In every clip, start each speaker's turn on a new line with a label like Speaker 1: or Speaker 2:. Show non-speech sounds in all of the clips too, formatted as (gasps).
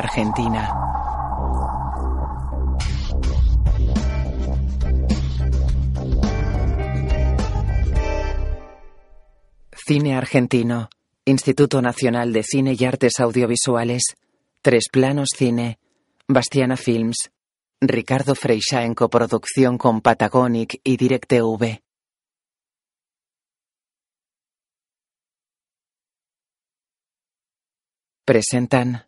Speaker 1: Argentina. Cine argentino. Instituto Nacional de Cine y Artes Audiovisuales. Tres Planos Cine. Bastiana Films. Ricardo Freixa en coproducción con Patagonic y DirecTV. Presentan.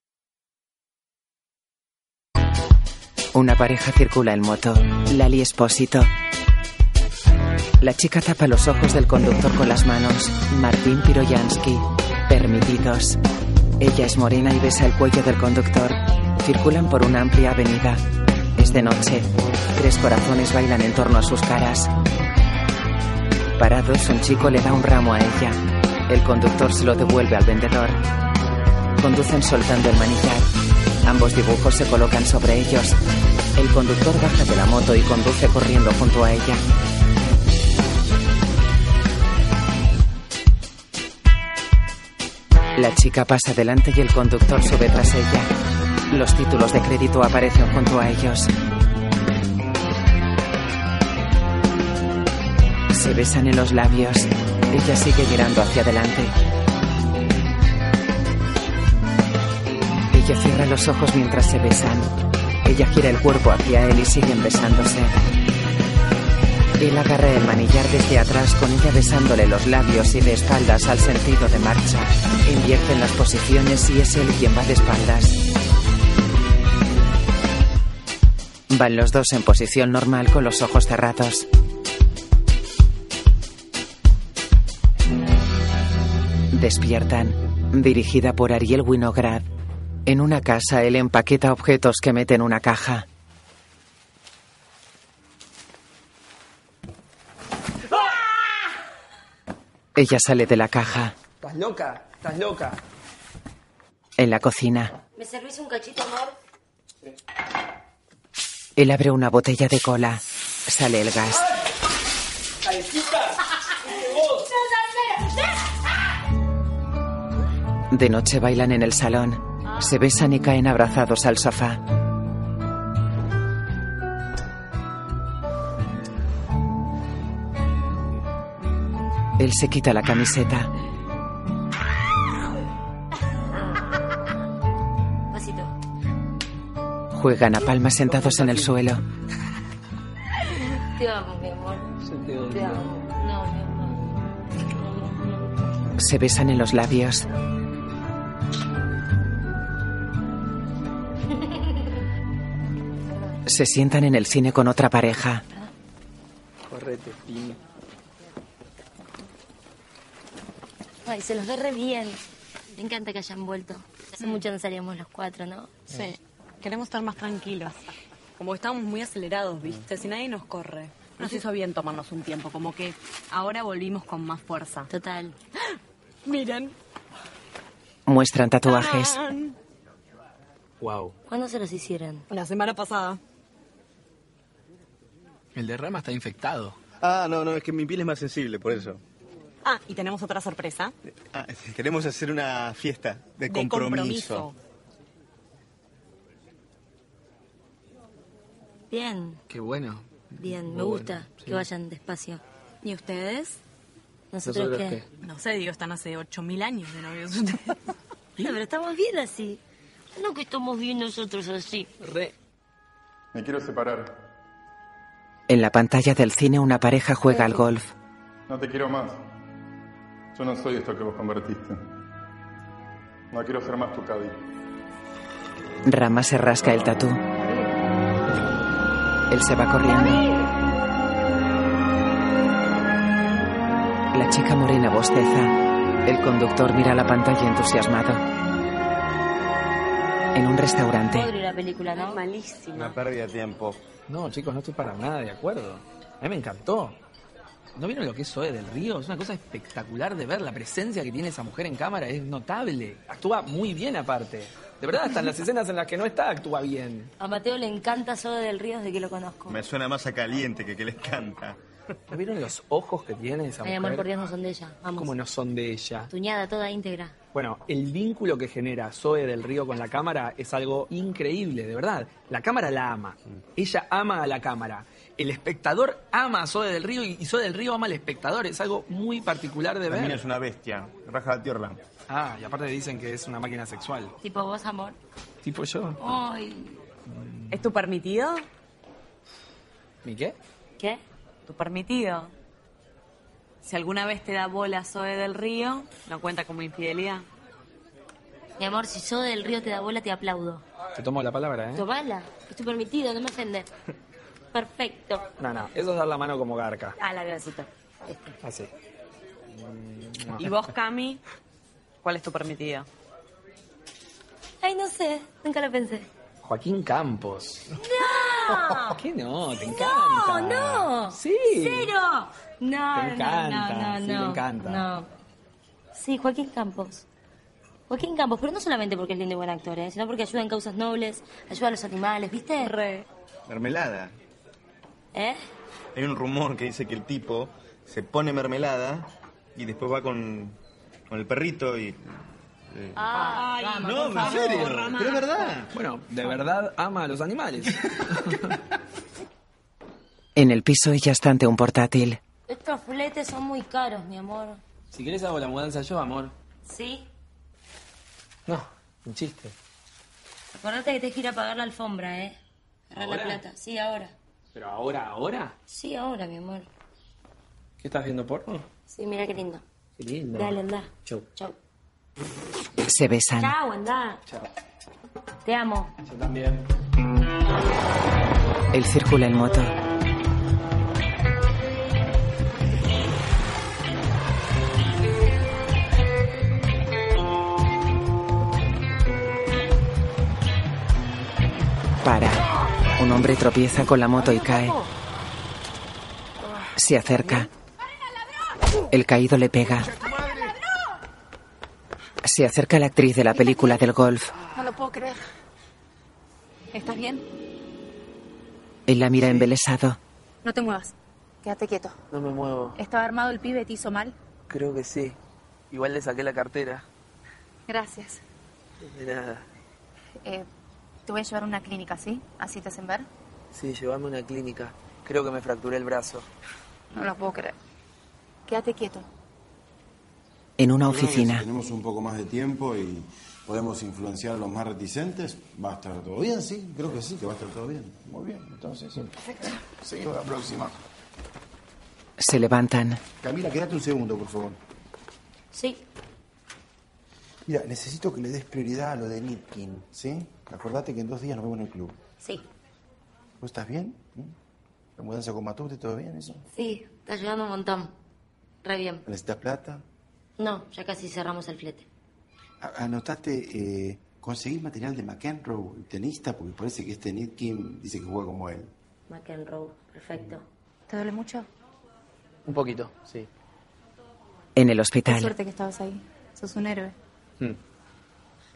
Speaker 1: Una pareja circula en moto. Lali Espósito. La chica tapa los ojos del conductor con las manos. Martín Piroyansky. Permitidos. Ella es morena y besa el cuello del conductor. Circulan por una amplia avenida. Es de noche. Tres corazones bailan en torno a sus caras. Parados, un chico le da un ramo a ella. El conductor se lo devuelve al vendedor. Conducen soltando el manillar. Ambos dibujos se colocan sobre ellos. El conductor baja de la moto y conduce corriendo junto a ella. La chica pasa delante y el conductor sube tras ella. Los títulos de crédito aparecen junto a ellos. Se besan en los labios. Ella sigue mirando hacia adelante. Ella cierra los ojos mientras se besan. Ella gira el cuerpo hacia él y siguen besándose. Él agarra el manillar desde atrás con ella besándole los labios y de espaldas al sentido de marcha. Invierten las posiciones y es él quien va de espaldas. Van los dos en posición normal con los ojos cerrados. Despiertan, dirigida por Ariel Winograd. En una casa, él empaqueta objetos que mete en una caja. Ella sale de la caja,
Speaker 2: Estás loca, estás loca.
Speaker 1: en la cocina.
Speaker 3: ¿Me servís un cachito, amor?
Speaker 1: Él abre una botella de cola. Sale el gas.
Speaker 4: (laughs)
Speaker 1: De noche bailan en el salón. Se besan y caen abrazados al sofá. Él se quita la camiseta.
Speaker 3: Pasito.
Speaker 1: Juegan a palmas sentados en el suelo.
Speaker 3: Te amo, mi amor. Te amo. No, mi amor.
Speaker 1: Se besan en los labios. Se sientan en el cine con otra pareja.
Speaker 2: Correte, piña.
Speaker 3: Ay, se los ve re bien. Me encanta que hayan vuelto. Hace mucho no salíamos los cuatro, ¿no?
Speaker 5: Sí, queremos estar más tranquilos. Como que estábamos muy acelerados, ¿viste? Si nadie nos corre. Nos hizo bien tomarnos un tiempo, como que ahora volvimos con más fuerza.
Speaker 3: Total.
Speaker 5: Miren.
Speaker 1: Muestran tatuajes.
Speaker 5: ¡Tarán!
Speaker 6: Wow.
Speaker 3: ¿Cuándo se los hicieron?
Speaker 5: La semana pasada.
Speaker 6: El de Rama está infectado.
Speaker 7: Ah, no, no, es que mi piel es más sensible, por eso.
Speaker 5: (gasps) Ah, y tenemos otra sorpresa.
Speaker 7: Ah, es- queremos hacer una fiesta de
Speaker 5: De
Speaker 7: compromiso.
Speaker 5: compromiso.
Speaker 3: Bien,
Speaker 6: Qué bueno.
Speaker 3: bien. Me
Speaker 6: Muy
Speaker 3: gusta
Speaker 6: bueno, sí.
Speaker 3: que vayan despacio.
Speaker 5: ¿Y ustedes?
Speaker 3: ¿Nosotros,
Speaker 6: ¿Nosotros
Speaker 3: qué?
Speaker 5: No sé, digo, están hace 8.000 años de novios ustedes.
Speaker 3: No, pero estamos bien así. No que estamos bien nosotros así.
Speaker 6: Re.
Speaker 8: Me quiero separar.
Speaker 1: En la pantalla del cine una pareja juega al golf.
Speaker 8: No te quiero más. Yo no soy esto que vos convertiste. No quiero ser más tu caddy.
Speaker 1: Rama se rasca el tatú. Él se va corriendo. La chica morena bosteza. El conductor mira la pantalla entusiasmado. En un restaurante,
Speaker 3: Podre la película, ¿no?
Speaker 7: Una
Speaker 5: Malísima.
Speaker 7: pérdida de tiempo.
Speaker 6: No, chicos, no estoy para nada de acuerdo. A mí me encantó. ¿No vieron lo que es Zoe del Río? Es una cosa espectacular de ver. La presencia que tiene esa mujer en cámara es notable. Actúa muy bien aparte. De verdad, hasta en las escenas en las que no está, actúa bien.
Speaker 3: A Mateo le encanta Soda del Río desde que lo conozco.
Speaker 7: Me suena más a caliente que que les canta.
Speaker 6: ¿No vieron los ojos que tiene esa
Speaker 3: Ay,
Speaker 6: mujer?
Speaker 3: amor, por Dios, no son de ella. Vamos.
Speaker 6: Como no son de ella.
Speaker 3: Tuñada, toda íntegra.
Speaker 6: Bueno, el vínculo que genera Zoe del Río con la cámara es algo increíble, de verdad. La cámara la ama.
Speaker 7: Mm.
Speaker 6: Ella ama a la cámara. El espectador ama a Zoe del Río y y Zoe del Río ama al espectador. Es algo muy particular de
Speaker 7: También
Speaker 6: ver.
Speaker 7: es una bestia. Raja la tierra.
Speaker 6: Ah, y aparte dicen que es una máquina sexual.
Speaker 3: Tipo vos, amor.
Speaker 6: Tipo yo.
Speaker 3: Ay.
Speaker 5: ¿Es tu permitido?
Speaker 6: ¿Mi qué?
Speaker 3: ¿Qué?
Speaker 5: Tu permitido. Si alguna vez te da bola Zoe del Río, no cuenta como infidelidad.
Speaker 3: Mi amor, si yo del río te da bola, te aplaudo.
Speaker 6: Te tomo la palabra, ¿eh?
Speaker 3: Tomala. Estoy permitido, no
Speaker 6: (laughs)
Speaker 3: me ofendes. Perfecto.
Speaker 6: No, no, eso es dar la mano como garca.
Speaker 5: Ah,
Speaker 3: A la grasita. Este.
Speaker 6: Así.
Speaker 5: ¿Y vos, Cami? ¿Cuál es tu permitido?
Speaker 3: Ay, no sé. Nunca lo pensé.
Speaker 6: Joaquín Campos.
Speaker 3: ¡No!
Speaker 6: (laughs) ¿Qué no? Te
Speaker 3: ¡No,
Speaker 6: encanta.
Speaker 3: no!
Speaker 6: Sí.
Speaker 3: ¡Cero! No,
Speaker 6: Te encanta,
Speaker 3: no, no, no,
Speaker 6: sí,
Speaker 3: no.
Speaker 6: te encanta.
Speaker 3: No. Sí, Joaquín Campos. Joaquín Campos, pero no solamente porque es lindo y buen actor, ¿eh? sino porque ayuda en causas nobles, ayuda a los animales, ¿viste?
Speaker 5: Re.
Speaker 7: Mermelada.
Speaker 3: ¿Eh?
Speaker 7: Hay un rumor que dice que el tipo se pone mermelada y después va con, con el perrito y. eh,
Speaker 6: Ah.
Speaker 5: Ay,
Speaker 7: no, en serio. Pero es verdad.
Speaker 6: Bueno, de verdad ama a los (laughs) animales.
Speaker 1: En el piso ella está ante un portátil.
Speaker 3: Estos fletes son muy caros, mi amor.
Speaker 6: si querés hago la mudanza yo, amor.
Speaker 3: ¿Sí?
Speaker 6: No, un chiste.
Speaker 3: Acordate que te gira pagar la alfombra, ¿eh? Agarrar la
Speaker 6: ¿Ahora?
Speaker 3: plata. Sí, ahora.
Speaker 6: Pero ahora, ahora.
Speaker 3: Sí, ahora, mi amor.
Speaker 6: ¿Qué estás viendo porno?
Speaker 3: Sí, mira qué lindo.
Speaker 6: Qué lindo.
Speaker 3: Dale, anda.
Speaker 6: Chau.
Speaker 3: Chau.
Speaker 1: Se besan.
Speaker 3: Chau, anda.
Speaker 6: Chao.
Speaker 3: Te amo.
Speaker 6: Yo también.
Speaker 1: Él circula en moto. Para. Un hombre tropieza con la moto y cae. Se acerca. El caído le pega. Se acerca la actriz de la película del golf.
Speaker 9: No lo puedo creer. ¿Estás bien?
Speaker 1: Él la mira embelesado.
Speaker 9: No te muevas. Quédate quieto.
Speaker 10: No me muevo.
Speaker 9: ¿Estaba armado el pibe? ¿Te hizo mal?
Speaker 10: Creo que sí. Igual le saqué la cartera.
Speaker 9: Gracias.
Speaker 10: De nada.
Speaker 9: Eh, te voy a llevar a una clínica, ¿sí? Así te hacen ver.
Speaker 10: Sí, llévame a una clínica. Creo que me fracturé el brazo.
Speaker 9: No lo puedo creer. Quédate quieto.
Speaker 1: En una
Speaker 11: Yo creo que Si
Speaker 1: oficina.
Speaker 11: tenemos un poco más de tiempo y podemos influenciar a los más reticentes, va a estar todo bien, sí, creo que sí, que va a estar todo bien. Muy bien, entonces. Seguimos la próxima.
Speaker 1: Se levantan.
Speaker 11: Camila, quédate un segundo, por favor.
Speaker 3: Sí.
Speaker 11: Mira, necesito que le des prioridad a lo de Nipkin, ¿sí? Acordate que en dos días nos vemos en el club.
Speaker 3: Sí.
Speaker 11: ¿Vos estás bien? ¿Mm? ¿La mudanza con Matute, todo bien eso?
Speaker 3: Sí, está ayudando un montón. Re bien.
Speaker 11: ¿Necesitas plata?
Speaker 3: No, ya casi cerramos el flete.
Speaker 11: A- Anotaste, eh, conseguís material de McEnroe, el tenista, porque parece que este Nipkin dice que juega como él.
Speaker 3: McEnroe, perfecto.
Speaker 9: ¿Te duele mucho?
Speaker 10: Un poquito, sí.
Speaker 1: En el
Speaker 9: Qué
Speaker 1: hospital.
Speaker 9: suerte que estabas ahí. Sos un héroe.
Speaker 6: Mm.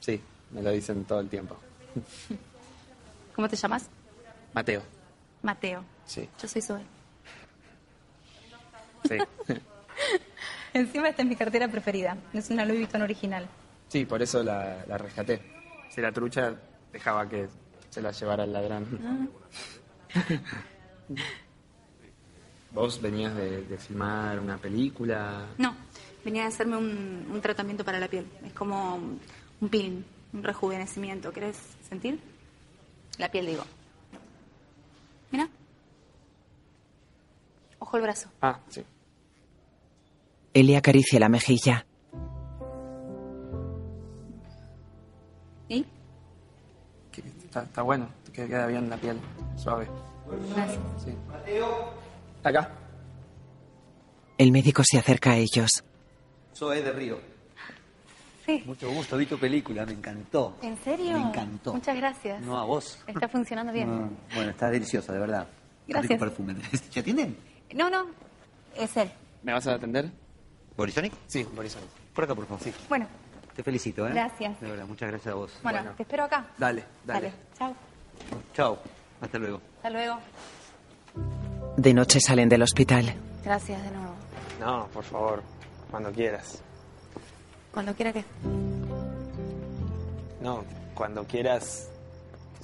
Speaker 6: Sí, me lo dicen todo el tiempo.
Speaker 9: ¿Cómo te llamas?
Speaker 6: Mateo.
Speaker 9: Mateo.
Speaker 6: Sí.
Speaker 9: Yo soy Zoe.
Speaker 6: Sí.
Speaker 9: Encima esta es mi cartera preferida. Es una Louis Vuitton original.
Speaker 6: (laughs) sí, por eso la, la rescaté. Si la trucha dejaba que se la llevara el
Speaker 9: Ah.
Speaker 6: ladrón. Vos venías de, de filmar una película.
Speaker 9: No, venía a hacerme un, un tratamiento para la piel. Es como un peeling, un rejuvenecimiento. ¿Querés sentir? La piel, digo. Mira. Ojo el brazo.
Speaker 6: Ah, sí.
Speaker 1: Él le acaricia la mejilla.
Speaker 9: ¿Y?
Speaker 10: Que Está, está bueno. Que queda bien la piel. Suave.
Speaker 9: Gracias.
Speaker 10: Sí.
Speaker 6: Acá.
Speaker 1: El médico se acerca a ellos.
Speaker 12: Soy de Río.
Speaker 9: Sí.
Speaker 13: Mucho gusto, vi tu película, me encantó.
Speaker 9: ¿En serio?
Speaker 13: Me encantó.
Speaker 9: Muchas gracias.
Speaker 13: No a vos.
Speaker 6: (laughs)
Speaker 9: Está funcionando
Speaker 13: Ah,
Speaker 9: bien.
Speaker 13: bueno, está deliciosa, de verdad. Qué
Speaker 9: Gracias.
Speaker 13: rico perfume. (laughs) ¿Te atienden?
Speaker 9: No, no. Es él.
Speaker 6: ¿Me vas a atender?
Speaker 13: ¿Borisonic?
Speaker 6: Sí, por eso.
Speaker 13: Por acá, por favor. Sí.
Speaker 9: Bueno,
Speaker 13: Te felicito, ¿eh?
Speaker 9: Gracias.
Speaker 13: De verdad, muchas gracias a vos.
Speaker 9: bueno, te espero acá.
Speaker 6: Dale, dale.
Speaker 9: Chao.
Speaker 13: Chao. Hasta luego.
Speaker 9: Hasta luego.
Speaker 1: De noche salen del hospital.
Speaker 9: Gracias de nuevo.
Speaker 6: No, por favor, cuando quieras.
Speaker 9: Cuando quiera que...
Speaker 6: No, cuando quieras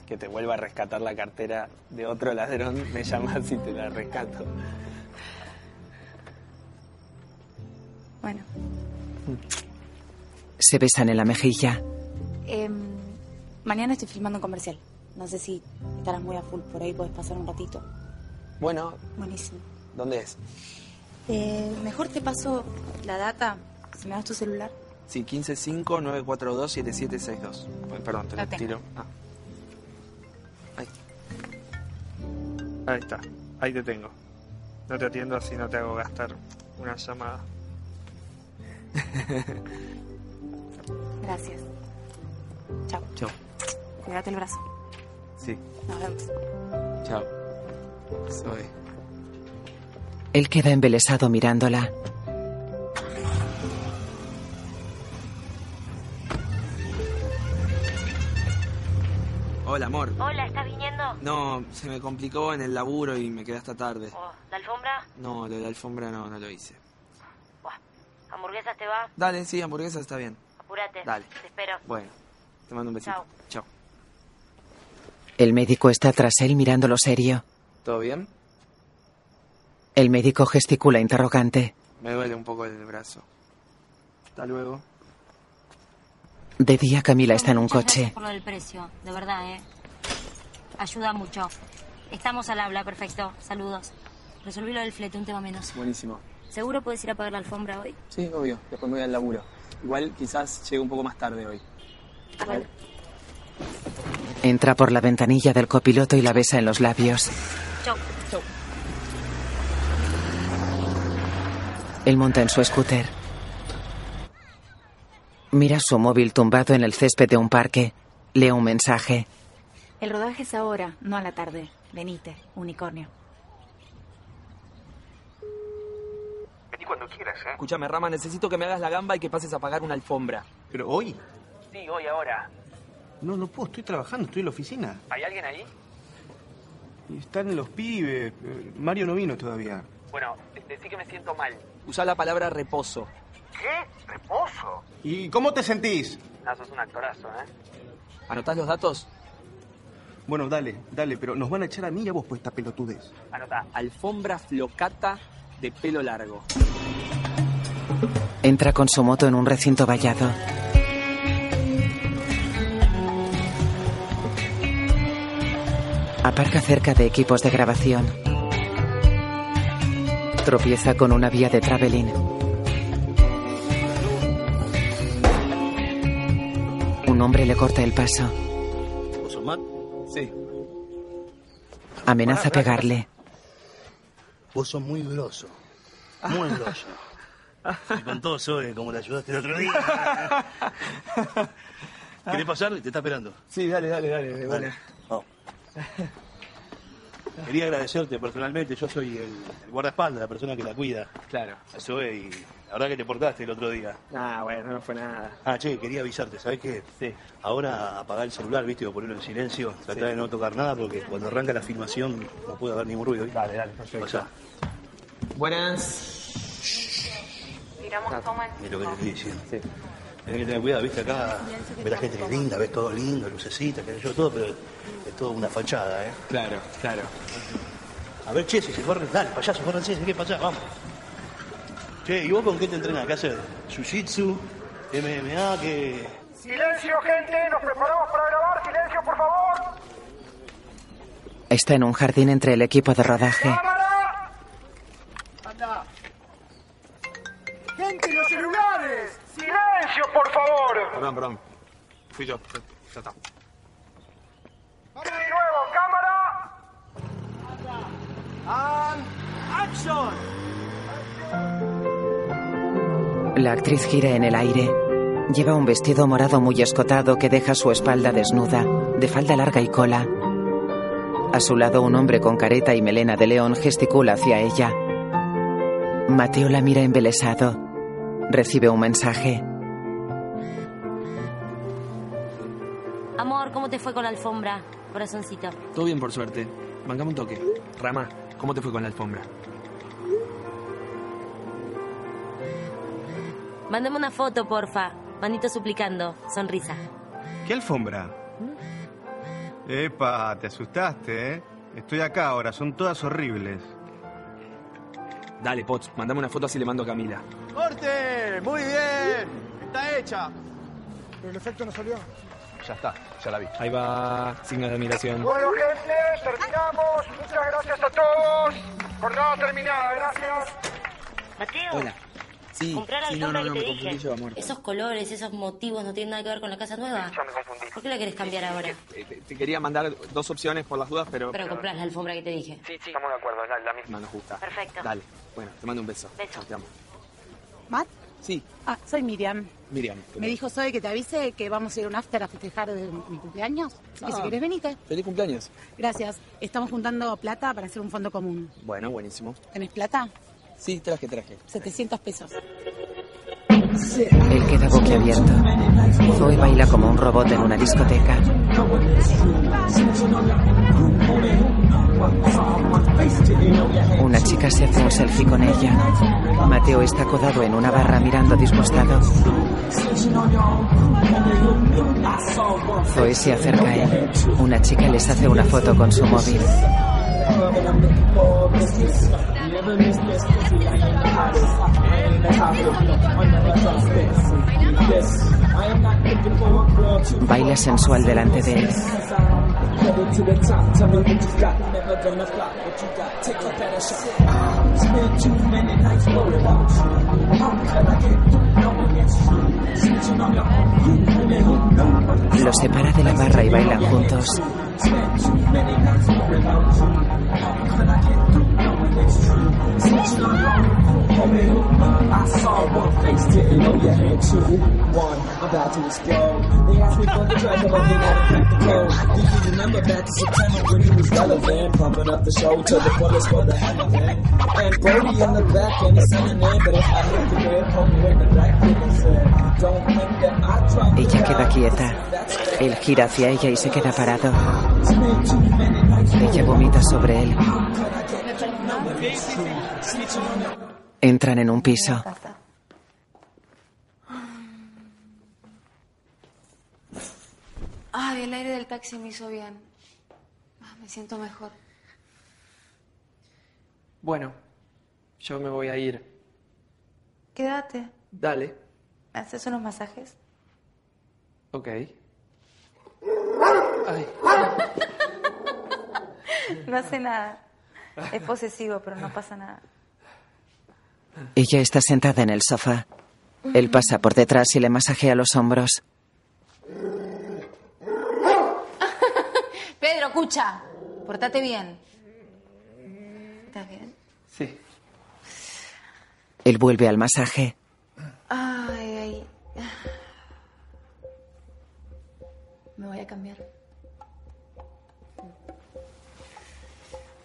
Speaker 6: que te vuelva a rescatar la cartera de otro ladrón, me llamas y te la rescato.
Speaker 9: Bueno.
Speaker 1: Se besan en la mejilla.
Speaker 9: Em, mañana estoy filmando un comercial. No sé si estarás muy a full por ahí, puedes pasar un ratito.
Speaker 6: Bueno,
Speaker 9: Buenísimo.
Speaker 6: ¿dónde es?
Speaker 9: Eh, mejor te paso la data, si me das tu celular.
Speaker 6: Sí, 155-942-7762. Ay, Perdón, te
Speaker 9: La
Speaker 6: lo
Speaker 9: tengo.
Speaker 6: tiro. Ah. Ahí. Ahí está, ahí te tengo. No te atiendo así, no te hago gastar una llamada.
Speaker 9: Gracias. Chao.
Speaker 6: Chao.
Speaker 9: Cuídate el brazo.
Speaker 6: Sí,
Speaker 9: Nos vemos.
Speaker 6: chao. Soy.
Speaker 1: Él queda embelesado mirándola.
Speaker 6: Hola, amor.
Speaker 3: Hola, ¿estás viniendo?
Speaker 6: No, se me complicó en el laburo y me quedé hasta tarde.
Speaker 3: Oh, ¿La alfombra?
Speaker 6: No, lo de la alfombra no, no lo hice.
Speaker 3: ¿Hamburguesas te va?
Speaker 6: Dale, sí, hamburguesa está bien.
Speaker 3: Apúrate.
Speaker 6: Dale.
Speaker 3: Te espero.
Speaker 6: Bueno, te mando un besito. Chao.
Speaker 1: El médico está tras él mirándolo serio.
Speaker 6: ¿Todo bien?
Speaker 1: El médico gesticula interrogante.
Speaker 6: Me duele un poco el brazo. Hasta luego.
Speaker 1: De día Camila está en un
Speaker 3: Muchas
Speaker 1: coche.
Speaker 3: Gracias por lo del precio, de verdad, ¿eh? Ayuda mucho. Estamos al habla, perfecto. Saludos. Resolví lo del flete, un tema menos.
Speaker 6: Buenísimo.
Speaker 3: ¿Seguro puedes ir a pagar la alfombra hoy?
Speaker 6: Sí, obvio. Después me voy al laburo. Igual quizás llegue un poco más tarde hoy.
Speaker 1: Entra por la ventanilla del copiloto y la besa en los labios.
Speaker 3: Chau. Chau.
Speaker 1: Él monta en su scooter. Mira su móvil tumbado en el césped de un parque. Lee un mensaje.
Speaker 14: El rodaje es ahora, no a la tarde. Venite, unicornio.
Speaker 6: Vení cuando quieras, ¿eh? Escúchame, Rama, necesito que me hagas la gamba y que pases a pagar una alfombra.
Speaker 7: ¿Pero hoy?
Speaker 6: Sí, hoy, ahora.
Speaker 7: No, no puedo, estoy trabajando, estoy en la oficina.
Speaker 6: ¿Hay alguien ahí?
Speaker 7: Y Están los pibes. eh, Mario no vino todavía.
Speaker 6: Bueno, decí que me siento mal. Usa la palabra reposo. ¿Qué? ¿Reposo?
Speaker 7: ¿Y cómo te sentís?
Speaker 6: Ah, sos un actorazo, ¿eh? ¿Anotás los datos?
Speaker 7: Bueno, dale, dale, pero nos van a echar a mí y a vos por esta pelotudez.
Speaker 6: Anota. Alfombra flocata de pelo largo.
Speaker 1: Entra con su moto en un recinto vallado. Aparca cerca de equipos de grabación. Tropieza con una vía de traveling. Un hombre le corta el paso.
Speaker 15: ¿Musulmán?
Speaker 6: Sí.
Speaker 1: Amenaza pegarle.
Speaker 15: Vos sos muy groso. Muy groso. Me contó Zoe cómo le ayudaste el otro día. ¿Querés pasar? Te está esperando.
Speaker 6: Sí, dale, dale, dale.
Speaker 15: Dale.
Speaker 6: (laughs)
Speaker 15: Vamos. Quería agradecerte personalmente. Yo soy el, el guardaespaldas, la persona que la cuida.
Speaker 6: Claro.
Speaker 15: A Zoe y la verdad que te portaste el otro día.
Speaker 6: Ah, bueno, no fue nada.
Speaker 15: Ah, che, quería avisarte, ¿sabes qué? Sí. Ahora apagar el celular, ¿viste? O ponerlo en silencio. Tratar de no tocar nada porque cuando arranca la filmación no puede haber ningún ruido. Dale, dale, perfecto.
Speaker 6: Buenas.
Speaker 15: Miramos cómo es. lo que
Speaker 16: Ah.
Speaker 15: te estoy diciendo. Sí. Tenés que tener cuidado, ¿viste? Acá ves la gente que es linda, ves todo lindo, lucecitas, qué sé yo, todo, pero es todo una fachada, ¿eh?
Speaker 6: Claro, claro.
Speaker 15: A ver, che, si se corren, dale, payaso, corren, si se quiere para allá, vamos. Che, ¿y vos con qué te entrenas? ¿Qué haces? ¿Jiu-Jitsu? ¿MMA? ¿Qué...?
Speaker 17: Silencio, gente, nos preparamos para grabar. Silencio, por favor.
Speaker 1: Está en un jardín entre el equipo de rodaje.
Speaker 17: Anda. Gente, los celulares. Silencio, por favor.
Speaker 7: Perdón, perdón. Fui yo. Ya está.
Speaker 17: De nuevo, cámara. And action.
Speaker 1: La actriz gira en el aire. Lleva un vestido morado muy escotado que deja su espalda desnuda, de falda larga y cola. A su lado un hombre con careta y melena de león gesticula hacia ella. Mateo la mira embelesado. Recibe un mensaje.
Speaker 3: Amor, ¿cómo te fue con la alfombra? Corazoncito.
Speaker 6: Todo bien, por suerte. Bancame un toque. Rama, ¿Cómo te fue con la alfombra?
Speaker 3: Mándame una foto, porfa. Manito suplicando. Sonrisa.
Speaker 15: ¿Qué alfombra? Epa, te asustaste, ¿eh? Estoy acá ahora, son todas horribles.
Speaker 6: Dale, Potts, mandame una foto así le mando a Camila.
Speaker 17: ¡Corte! ¡Muy bien! ¡Está hecha! Pero el efecto no salió.
Speaker 6: Ya está, ya la vi. Ahí va, signos de admiración.
Speaker 7: Bueno, gente, terminamos. Muchas gracias a todos. Jornada terminada, gracias.
Speaker 3: Mateo.
Speaker 6: Hola. Sí,
Speaker 3: Comprar la
Speaker 6: sí, no,
Speaker 3: alfombra
Speaker 6: no, no,
Speaker 3: que
Speaker 6: me
Speaker 3: te
Speaker 6: confundí
Speaker 3: dije.
Speaker 6: yo, amor.
Speaker 3: Esos colores, esos motivos no tienen nada que ver con la casa nueva. ¿Por qué la querés cambiar ahora?
Speaker 6: Eh, Te, te quería mandar dos opciones por las dudas, pero...
Speaker 3: Pero comprás la alfombra que te dije.
Speaker 6: Sí, sí. Estamos de acuerdo, es la, misma. nos gusta.
Speaker 3: Perfecto.
Speaker 6: Dale, bueno, te mando un beso. Beso. Te amo.
Speaker 9: ¿Mat?
Speaker 6: Sí,
Speaker 9: Ah, soy Miriam.
Speaker 6: Miriam.
Speaker 9: Me dijo Zoe que te avise que vamos a ir a un after a festejar de mi cumpleaños. Así que
Speaker 6: Ah.
Speaker 9: si querés venite.
Speaker 6: Feliz cumpleaños.
Speaker 9: Gracias. Estamos juntando plata para hacer un fondo común.
Speaker 6: Bueno, buenísimo.
Speaker 9: ¿Tenés plata?
Speaker 6: Sí, traje, traje.
Speaker 9: 700 pesos.
Speaker 18: Él queda boquiabierto. Zoe baila como un robot en una discoteca. Una chica se hace un selfie con ella. Mateo está acodado en una barra mirando disgustado. Zoe se acerca a él. Una chica les hace una foto con su móvil. Baila sensual delante de él. Los separa de la barra y bailan juntos. Ella queda quieta. Él gira hacia ella y se queda parado. Ella vomita sobre él. Entran en un piso.
Speaker 1: Ay, el aire del taxi me hizo bien. Ah, Me siento mejor.
Speaker 19: Bueno, yo me voy a ir.
Speaker 1: Quédate.
Speaker 19: Dale.
Speaker 1: ¿Me haces unos (laughs) masajes?
Speaker 19: Ok.
Speaker 1: No hace nada. Es posesivo, pero no pasa nada.
Speaker 18: Ella está sentada en el sofá. Él pasa por detrás y le masajea los hombros.
Speaker 20: Pedro, escucha. Portate bien.
Speaker 1: ¿Estás bien?
Speaker 19: Sí.
Speaker 18: Él vuelve al masaje.
Speaker 1: Ay, ay. Ah. Me voy a cambiar.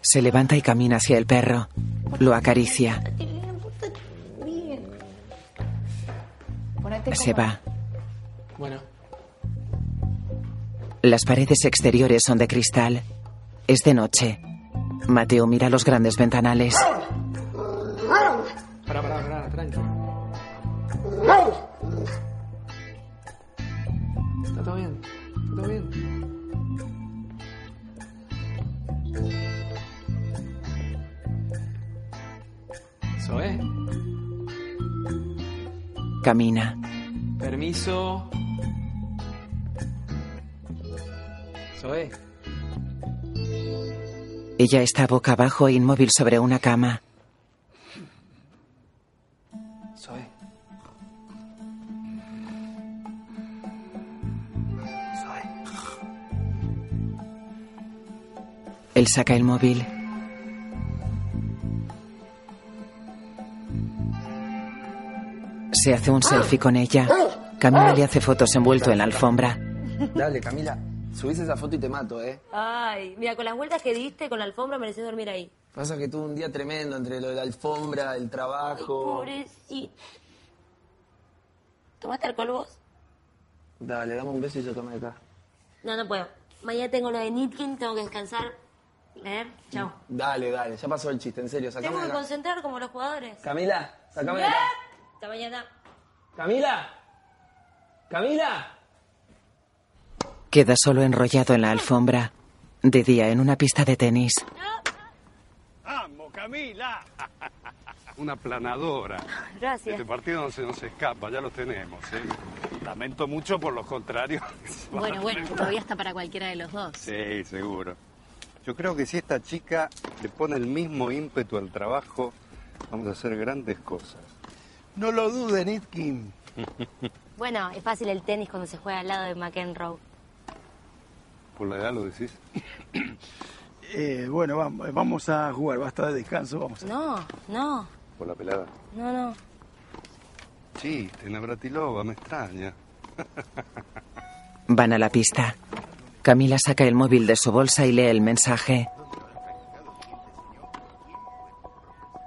Speaker 18: Se levanta y camina hacia el perro. Lo acaricia.
Speaker 1: Bien. Ponete
Speaker 18: Se
Speaker 1: cómoda.
Speaker 18: va.
Speaker 19: Bueno,
Speaker 18: Las paredes exteriores son de cristal. Es de noche. Mateo mira los grandes ventanales.
Speaker 19: pará, pará, pará, tranqui. Está todo bien. Está todo bien. Zoe,
Speaker 18: Camina.
Speaker 19: permiso. Zoe.
Speaker 18: Ella está boca abajo e inmóvil sobre una cama.
Speaker 19: Soy.
Speaker 18: Él saca el móvil. Se hace un selfie con ella. Camina le hace fotos envuelto en la alfombra.
Speaker 6: Dale, Camila, subís esa foto y te mato, ¿eh?
Speaker 3: Ay, mira, con las vueltas que diste con la alfombra mereces dormir ahí.
Speaker 6: Pasa que tuve un día tremendo entre lo de la alfombra, el trabajo.
Speaker 3: Pobrecito. ¿Tomaste alcohol vos?
Speaker 19: Dale, dame un beso y yo tomé acá.
Speaker 3: No, no puedo. Mañana tengo lo de Nitkin, tengo que descansar.
Speaker 4: ¿Eh? Chao.
Speaker 3: Dale, dale, ya pasó el chiste, en serio,
Speaker 4: Tengo
Speaker 3: sacame
Speaker 4: que
Speaker 3: de acá.
Speaker 4: concentrar como los jugadores. ¡Ah!
Speaker 3: Camila, sacame de acá.
Speaker 4: Hasta mañana.
Speaker 3: Camila. Camila.
Speaker 1: Queda solo enrollado en la alfombra. De día en una pista de tenis.
Speaker 7: ¡Vamos, Camila! Una planadora.
Speaker 4: Gracias.
Speaker 7: Este partido no se nos escapa, ya lo tenemos. ¿eh? Lamento mucho por los contrarios.
Speaker 5: Bueno, bueno, todavía está para cualquiera de los dos.
Speaker 7: (laughs) Sí, seguro. Yo creo que si esta chica le pone el mismo ímpetu al trabajo, vamos a hacer grandes cosas.
Speaker 11: No lo duden, (laughs) Itkin.
Speaker 4: Bueno, es fácil el tenis cuando se juega al lado de McEnroe.
Speaker 7: ¿Por la edad lo decís?
Speaker 11: (coughs) Eh, bueno, vamos, vamos a jugar, basta de descanso, vamos.
Speaker 4: No, no,
Speaker 7: ¿Por la pelada?
Speaker 4: no, no.
Speaker 7: Chiste, Navratilova, me extraña.
Speaker 1: Van a la pista. Camila saca el móvil de su bolsa y lee el mensaje.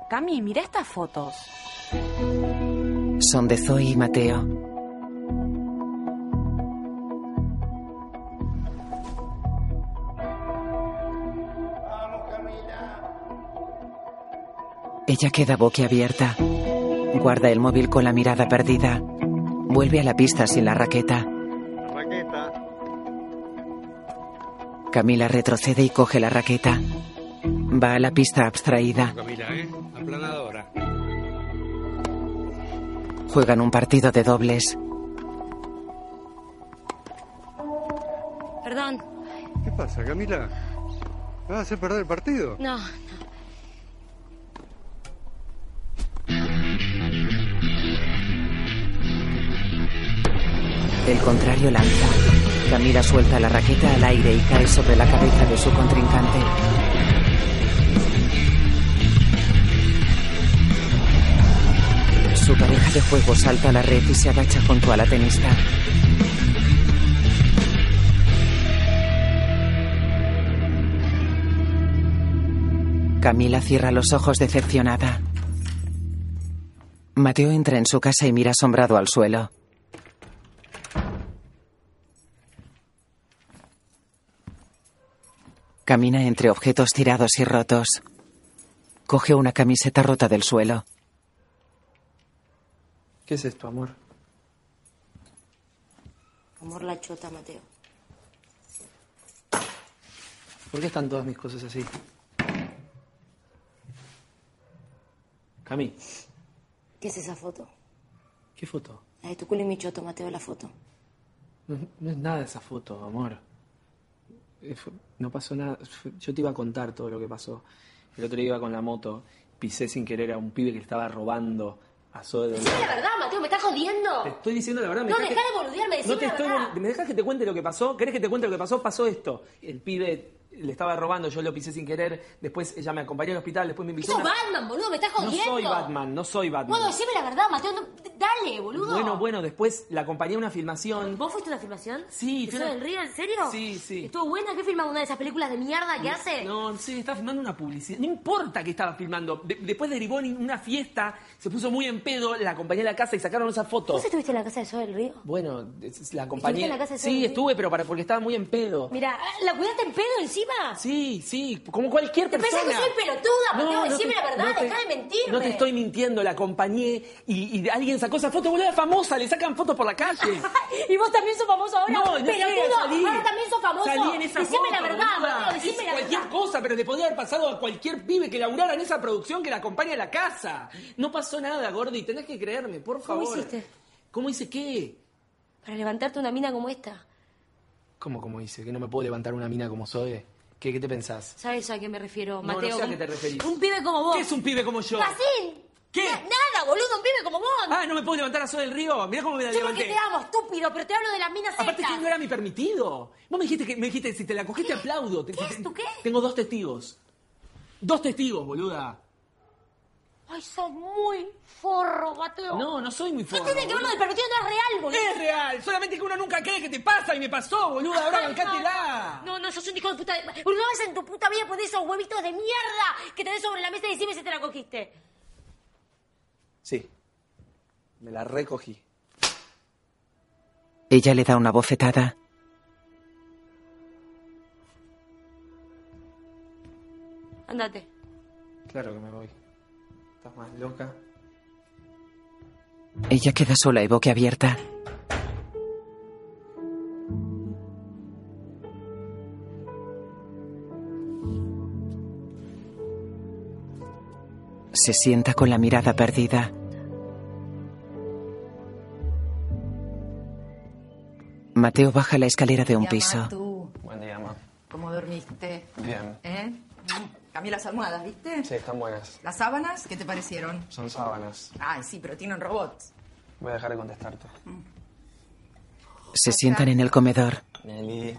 Speaker 5: Cami, mira estas fotos.
Speaker 1: Son de Zoe y Mateo. Ella queda boquiabierta. Guarda el móvil con la mirada perdida. Vuelve a la pista sin la raqueta.
Speaker 7: Raqueta.
Speaker 1: Camila retrocede y coge la raqueta. Va a la pista abstraída.
Speaker 7: Camila, ¿eh? Aplanadora.
Speaker 1: Juegan un partido de dobles.
Speaker 4: Perdón,
Speaker 7: ¿Qué pasa, Camila? ¿Me vas a hacer perder el partido?
Speaker 4: no.
Speaker 1: El contrario lanza. Camila suelta la raqueta al aire y cae sobre la cabeza de su contrincante. Su pareja de juego salta a la red y se agacha junto a la tenista. Camila cierra los ojos decepcionada. Mateo entra en su casa y mira asombrado al suelo. Camina entre objetos tirados y rotos. Coge una camiseta rota del suelo.
Speaker 6: ¿Qué es esto, amor?
Speaker 4: Amor la chota, Mateo.
Speaker 6: ¿Por qué están todas mis cosas así? Cami,
Speaker 4: ¿Qué es esa foto?
Speaker 6: ¿qué foto?
Speaker 4: La de tu culo y mi choto, Mateo, la foto.
Speaker 6: No, no es nada esa foto, amor. Eh, fue- No pasó nada. Fue- Yo te iba a contar todo lo que pasó. El otro día iba con la moto, pisé sin querer a un pibe que le estaba robando a Zoe de
Speaker 4: (laughs) Decime la verdad, Mateo, me estás jodiendo.
Speaker 6: Te estoy diciendo la verdad.
Speaker 4: No,
Speaker 6: dejás
Speaker 4: dejá
Speaker 6: que-
Speaker 4: de boludearme, decime
Speaker 6: no te
Speaker 4: la
Speaker 6: estoy
Speaker 4: verdad.
Speaker 6: bolu- ¿Me dejas que te cuente lo que pasó? ¿Querés que te cuente lo que pasó? Pasó esto. El pibe le estaba robando, yo lo pisé sin querer. Después ella me acompañó al hospital, después me invitó.
Speaker 4: Eso
Speaker 6: a una-
Speaker 4: Batman, boludo, me estás
Speaker 6: No
Speaker 4: jodiendo.
Speaker 6: soy Batman, no soy Batman.
Speaker 4: Bueno, decime la verdad, Mateo. no- dale, boludo.
Speaker 6: Bueno, bueno, después la acompañé a una filmación.
Speaker 4: ¿Vos fuiste a una filmación?
Speaker 6: Sí,
Speaker 4: ¿Eso
Speaker 6: fui a una-
Speaker 4: del río, en serio?
Speaker 6: Sí, sí.
Speaker 4: ¿Estuvo buena? ¿Qué filmaba una de esas películas de mierda que Ah, hace?
Speaker 6: No, sí, estaba filmando una publicidad. No importa que estaba filmando. De- después derivó en una fiesta, se puso muy en pedo, la acompañé a la casa y sacaron esa foto.
Speaker 4: ¿Vos estuviste en la casa de Sol del Río?
Speaker 6: Bueno, es- es- la acompañé.
Speaker 4: en la casa de
Speaker 6: sí,
Speaker 4: Sol?
Speaker 6: estuve, pero para porque estaba muy en pedo.
Speaker 4: Mira, ¿la cuidaste en pedo encima?
Speaker 6: Sí, sí, como cualquier
Speaker 4: ¿Te
Speaker 6: persona.
Speaker 4: pensás que soy pelotuda? Mateo,
Speaker 6: te-
Speaker 4: decime la verdad,
Speaker 6: te-
Speaker 4: dejá de mentirme.
Speaker 6: No te estoy mintiendo, la acompañé y, y alguien sacó esa foto, boludo, era famosa, le sacan fotos por la
Speaker 4: (laughs)
Speaker 6: calle.
Speaker 4: Y vos también sos famoso ahora.
Speaker 6: No, no
Speaker 4: pelotudo,
Speaker 6: sé, salí.
Speaker 4: ahora también sos famoso.
Speaker 6: Salí en esa
Speaker 4: decime
Speaker 6: foto,
Speaker 4: la verdad,
Speaker 6: boluda.
Speaker 4: Mateo, decime
Speaker 6: Hice
Speaker 4: la
Speaker 6: cualquier
Speaker 4: verdad.
Speaker 6: cosa, pero le podía haber pasado a cualquier pibe que laburara en esa producción que la acompaña a la casa. No pasó nada, Gordi, tenés que creerme, por
Speaker 4: ¿Cómo
Speaker 6: favor.
Speaker 4: hiciste?
Speaker 6: ¿Cómo hice qué?
Speaker 4: Para levantarte una mina como esta.
Speaker 6: ¿Cómo, cómo hice? ¿Que no me puedo levantar una mina como Zoe? ¿Qué, qué te pensás?
Speaker 4: ¿Sabes a qué me refiero,
Speaker 6: No,
Speaker 4: Mateo?
Speaker 6: no sé a
Speaker 4: Un-
Speaker 6: qué te referís.
Speaker 4: Un pibe como vos.
Speaker 6: ¿Qué es un pibe como yo?
Speaker 4: ¡Fácil!
Speaker 6: ¿Qué?
Speaker 4: Na- nada, boludo, un pibe como vos.
Speaker 6: Ah, no me puedo levantar a Zoe del Río. Mirá cómo me la
Speaker 4: Yo porque
Speaker 6: levanté.
Speaker 4: te amo, estúpido, pero te hablo de las minas
Speaker 6: Aparte que
Speaker 4: secas.
Speaker 6: no era mi permitido. Vos me dijiste que me dijiste si te la cogí te aplaudo. Te- te-
Speaker 4: ¿Tú qué?
Speaker 6: Tengo dos testigos. Dos testigos, boluda.
Speaker 4: Ay, sos muy forro, Mateo.
Speaker 6: No, no soy muy forro.
Speaker 4: No tiene que ver lo del permitido, no es real, boludo.
Speaker 6: Es real, solamente que uno nunca cree que te pasa y me pasó, boluda. Ahora bancátela.
Speaker 4: No, no, sos un hijo de puta. de- No vas en tu puta vida a poner esos huevitos de mierda que tenés sobre la mesa y decime si te la cogiste.
Speaker 21: Sí. Me la recogí.
Speaker 1: Ella le da una bofetada.
Speaker 3: Andate.
Speaker 22: Claro que me voy. Estás más loca.
Speaker 1: Ella queda sola y boquiabierta. Se sienta con la mirada perdida. Mateo baja la escalera de un piso.
Speaker 9: tú,
Speaker 6: Buen día, ma.
Speaker 9: ¿cómo dormiste?
Speaker 6: Bien.
Speaker 9: ¿Eh? Mm, Cambié las almohadas, ¿viste?
Speaker 6: Sí, están buenas.
Speaker 9: ¿Las sábanas? ¿Qué te parecieron?
Speaker 6: Son sábanas.
Speaker 9: Ay, sí, pero tienen robots.
Speaker 6: Voy a dejar de contestarte.
Speaker 1: Se sientan en el comedor.
Speaker 6: Nelly.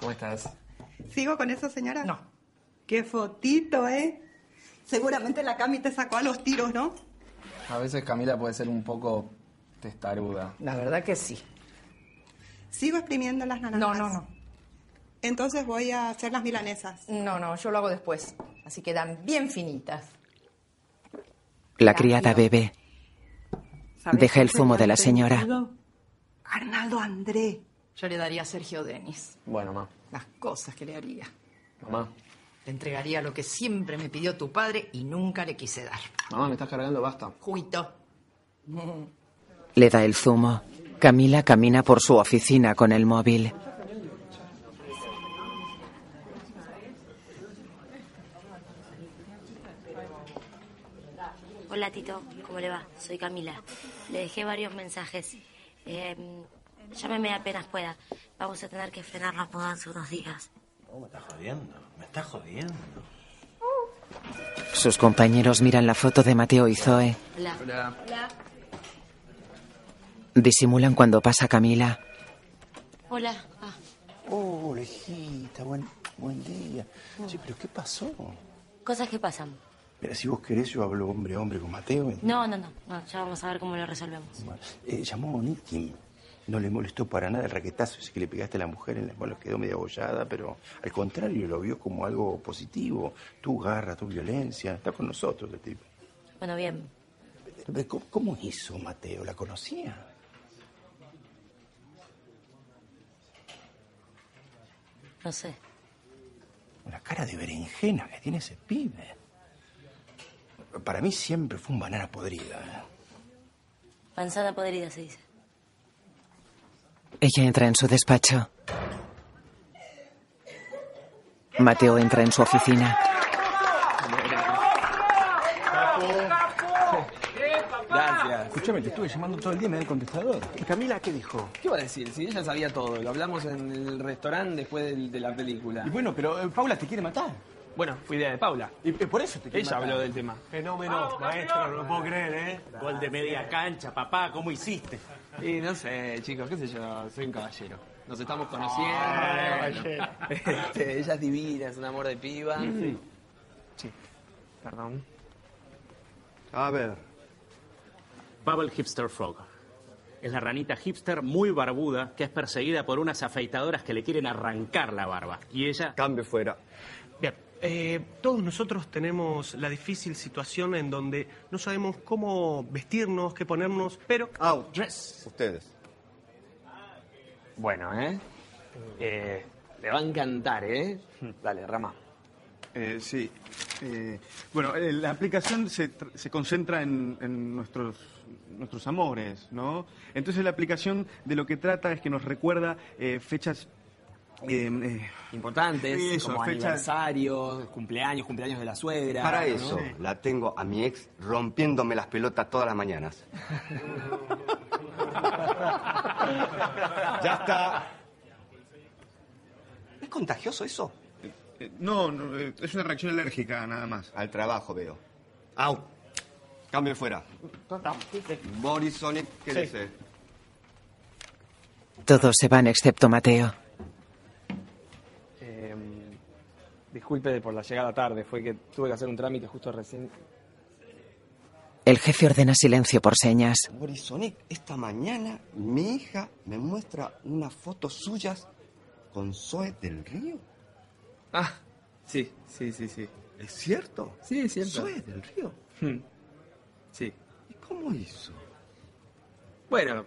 Speaker 6: ¿Cómo estás?
Speaker 13: ¿Sigo con eso, señora? No. Qué fotito, ¿eh? Seguramente la Cami te sacó a los tiros, ¿no?
Speaker 6: A veces Camila puede ser un poco testaruda.
Speaker 13: La verdad que sí. Sigo exprimiendo las naranjas. No, no, no. Entonces voy a hacer las milanesas.
Speaker 9: No, no, yo lo hago después. Así quedan bien finitas.
Speaker 1: La criada bebe.
Speaker 9: ¿Sabes
Speaker 1: Deja el
Speaker 9: qué
Speaker 1: zumo de
Speaker 9: señal
Speaker 1: la señora.
Speaker 9: tengo? Arnaldo André. Yo le daría a Sergio Denis
Speaker 6: Bueno, ma.
Speaker 9: las cosas que le haría.
Speaker 6: Mamá.
Speaker 9: Le entregaría lo que siempre me pidió tu padre y nunca le quise dar.
Speaker 6: Mamá, me estás cargando, basta.
Speaker 9: Juguito.
Speaker 6: (laughs)
Speaker 1: Le da el zumo. Camila camina por su oficina con el móvil.
Speaker 3: Hola Tito, ¿cómo le va? Soy Camila. Le dejé varios mensajes. Eh, llámeme apenas pueda. Vamos a tener que frenar la mudanza unos días.
Speaker 11: No, me estás jodiendo, me estás jodiendo.
Speaker 1: Sus compañeros miran la foto de Mateo y Zoe.
Speaker 3: Hola.
Speaker 6: Hola.
Speaker 1: Disimulan cuando pasa Camila.
Speaker 3: Hola.
Speaker 11: Oh, lejita, buen, buen día. Che, pero ¿qué pasó?
Speaker 3: Cosas que pasan.
Speaker 11: Mira, si vos querés, yo hablo hombre a hombre con Mateo.
Speaker 3: No, no, no, no, Ya vamos a ver cómo lo resolvemos.
Speaker 11: Eh, llamó a Moniquín. No le molestó para nada el raquetazo ese que le pegaste a la mujer en la mano, quedó medio abollada, pero al contrario, lo vio como algo positivo. Tu garra, tu violencia, está con nosotros el tipo.
Speaker 3: Bueno, bien.
Speaker 11: Pero, ¿Cómo, cómo hizo Mateo? ¿La conocía?
Speaker 3: No sé.
Speaker 11: Una cara de berenjena que tiene ese pibe. Para mí siempre fue un banana podrida. ¿eh?
Speaker 3: Manzana podrida se dice.
Speaker 1: Ella entra en su despacho. Mateo entra en su oficina.
Speaker 6: (laughs) Gracias.
Speaker 7: Escúchame, te estuve llamando todo el día y me da el contestador. ¿Y Camila qué dijo?
Speaker 6: ¿Qué va a decir? Si ella sabía todo, lo hablamos en el restaurante después del- de, la película.
Speaker 7: Y bueno, pero eh, Paula te quiere matar.
Speaker 6: Bueno, fue idea de Paula.
Speaker 7: Y, y por eso te quiere
Speaker 6: Ella
Speaker 7: matar.
Speaker 6: habló del tema.
Speaker 16: Fenómeno, maestro, no lo puedo creer, ¿eh? Gol de media cancha, papá, ¿cómo hiciste?
Speaker 6: Y no sé, chicos, qué sé yo, soy un caballero. Nos estamos
Speaker 16: Ah,
Speaker 6: conociendo. bueno. Este, ella es divina, es un amor de piba.
Speaker 22: Sí.
Speaker 6: Sí. Perdón.
Speaker 16: A ver. Bubble Hipster Frog. Es la ranita hipster muy barbuda que es perseguida por unas afeitadoras que le quieren arrancar la barba. Y ella... Cambio fuera.
Speaker 23: Bien, eh, todos nosotros tenemos la difícil situación en donde no sabemos cómo vestirnos, qué ponernos, pero... Out. Dress. Ustedes.
Speaker 6: Bueno, ¿eh? Eh, Le va a encantar, ¿eh? Dale, Rama.
Speaker 7: Eh, sí. Eh, bueno, eh, la aplicación se, tr- se concentra en, en nuestros, nuestros amores, ¿no? Entonces la aplicación de lo que trata es que nos recuerda eh, fechas... eh, eh,
Speaker 6: Importantes,
Speaker 7: Eso,
Speaker 6: como
Speaker 7: fechas-
Speaker 6: aniversarios, cumpleaños, cumpleaños de la suegra.
Speaker 7: Para
Speaker 6: ¿no?
Speaker 7: eso.
Speaker 6: Sí.
Speaker 24: La tengo a mi ex rompiéndome las pelotas todas las mañanas.
Speaker 25: Ya está. ¿Es contagioso eso?
Speaker 7: no, no, eh, es una reacción alérgica nada más.
Speaker 25: Al trabajo veo. Au. Cambio fuera. Boris Sonic, quédese.
Speaker 1: Todos se van excepto Mateo.
Speaker 6: Eh, disculpe por la llegada tarde, fue que tuve que hacer un trámite justo recién.
Speaker 1: El jefe ordena silencio por señas.
Speaker 25: Boris Sonic, esta mañana mi hija me muestra unas fotos suyas con Zoe del Río.
Speaker 6: Ah, sí, sí, sí, sí.
Speaker 25: ¿Es cierto?
Speaker 6: Sí, es cierto.
Speaker 25: Zoe del Río.
Speaker 6: Hmm. Sí.
Speaker 25: ¿Y cómo hizo?
Speaker 6: Bueno,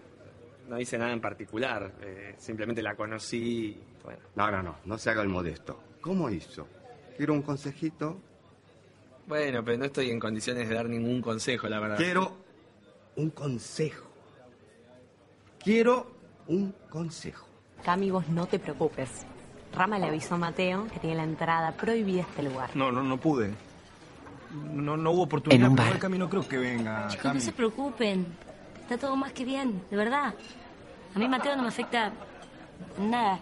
Speaker 6: no hice nada en particular, eh, simplemente la conocí. y, Bueno,
Speaker 25: No, no, no, no se haga el modesto. ¿Cómo hizo?
Speaker 26: Quiero un consejito.
Speaker 27: Bueno, pero no estoy en condiciones de dar ningún consejo, la
Speaker 7: Ah.
Speaker 27: verdad.
Speaker 26: Quiero un consejo. Quiero un consejo.
Speaker 5: Cami, vos no te preocupes. Rama le avisó a Mateo que tiene la entrada prohibida a este lugar.
Speaker 28: No, no, no pude. No, no hubo oportunidad.
Speaker 1: En un
Speaker 28: pero
Speaker 1: bar.
Speaker 28: el Cami no creo que venga.
Speaker 3: Chicos,
Speaker 28: Cami.
Speaker 3: no se preocupen. Está todo más que bien, de verdad. A mí Mateo no me afecta nada.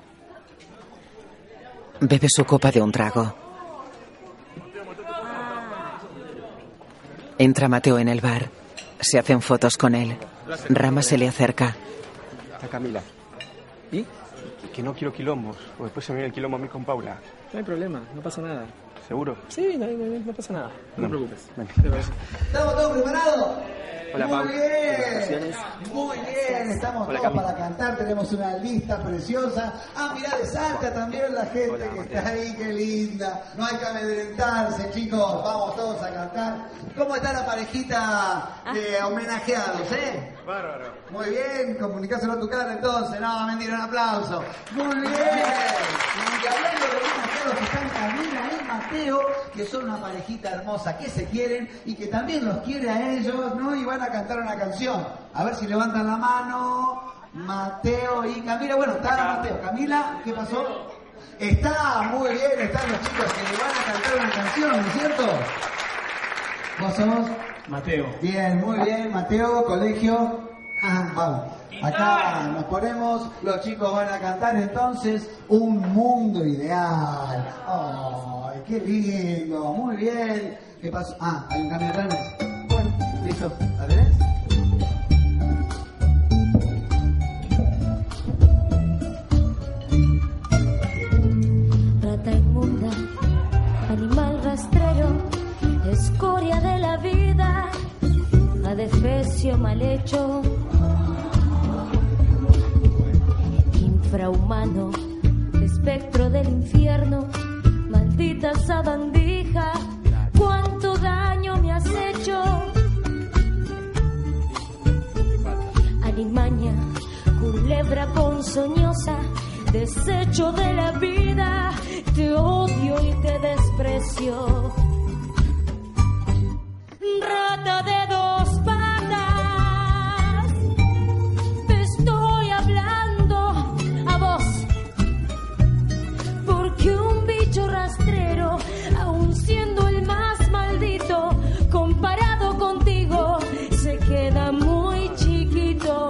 Speaker 1: Bebe su copa de un trago. Entra Mateo en el bar. Se hacen fotos con él. Rama se le acerca.
Speaker 29: Está Camila. ¿Y? Que no quiero quilombos, o después se me viene el quilombo a mí con Paula.
Speaker 6: No hay problema, no pasa nada.
Speaker 29: ¿Seguro?
Speaker 6: Sí, no, no- no pasa nada. No te preocupes.
Speaker 7: ¿Estamos todos preparados?
Speaker 6: Hola,
Speaker 7: Muy
Speaker 6: Pau.
Speaker 7: bien.
Speaker 6: Felicitaciones.
Speaker 7: Muy bien. Estamos
Speaker 6: Hola,
Speaker 7: todos
Speaker 6: Cami.
Speaker 7: para cantar. Tenemos una lista preciosa. Ah, mirá, de Salta también la gente que está ahí. Qué linda. No hay que amedrentarse, chicos. Vamos todos a cantar. ¿Cómo está la parejita de homenajeados, eh?
Speaker 18: Bárbaro.
Speaker 7: Muy bien, comunicáselo a tu cara entonces, no, mentira, un aplauso. Muy bien. Y hablando de unos que están Camila y Mateo, que son una parejita hermosa, que se quieren y que también los quiere a ellos, ¿no? Y van a cantar una canción. A ver si levantan la mano. Mateo y Camila, bueno, está Mateo. Camila, ¿qué pasó? Está muy bien, están los chicos que le van a cantar una canción, ¿no es cierto? ¿Vos sos?
Speaker 18: Mateo.
Speaker 7: Bien, muy bien, Mateo, colegio. Ah, vamos. Acá nos ponemos, los chicos van a cantar entonces Un Mundo Ideal. ¡Ay, qué lindo! Muy bien. ¿Qué pasó? Ah, hay un cambio de planes. Bueno, listo. ¿La tenés?
Speaker 19: rata inmunda, animal rastrero, escoria de la vida, adefesio mal hecho, infrahumano, espectro del infierno, maldita sabandija, cuánto daño me has hecho. Alimaña, culebra ponzoñosa, desecho de la vida, te odio y te desprecio. Rata de dos patas, te estoy hablando a vos, porque un bicho rastrero, aun siendo el más maldito, comparado contigo, se queda muy chiquito.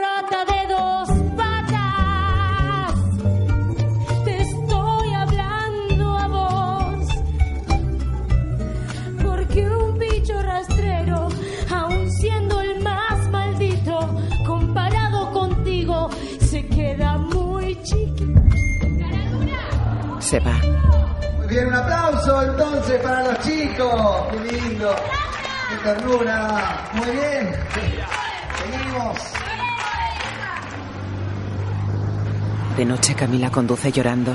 Speaker 19: Rata de dos patas, te estoy hablando a vos, porque un bicho rastrero, aun siendo el más maldito, comparado contigo, se queda muy chiquito.
Speaker 1: Se va.
Speaker 7: Muy bien, un aplauso entonces para los chicos. Qué lindo. Qué ternura. Muy bien. Seguimos.
Speaker 1: De noche Camila conduce llorando.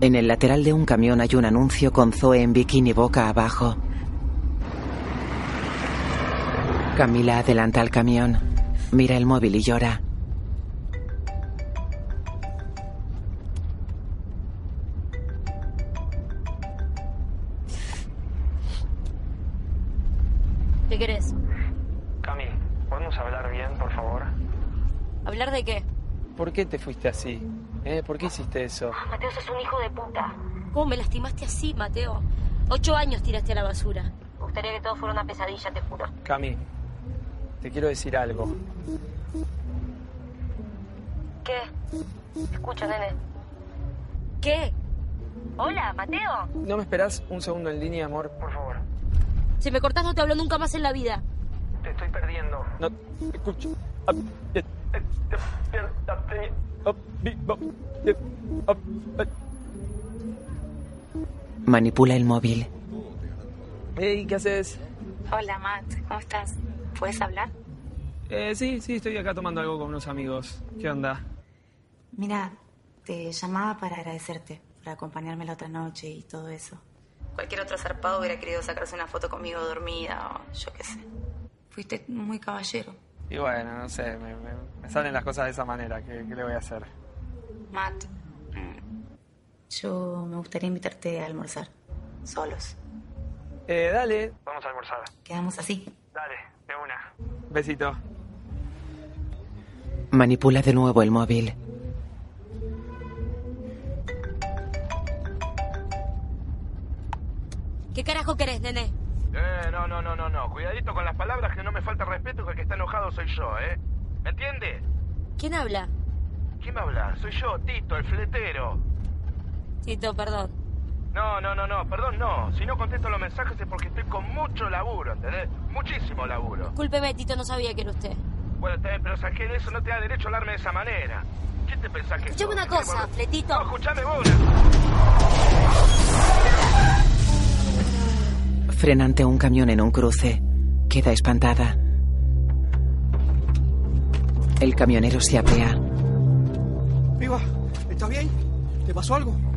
Speaker 1: En el lateral de un camión hay un anuncio con Zoe en bikini boca abajo. Camila adelanta al camión, mira el móvil y llora.
Speaker 3: ¿Qué querés?
Speaker 6: Cami, ¿podemos hablar bien, por favor?
Speaker 3: ¿Hablar de qué?
Speaker 6: ¿Por qué te fuiste así? ¿Eh? ¿Por qué hiciste eso?
Speaker 3: Mateo, sos un hijo de puta. ¿Cómo me lastimaste así, Mateo? Ocho años tiraste a la basura. Me gustaría que todo fuera una pesadilla, te juro.
Speaker 6: Cami, te quiero decir algo.
Speaker 3: ¿Qué? Escucha, nene. ¿Qué?
Speaker 4: Hola, Mateo.
Speaker 6: ¿No me esperás un segundo en línea, amor? Por favor.
Speaker 4: Si me cortás no te hablo nunca más en la vida.
Speaker 6: Te estoy perdiendo. No te escucho. eh, eh,
Speaker 1: Manipula el móvil.
Speaker 6: Hey, ¿qué haces?
Speaker 9: Hola, Matt. ¿Cómo estás? ¿Puedes hablar?
Speaker 6: Eh, sí, sí, estoy acá tomando algo con unos amigos. ¿Qué onda?
Speaker 9: Mira, te llamaba para agradecerte, por acompañarme la otra noche y todo eso. Cualquier otro zarpado hubiera querido sacarse una foto conmigo dormida o yo qué sé. Fuiste muy caballero.
Speaker 6: Y bueno, no sé, me, me- me salen las cosas de esa manera. ¿Qué, qué le voy a hacer?
Speaker 9: Matt,
Speaker 8: Mm.
Speaker 9: yo me gustaría invitarte a almorzar. Solos.
Speaker 6: Eh, dale. Vamos a almorzar.
Speaker 9: Quedamos así.
Speaker 6: Dale, de una. Besito.
Speaker 1: Manipula de nuevo el móvil.
Speaker 4: ¿Qué carajo querés, nene?
Speaker 7: Eh, no, no, no, no, no. Cuidadito con las palabras que no me falta respeto que el que está enojado soy yo, ¿eh? ¿Me entiendes?
Speaker 4: ¿Quién habla?
Speaker 7: ¿Quién me habla? Soy yo, Tito, el fletero.
Speaker 4: Tito, perdón.
Speaker 7: No, no, no, no, perdón, no. Si no contesto los mensajes es porque estoy con mucho laburo, ¿entendés? Muchísimo laburo.
Speaker 4: Discúlpeme, Tito, no sabía que era usted.
Speaker 7: Bueno, está bien, pero sabes que eso no te da derecho a hablarme de esa manera. ¿Quién te pensás que
Speaker 4: Escuchame
Speaker 7: sos?
Speaker 4: una cosa, Fletito. No,
Speaker 7: escuchame
Speaker 1: Frena ante un camión en un cruce. Queda espantada. El camionero se apea.
Speaker 17: Viva, ¿estás bien? ¿Te pasó algo?
Speaker 4: No,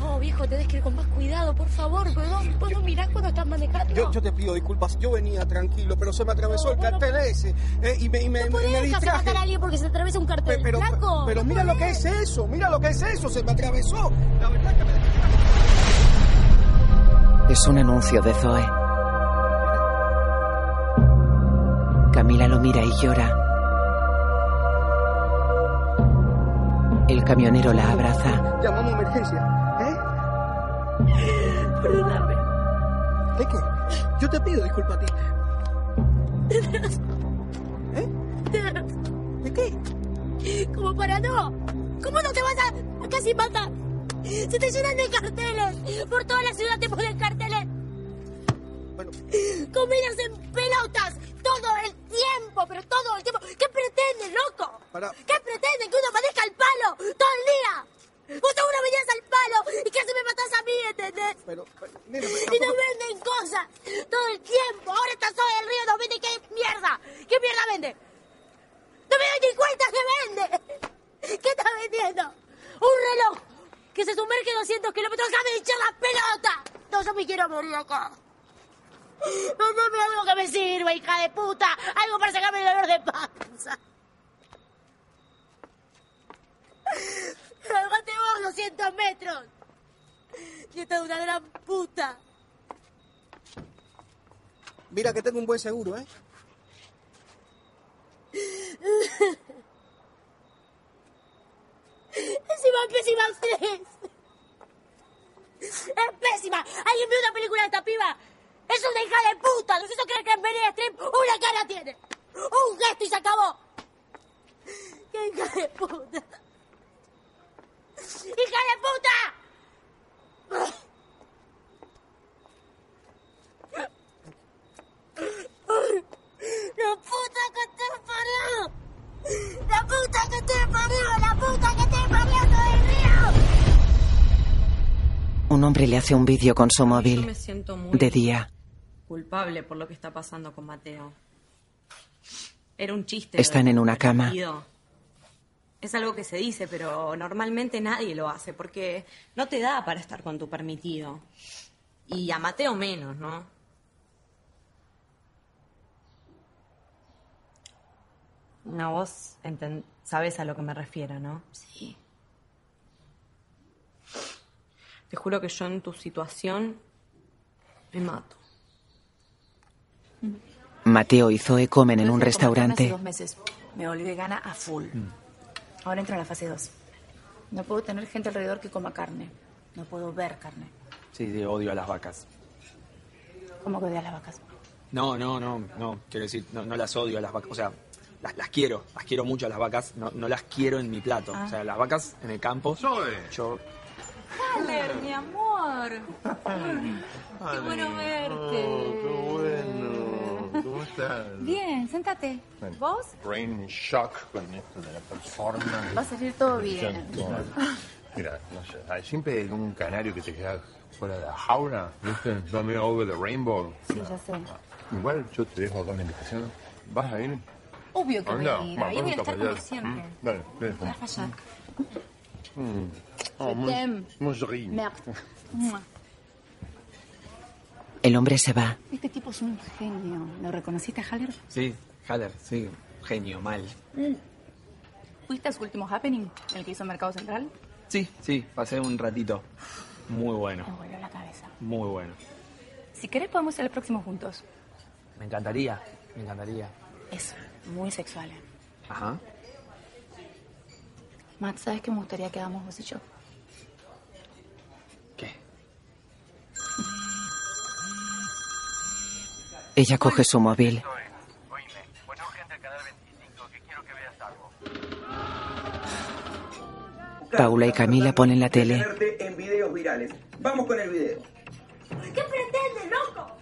Speaker 4: Oh, viejo, tenés que ir con más cuidado, por favor. Pero no, vos no mirás cuando estás manejando.
Speaker 17: Yo, yo te pido disculpas, yo venía tranquilo, pero se me atravesó el cartel ese eh, y me, y me, me- me
Speaker 4: Podés dejar
Speaker 17: distraje.
Speaker 4: matar a alguien porque se atraviesa un cartel.
Speaker 17: Pero,
Speaker 4: Flaco,
Speaker 17: pero
Speaker 4: no
Speaker 17: mira lo que
Speaker 4: podés.
Speaker 17: es eso, mira lo que es eso, se me atravesó. La verdad que me...
Speaker 1: Es un anuncio de Zoe. Camila lo mira y llora. El camionero la abraza.
Speaker 17: Llamamos a emergencia, ¿eh? Perdóname. ¿De qué? Yo te pido disculpas
Speaker 4: (laughs)
Speaker 17: a ti.
Speaker 4: ¿Eh? ¿De qué? Como para no. ¿Cómo no te vas a.? Casi mata. Se te llenan de carteles. Por toda la ciudad te ponen carteles. Comidas en pelotas. Todo el tiempo, pero todo el tiempo. ¿Qué pretendes, loco?
Speaker 17: Pará.
Speaker 4: ¿Qué pretendes? Que uno maneja al palo todo el día. Vos seguro venías al palo y casi me matás a mí, ¿entendés?
Speaker 17: Pero, pero,
Speaker 4: Y nos venden cosas todo el tiempo. Ahora está sobre el río, nos vende qué mierda. ¿Qué mierda vende? No me doy ni cuenta que vende. ¿Qué está vendiendo? Un reloj que se sumerge 200 kilómetros. ¡Déjame hinchar la pelota! No, yo me quiero morir acá. Mándame algo que me sirva, hija de puta. Algo para sacarme el dolor de panza. Aguante vos 200 metros. Nieta de una gran puta.
Speaker 17: mira que tengo un buen seguro, ¿eh?
Speaker 4: Encima es pésima actriz. Es pésima. ¿Alguien vio una película de esta piba? Es una hija de puta. Nos hizo creer que en Benny Stream una cara tiene. Un gesto y se acabó. ¡Qué hija de puta! ¡Hija de puta! ¡La puta que te parió! ¡La puta que te parió! ¡La puta que te parió todo el día!
Speaker 1: Un hombre le hace un vídeo con su móvil.
Speaker 5: me siento muy-
Speaker 1: De día.
Speaker 5: Culpable por lo que está pasando con Mateo. Era un chiste.
Speaker 1: Están
Speaker 5: lo
Speaker 1: en una
Speaker 5: del
Speaker 1: cama.
Speaker 5: permitido. Es algo que se dice, pero normalmente nadie lo hace porque no te da para estar con tu permitido. Y a Mateo menos, ¿no? No, vos enten- sabés a lo que me refiero, ¿no? Sí. Te juro que yo en tu situación me mato.
Speaker 1: Mateo y Zoe comen en un
Speaker 9: Entonces, como están Hace
Speaker 1: restaurante.
Speaker 9: dos meses me volví vegana a full.
Speaker 8: Mm.
Speaker 9: Ahora entro en la fase 2. No puedo tener gente alrededor que coma carne. No puedo ver carne.
Speaker 8: Sí, sí, odio a las vacas.
Speaker 9: ¿Cómo que odias las vacas?
Speaker 8: No, no, no, no. Quiero decir, no, no las odio a las vacas. O sea, las, las quiero. Las quiero mucho a las vacas. No, no las quiero en mi plato.
Speaker 9: Ah.
Speaker 8: O sea, las vacas en el campo. Yo.
Speaker 9: Haller, mi amor. Qué bueno verte.
Speaker 8: bueno. ¿Cómo estás?
Speaker 9: Bien, sentate. ¿Vos?
Speaker 8: Brain shock con esto de la performance.
Speaker 9: Va a salir todo bien.
Speaker 8: Mira, no sé, hay siempre un canario que te queda fuera de la jaula, ¿viste? Dummy over the rainbow.
Speaker 9: Sí, (laughs) ya sé.
Speaker 8: Igual yo te dejo con la invitación. ¿Vas a ir?
Speaker 9: Obvio que voy
Speaker 8: Anda,
Speaker 9: a ir.
Speaker 8: vamos,
Speaker 9: Ahí
Speaker 8: vamos,
Speaker 9: voy a estar como
Speaker 8: caballero.
Speaker 9: siempre.
Speaker 8: Mm, Dale, ven.
Speaker 9: No vas a fallar.
Speaker 8: Mm. Oh,
Speaker 9: Je t'aime.
Speaker 8: mon, mon chéri.
Speaker 9: Merde.
Speaker 8: Mm.
Speaker 9: Mua.
Speaker 1: El hombre se va.
Speaker 9: Este tipo es un genio. ¿Lo reconociste, Haller?
Speaker 30: Sí, Haller, sí. Genio, mal.
Speaker 8: Mm.
Speaker 9: ¿Fuiste a su último happening? ¿El que hizo Mercado Central?
Speaker 30: Sí, sí, pasé un ratito. Muy bueno,
Speaker 9: Me voló la cabeza.
Speaker 30: muy bueno.
Speaker 9: Si querés, podemos ir al próximo juntos.
Speaker 30: Me encantaría, me encantaría.
Speaker 9: Es muy sexual. ¿eh?
Speaker 30: Ajá.
Speaker 9: Matt, ¿sabes qué me gustaría que hagamos vos y yo?
Speaker 1: Ella coge su móvil. Paula y Camila ponen la tele.
Speaker 6: Verte en videos virales. Vamos con el video.
Speaker 4: ¿Qué pretende, loco?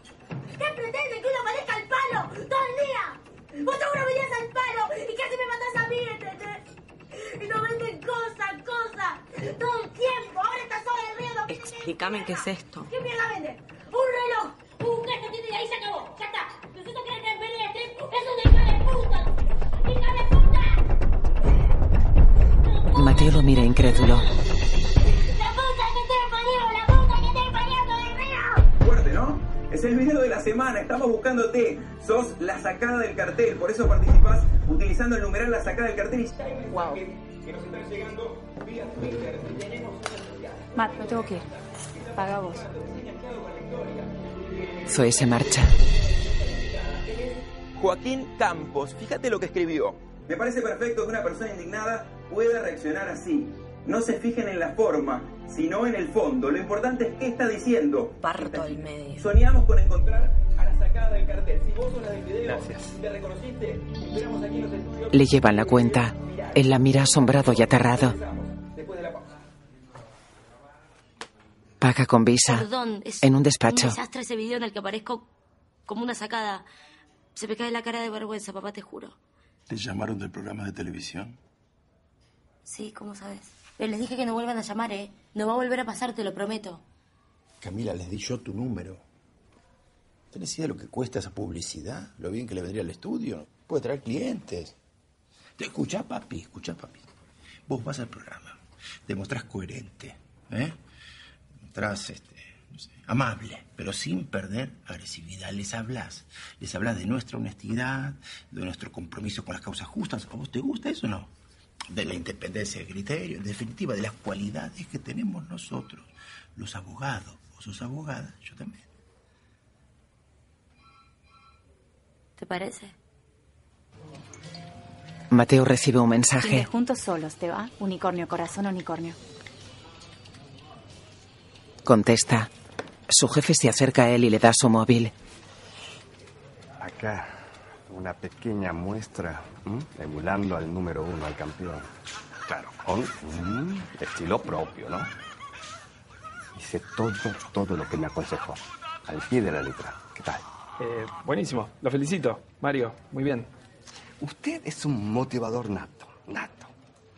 Speaker 4: ¿Qué pretende que uno parezca al palo todo el día? Vos seguro venías al palo y casi me matás a mí, ¿entendés? Y no venden cosas, cosas, todo el tiempo. Ahora estás sobre el río. ¿no?
Speaker 5: Explícame qué es esto.
Speaker 4: ¿Qué mierda vende? Un reloj, un gato tiene y ahí se acabó. Ya está. Nosotros que en vez de este, es un hija de puta.
Speaker 1: Mateo lo mira incrédulo.
Speaker 6: Fuerte, ¿no? Es el video de la semana, estamos buscándote. Sos la sacada del cartel, por eso participás utilizando el numeral la sacada del cartel. Wow.
Speaker 9: Matt, me tengo que ir. Paga vos.
Speaker 1: Zoe se marcha.
Speaker 6: Joaquín Campos, fíjate lo que escribió. Me parece perfecto que una persona indignada pueda reaccionar así. No se fijen en la forma, sino en el fondo. Lo importante es qué está diciendo. Parto al medio. Soñamos con encontrar a la sacada del cartel. Si vos sos la del video, si te reconociste, esperamos aquí en los estudios.
Speaker 1: Le llevan la cuenta. Él la mira asombrado y aterrado. Paga con visa.
Speaker 4: Perdón, es
Speaker 1: En un despacho.
Speaker 4: Un desastre ese video en el que aparezco como una sacada. Se me cae la cara de vergüenza, papá, te juro.
Speaker 11: ¿Te llamaron del programa de televisión?
Speaker 4: Sí, ¿cómo sabes? Pero les dije que no vuelvan a llamar, ¿eh? No va a volver a pasar, te lo prometo.
Speaker 11: Camila, les di yo tu número. ¿Tenés idea lo que cuesta esa publicidad? ¿Lo bien que le vendría al estudio? Puede traer clientes. Te escuchá, papi, escuchá, papi. Vos vas al programa, demostrás coherente, ¿eh? Demostrás, este, no sé, amable, pero sin perder agresividad. Les hablas, les hablas de nuestra honestidad, de nuestro compromiso con las causas justas. ¿A vos te gusta eso o no? De la independencia de criterio, en definitiva, de las cualidades que tenemos nosotros los abogados, vos sos abogada, yo también.
Speaker 4: ¿Te parece?
Speaker 1: Mateo recibe un
Speaker 9: Fin de
Speaker 1: mensaje.
Speaker 9: juntos solos, ¿te va? Unicornio, corazón, unicornio.
Speaker 1: Contesta. Su jefe se acerca a él y le da su móvil.
Speaker 7: Acá, una pequeña muestra, ¿m? emulando al número uno, al campeón. Claro, con un estilo propio, ¿no? Hice todo, todo lo que me aconsejó, al pie de la letra. ¿Qué tal?
Speaker 31: Eh, buenísimo, lo felicito, Mario, muy bien.
Speaker 7: Usted es un motivador nato, nato.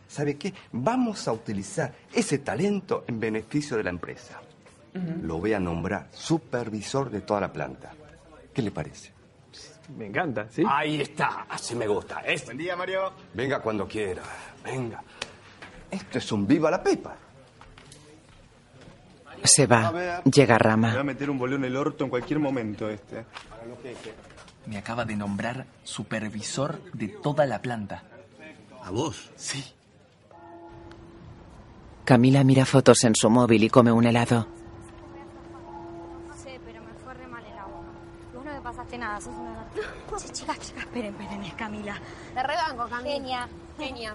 Speaker 7: ¿Sabe qué? Vamos a utilizar ese talento en beneficio de la empresa. Lo voy a nombrar supervisor de toda la planta. ¿Qué le parece?
Speaker 31: Me encanta, ¿sí?
Speaker 7: Ahí está, así me gusta. Es-
Speaker 8: Buen día, Mario.
Speaker 7: Venga cuando quiera, venga. Esto es un viva la pepa.
Speaker 1: Se va. Ah, Llega
Speaker 32: Me va a
Speaker 1: Rama.
Speaker 32: meter un bolón en el orto en cualquier momento este.
Speaker 7: eh.
Speaker 30: Me acaba de nombrar supervisor de toda la planta.
Speaker 11: ¿A vos?
Speaker 30: Sí.
Speaker 1: Camila mira fotos en su móvil y come un helado.
Speaker 19: No sé, pero me fue re mal el agua. Vos no me pasaste nada, sos una Sí, chicas, chicas, esperen, esperen, es Camila. Te rebanco, Camila. Genia, genia.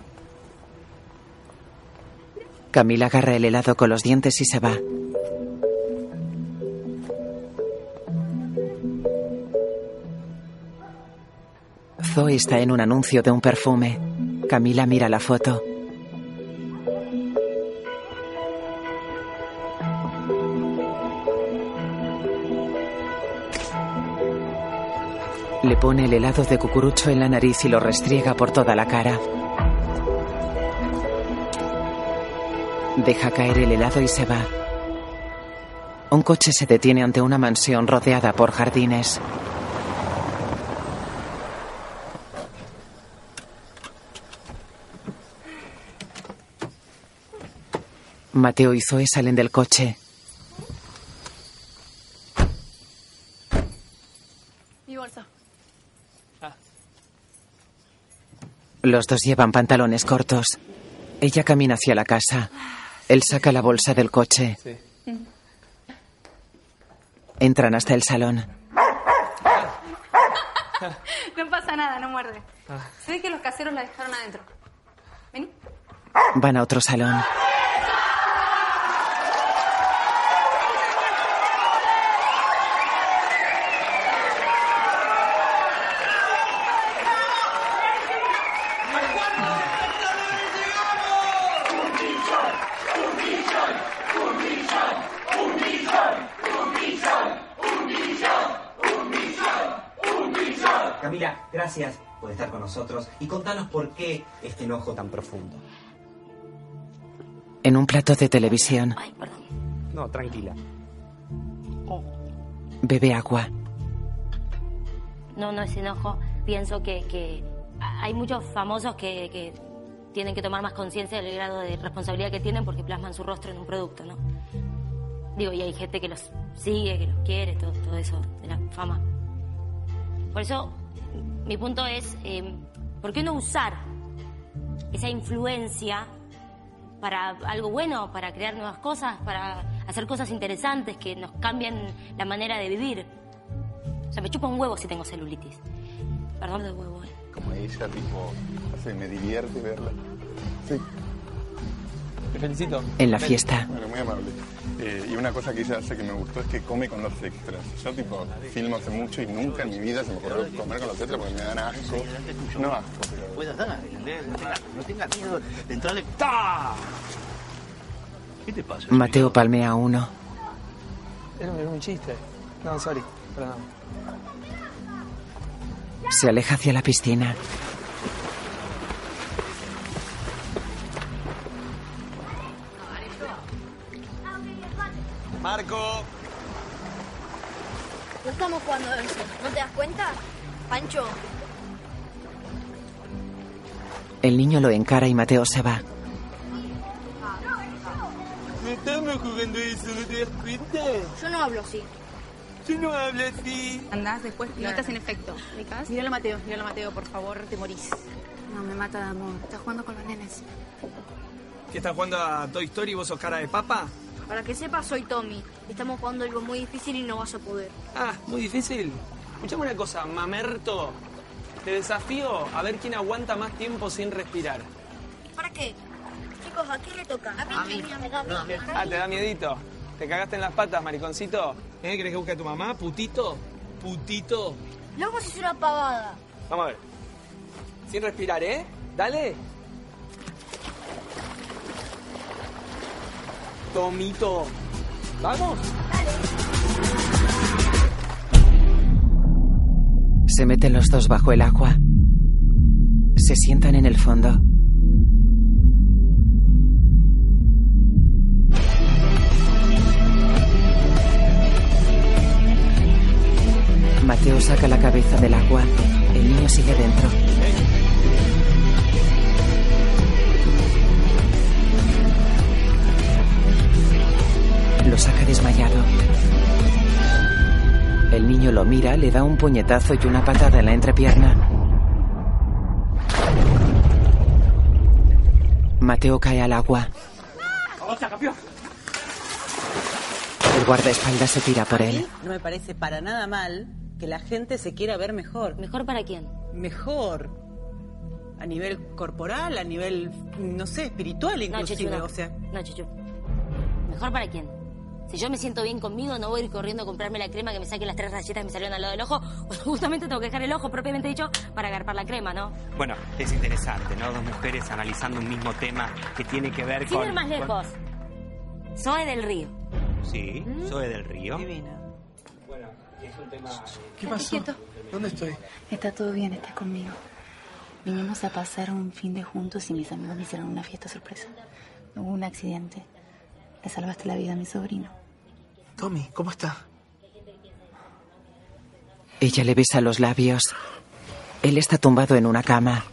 Speaker 1: Camila agarra el helado con los dientes y se va. Zoe está en un anuncio de un perfume. Camila mira la foto. Le pone el helado de cucurucho en la nariz y lo restriega por toda la cara. Deja caer el helado y se va. Un coche se detiene ante una mansión rodeada por jardines. Mateo y Zoe salen del coche.
Speaker 33: Mi bolsa.
Speaker 1: Los dos llevan pantalones cortos. Ella camina hacia la casa. Él saca la bolsa del coche. Entran hasta el salón.
Speaker 9: No pasa nada, no muerde. Se ve que los caseros la dejaron adentro. Vení.
Speaker 1: Van a otro salón.
Speaker 16: Camila, gracias por estar con nosotros y contanos por qué este enojo tan profundo.
Speaker 1: En un plato de televisión,
Speaker 16: No, tranquila.
Speaker 1: bebe agua.
Speaker 3: No, no es enojo. Pienso que, que hay muchos famosos que, que tienen que tomar más conciencia del grado de responsabilidad que tienen porque plasman su rostro en un producto, ¿no? Digo, y hay gente que los sigue, que los quiere, todo, todo eso de la fama. Por eso, mi punto es, eh, ¿por qué no usar esa influencia para algo bueno, para crear nuevas cosas, para hacer cosas interesantes que nos cambien la manera de vivir? O sea, me chupa un huevo si tengo celulitis. Perdón de huevo, eh.
Speaker 8: Como ella, tipo, hace, me divierte verla. Sí.
Speaker 6: Te felicito.
Speaker 1: En la fiesta.
Speaker 8: Bueno, muy amable. Eh, y una cosa que ella hace que me gustó es que come con los extras. Yo, tipo, filmo hace mucho y nunca en mi vida se me ocurrió comer con los extras porque me dan
Speaker 15: Eh,
Speaker 8: asco. No asco, pero...
Speaker 15: Buenas tardes, ¿entendés? No tengas no tengas miedo de entrarle. ¡Ta! ¿Qué te pasa?
Speaker 1: Mateo palmea a uno.
Speaker 34: Era un, era un chiste. No, sorry. Perdón.
Speaker 1: Se aleja hacia la piscina.
Speaker 18: Marco.
Speaker 4: No estamos jugando a eso. ¿No te das cuenta? Pancho,
Speaker 1: El niño lo encara y Mateo se va.
Speaker 18: No estamos jugando eso, ¿no te das cuenta?
Speaker 4: yo no hablo así.
Speaker 18: Yo no hablo así.
Speaker 9: Andás después, pilotas en efecto. Míralo, Mateo, míralo, Mateo, por favor, te morís. No, me mata de amor. Estás jugando con los nenes.
Speaker 18: ¿Qué estás jugando a Toy Story y vos sos cara de papa?
Speaker 4: Para que sepas, soy Tommy. Estamos jugando algo muy difícil y no vas a poder.
Speaker 6: Ah, muy difícil. Escuchame una cosa, mamerto. Te desafío a ver quién aguanta más tiempo sin respirar.
Speaker 4: ¿Para qué? Chicos, aquí le toca.
Speaker 6: A mí. Ah, te da miedito. Te cagaste en las patas, mariconcito. ¿Eh? ¿Querés que busque a tu mamá? Putito. Putito.
Speaker 4: Luego se hizo una pavada.
Speaker 6: Vamos a ver. Sin respirar, ¿eh? Dale. Tomito. ¿Vamos?
Speaker 1: Se meten los dos bajo el agua. Se sientan en el fondo. Mateo saca la cabeza del agua. El niño sigue dentro. Lo saca desmayado. El niño lo mira, le da un puñetazo y una patada en la entrepierna. Mateo cae al agua.
Speaker 5: ¡Avanza, campeón!
Speaker 1: El guardaespaldas se tira por él.
Speaker 5: No me parece para nada mal que la gente se quiera ver mejor.
Speaker 3: ¿Mejor para quién?
Speaker 5: Mejor. A nivel corporal, a nivel, no sé, espiritual inclusive,
Speaker 3: Chuchu, no.
Speaker 5: o sea.
Speaker 3: No, Chuchu. ¿Mejor para quién? Si yo me siento bien conmigo, no voy a ir corriendo a comprarme la crema que me saque las tres rayitas que me salieron al lado del ojo. (laughs) Pues Justamente tengo que dejar el ojo, propiamente dicho, para agarpar la crema, ¿no?
Speaker 16: Bueno, es interesante, ¿no? Dos mujeres analizando un mismo tema que tiene que ver
Speaker 3: Sin
Speaker 16: con...
Speaker 3: ir más lejos. Zoe del Río.
Speaker 16: Sí, Zoe del Río.
Speaker 5: Divina.
Speaker 16: Bueno,
Speaker 35: ¿Qué pasó?
Speaker 9: Quieto.
Speaker 35: ¿Dónde estoy?
Speaker 9: Está todo bien, está conmigo. Vinimos a pasar un fin de juntos y mis amigos me hicieron una fiesta sorpresa. Hubo un accidente. Le salvaste la vida a mi sobrino.
Speaker 35: Tommy, ¿cómo está?
Speaker 1: Ella le besa los labios. Él está tumbado en una cama.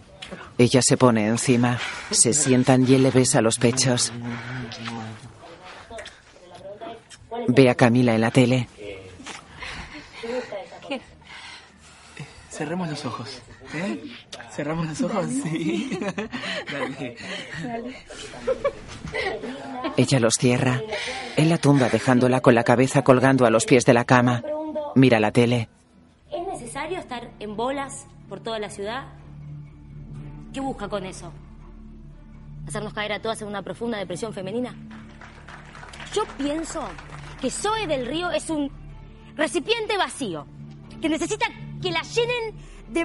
Speaker 1: Ella se pone encima. Se sientan y él le besa los pechos. Ve a Camila en la tele.
Speaker 18: Cerremos los ojos. ¿eh? Cerramos los ojos, sí. Dale.
Speaker 1: Ella los cierra. Él la tumba dejándola con la cabeza colgando a los pies de la cama. Mira la tele.
Speaker 3: ¿Es necesario estar en bolas por toda la ciudad? ¿Qué busca con eso? ¿Hacernos caer a todas en una profunda depresión femenina? Yo pienso que Zoe del Río es un recipiente vacío, que necesita que la llenen de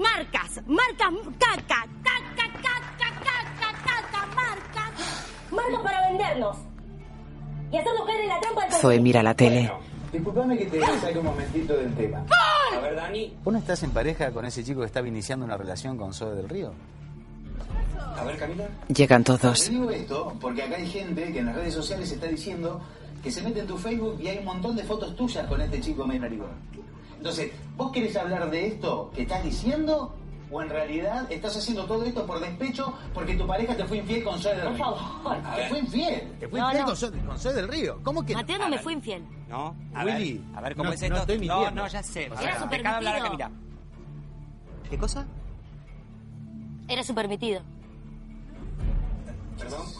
Speaker 3: marcas, marcas, caca, caca, caca, caca, caca, marcas, marcas para vendernos y hacernos caer en la trampa del
Speaker 1: Zoe mira la tele.
Speaker 7: Disculpame que te salga un momentito del tema. A ver, Dani. ¿Vos no estás en pareja con ese chico que estaba iniciando una relación con Zoe del Río? A ver, Camila.
Speaker 1: Llegan todos.
Speaker 7: Te digo esto porque acá hay gente que en las redes sociales está diciendo que se mete en tu Facebook y hay un montón de fotos tuyas con este chico menarigón. Entonces, ¿vos querés hablar de esto que estás diciendo? ¿O en realidad estás haciendo todo esto por despecho porque tu pareja te fue infiel con Zoe del Río? Por favor. Te fue infiel. ¿Te fue
Speaker 3: No,
Speaker 7: infiel
Speaker 3: no.
Speaker 7: Con, Zoe, con Zoe del Río? ¿Cómo que
Speaker 3: Mateo no me fue infiel.
Speaker 7: No,
Speaker 36: A
Speaker 7: Willy.
Speaker 36: ver, a ver cómo
Speaker 7: no,
Speaker 36: es esto.
Speaker 7: No, estoy
Speaker 36: no,
Speaker 7: mintiendo.
Speaker 36: no, ya sé.
Speaker 3: Era
Speaker 36: O sea,
Speaker 3: súper
Speaker 36: dejá de hablar a
Speaker 3: metido.
Speaker 36: Camila. ¿Qué cosa?
Speaker 3: Era su permitido.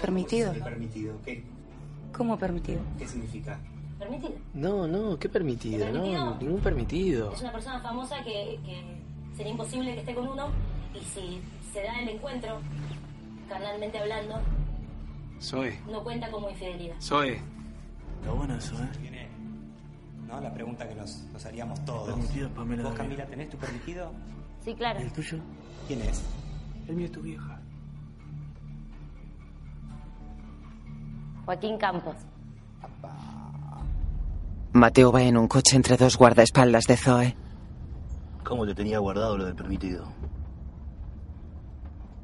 Speaker 9: Permitido.
Speaker 7: Permitido, ¿qué?
Speaker 9: ¿Cómo permitido?
Speaker 7: ¿Qué significa?
Speaker 3: Permitido.
Speaker 6: (laughs) No, no, ¿qué permitido? No,
Speaker 3: ¿Permitido?
Speaker 6: ningún permitido.
Speaker 3: Es una persona famosa que, que sería imposible que esté con uno y si se da el encuentro, carnalmente hablando,
Speaker 6: Soy,
Speaker 3: no cuenta como infidelidad.
Speaker 6: soy. Está bueno eso, ¿eh?
Speaker 16: ¿No? La pregunta que nos, nos haríamos todos. Permitido, Pamela. ¿Vos, Camila, tenés tu permitido?
Speaker 3: Sí, claro.
Speaker 6: ¿El tuyo?
Speaker 16: ¿Quién es?
Speaker 6: El mío es tu vieja.
Speaker 3: Joaquín Campos.
Speaker 1: Mateo va en un coche entre dos guardaespaldas de Zoe.
Speaker 15: ¿Cómo te tenía guardado lo del permitido?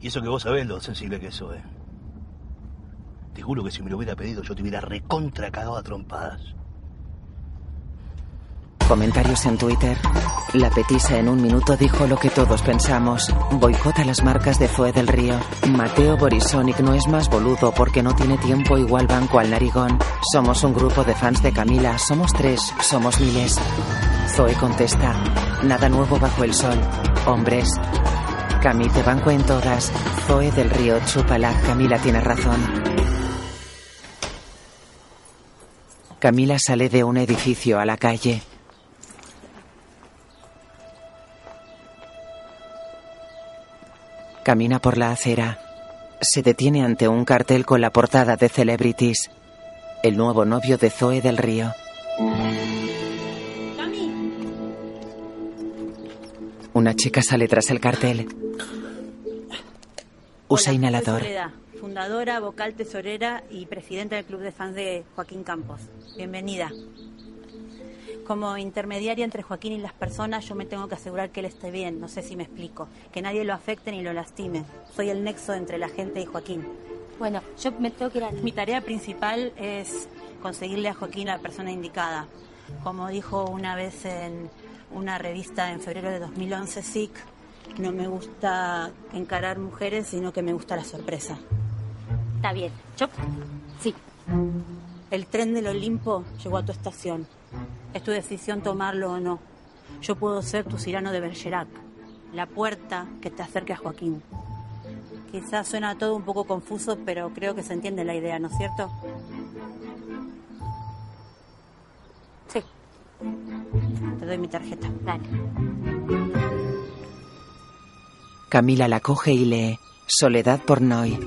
Speaker 15: Y eso que vos sabés lo sensible que eso es. Te juro que si me lo hubiera pedido yo te hubiera recontra cagado a trompadas.
Speaker 1: Comentarios en Twitter. La petisa en un minuto dijo lo que todos pensamos. Boicota las marcas de Zoe del Río. Mateo Borisonic no es más boludo porque no tiene tiempo igual banco al narigón. Somos un grupo de fans de Camila. Somos tres. Somos miles. Zoe contesta. Nada nuevo bajo el sol. Hombres. Cami te banco en todas. Zoe del Río, chúpala. Camila tiene razón. Camila sale de un edificio a la calle. Camina por la acera. Se detiene ante un cartel con la portada de Celebrities. El nuevo novio de Zoe del Río. Una chica sale tras el cartel. Usa inhalador.
Speaker 5: Soledad, fundadora, vocal, tesorera y presidenta del Club de Fans de Joaquín Campos. Bienvenida. Como intermediaria entre Joaquín y las personas, yo me tengo que asegurar que él esté bien, no sé si me explico, que nadie lo afecte ni lo lastime. Soy el nexo entre la gente y Joaquín.
Speaker 3: Bueno, yo me tengo que ir a...
Speaker 5: Mi tarea principal es conseguirle a Joaquín la persona indicada. Como dijo una vez en una revista en febrero de 2011, SIC, no me gusta encarar mujeres, sino que me gusta la sorpresa.
Speaker 3: Está bien. Yo, sí.
Speaker 5: El tren del Olimpo llegó a tu estación. Es tu decisión tomarlo o no. Yo puedo ser tu cirano de Bergerac, la puerta que te acerque a Joaquín. Quizás suena todo un poco confuso, pero creo que se entiende la idea, ¿no es cierto? Sí. Te doy mi tarjeta.
Speaker 3: Dale.
Speaker 1: Camila la coge y lee Soledad Pornoy.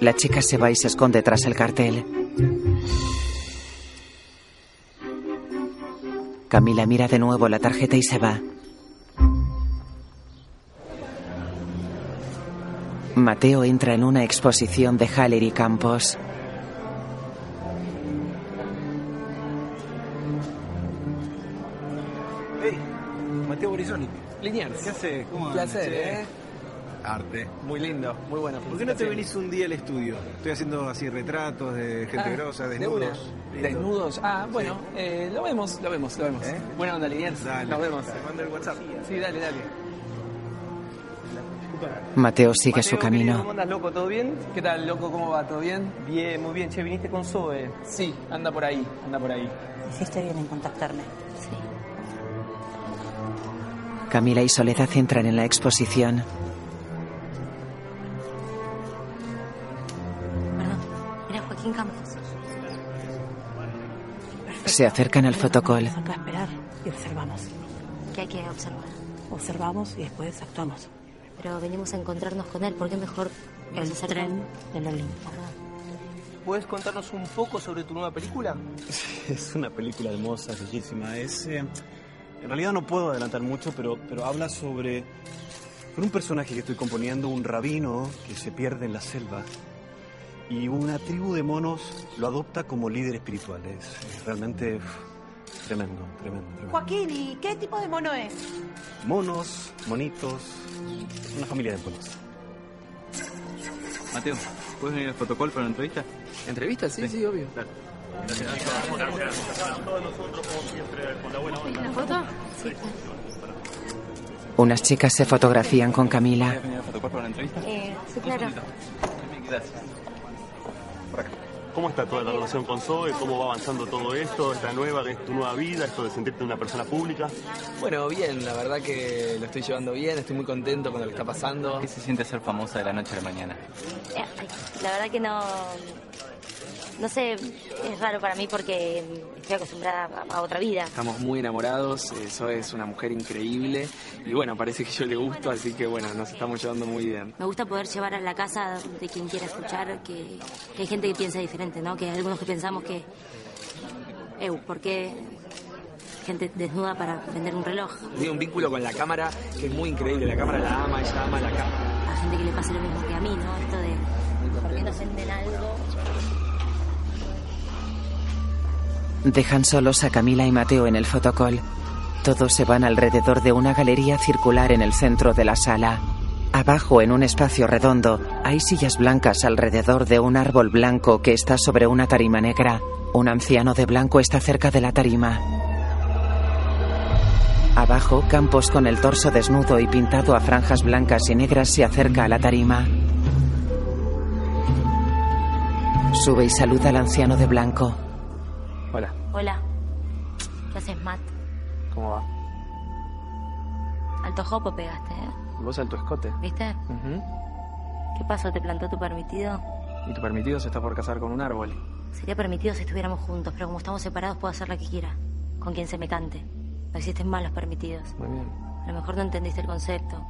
Speaker 1: La chica se va y se esconde tras el cartel. Camila mira de nuevo la tarjeta y se va. Mateo entra en una exposición de Haller y Campos.
Speaker 6: Sonic. Liniers.
Speaker 18: ¿Qué haces? ¿Cómo
Speaker 6: Un
Speaker 18: andas,
Speaker 6: placer,
Speaker 18: che?
Speaker 6: ¿eh?
Speaker 18: Arte.
Speaker 6: Muy lindo, muy bueno.
Speaker 18: ¿Por qué no te venís un día al estudio? Estoy haciendo así retratos de
Speaker 13: Ah.
Speaker 18: gente grosa, desnudos.
Speaker 6: desnudos. Ah, bueno, eh, lo vemos, lo vemos, lo vemos.
Speaker 18: ¿Eh?
Speaker 6: Buena onda, Liniers. Nos vemos.
Speaker 18: Te mando el WhatsApp.
Speaker 6: Sí, dale, dale.
Speaker 1: Mateo sigue su
Speaker 13: Mateo, querido,
Speaker 1: camino.
Speaker 13: ¿Cómo andas, loco? ¿Todo bien?
Speaker 6: ¿Qué tal, loco? ¿Cómo va? ¿Todo bien?
Speaker 13: Bien, muy bien. Che, viniste con Zoe.
Speaker 6: Sí, anda por ahí, anda por ahí.
Speaker 5: Hiciste bien en contactarme.
Speaker 1: Camila y Soledad entran en la exposición.
Speaker 9: Mira, Joaquín Campos.
Speaker 1: Se acercan al fotocall.
Speaker 9: Acá a esperar y observamos.
Speaker 3: ¿Qué hay que observar?
Speaker 9: Observamos y después actuamos.
Speaker 3: Pero venimos a encontrarnos con él, ¿por qué mejor que
Speaker 13: El
Speaker 3: nos acercamos?
Speaker 13: tren
Speaker 3: del Olimpo.
Speaker 13: ¿Puedes contarnos un poco sobre tu nueva película?
Speaker 37: (laughs) Es una película hermosa, bellísima. Es, eh, en realidad no puedo adelantar mucho, pero, pero habla sobre, sobre un personaje que estoy componiendo, un rabino que se pierde en la selva. Y una tribu de monos lo adopta como líder espiritual. Es, es realmente uf, tremendo, tremendo, tremendo.
Speaker 5: Joaquín, ¿y qué tipo de mono es?
Speaker 37: Monos, monitos, una familia de monos.
Speaker 18: Mateo, ¿puedes venir al protocolo para la entrevista?
Speaker 6: ¿Entrevista? Sí, sí, obvio.
Speaker 3: ¿La foto? Sí.
Speaker 1: Unas chicas se fotografían con Camila.
Speaker 18: venir al protocolo para la entrevista?
Speaker 3: Eh, sí, claro.
Speaker 18: Gracias.
Speaker 38: ¿Cómo está toda la relación con Zoe? ¿Cómo va avanzando todo esto? ¿Esta nueva, que es tu nueva vida? ¿Esto de sentirte una persona pública?
Speaker 6: Bueno, bien, la verdad que lo estoy llevando bien, estoy muy contento con lo que está pasando. ¿Qué se siente ser famosa de la noche a la mañana?
Speaker 3: Eh, ay, La verdad que no. No sé, es raro para mí porque estoy acostumbrada a, a otra vida.
Speaker 6: Estamos muy enamorados, eso es una mujer increíble y bueno, parece que yo le gusto, así que bueno, nos estamos llevando muy bien.
Speaker 3: Me gusta poder llevar a la casa de quien quiera escuchar que, que hay gente que piensa diferente, ¿no? Que hay algunos que pensamos que. Eu, ¿por qué gente desnuda para vender un reloj?
Speaker 6: Tiene un vínculo con la cámara que es muy increíble, la cámara la ama, ella ama la cámara.
Speaker 3: A gente que le pase lo mismo que a mí, ¿no? Esto de. ¿Por qué nos venden algo?
Speaker 1: Dejan solos a Camila y Mateo en el fotocall. Todos se van alrededor de una galería circular en el centro de la sala. Abajo, en un espacio redondo, hay sillas blancas alrededor de un árbol blanco que está sobre una tarima negra. Un anciano de blanco está cerca de la tarima. Abajo, Campos con el torso desnudo y pintado a franjas blancas y negras se acerca a la tarima. Sube y saluda al anciano de blanco.
Speaker 6: Hola,
Speaker 3: Hola. ¿Qué haces, Matt?
Speaker 6: ¿cómo va?
Speaker 3: Alto jopo pegaste, ¿eh?
Speaker 6: ¿Vos al tu escote?
Speaker 3: ¿Viste?
Speaker 6: Ujú.
Speaker 3: ¿Qué pasó? ¿Te plantó tu permitido?
Speaker 6: Y tu permitido se está por casar con un árbol.
Speaker 3: Sería permitido si estuviéramos juntos, pero como estamos separados puedo hacer la que quiera, con quien se me cante. No existen malos permitidos.
Speaker 6: Muy bien.
Speaker 3: A lo mejor no entendiste el concepto.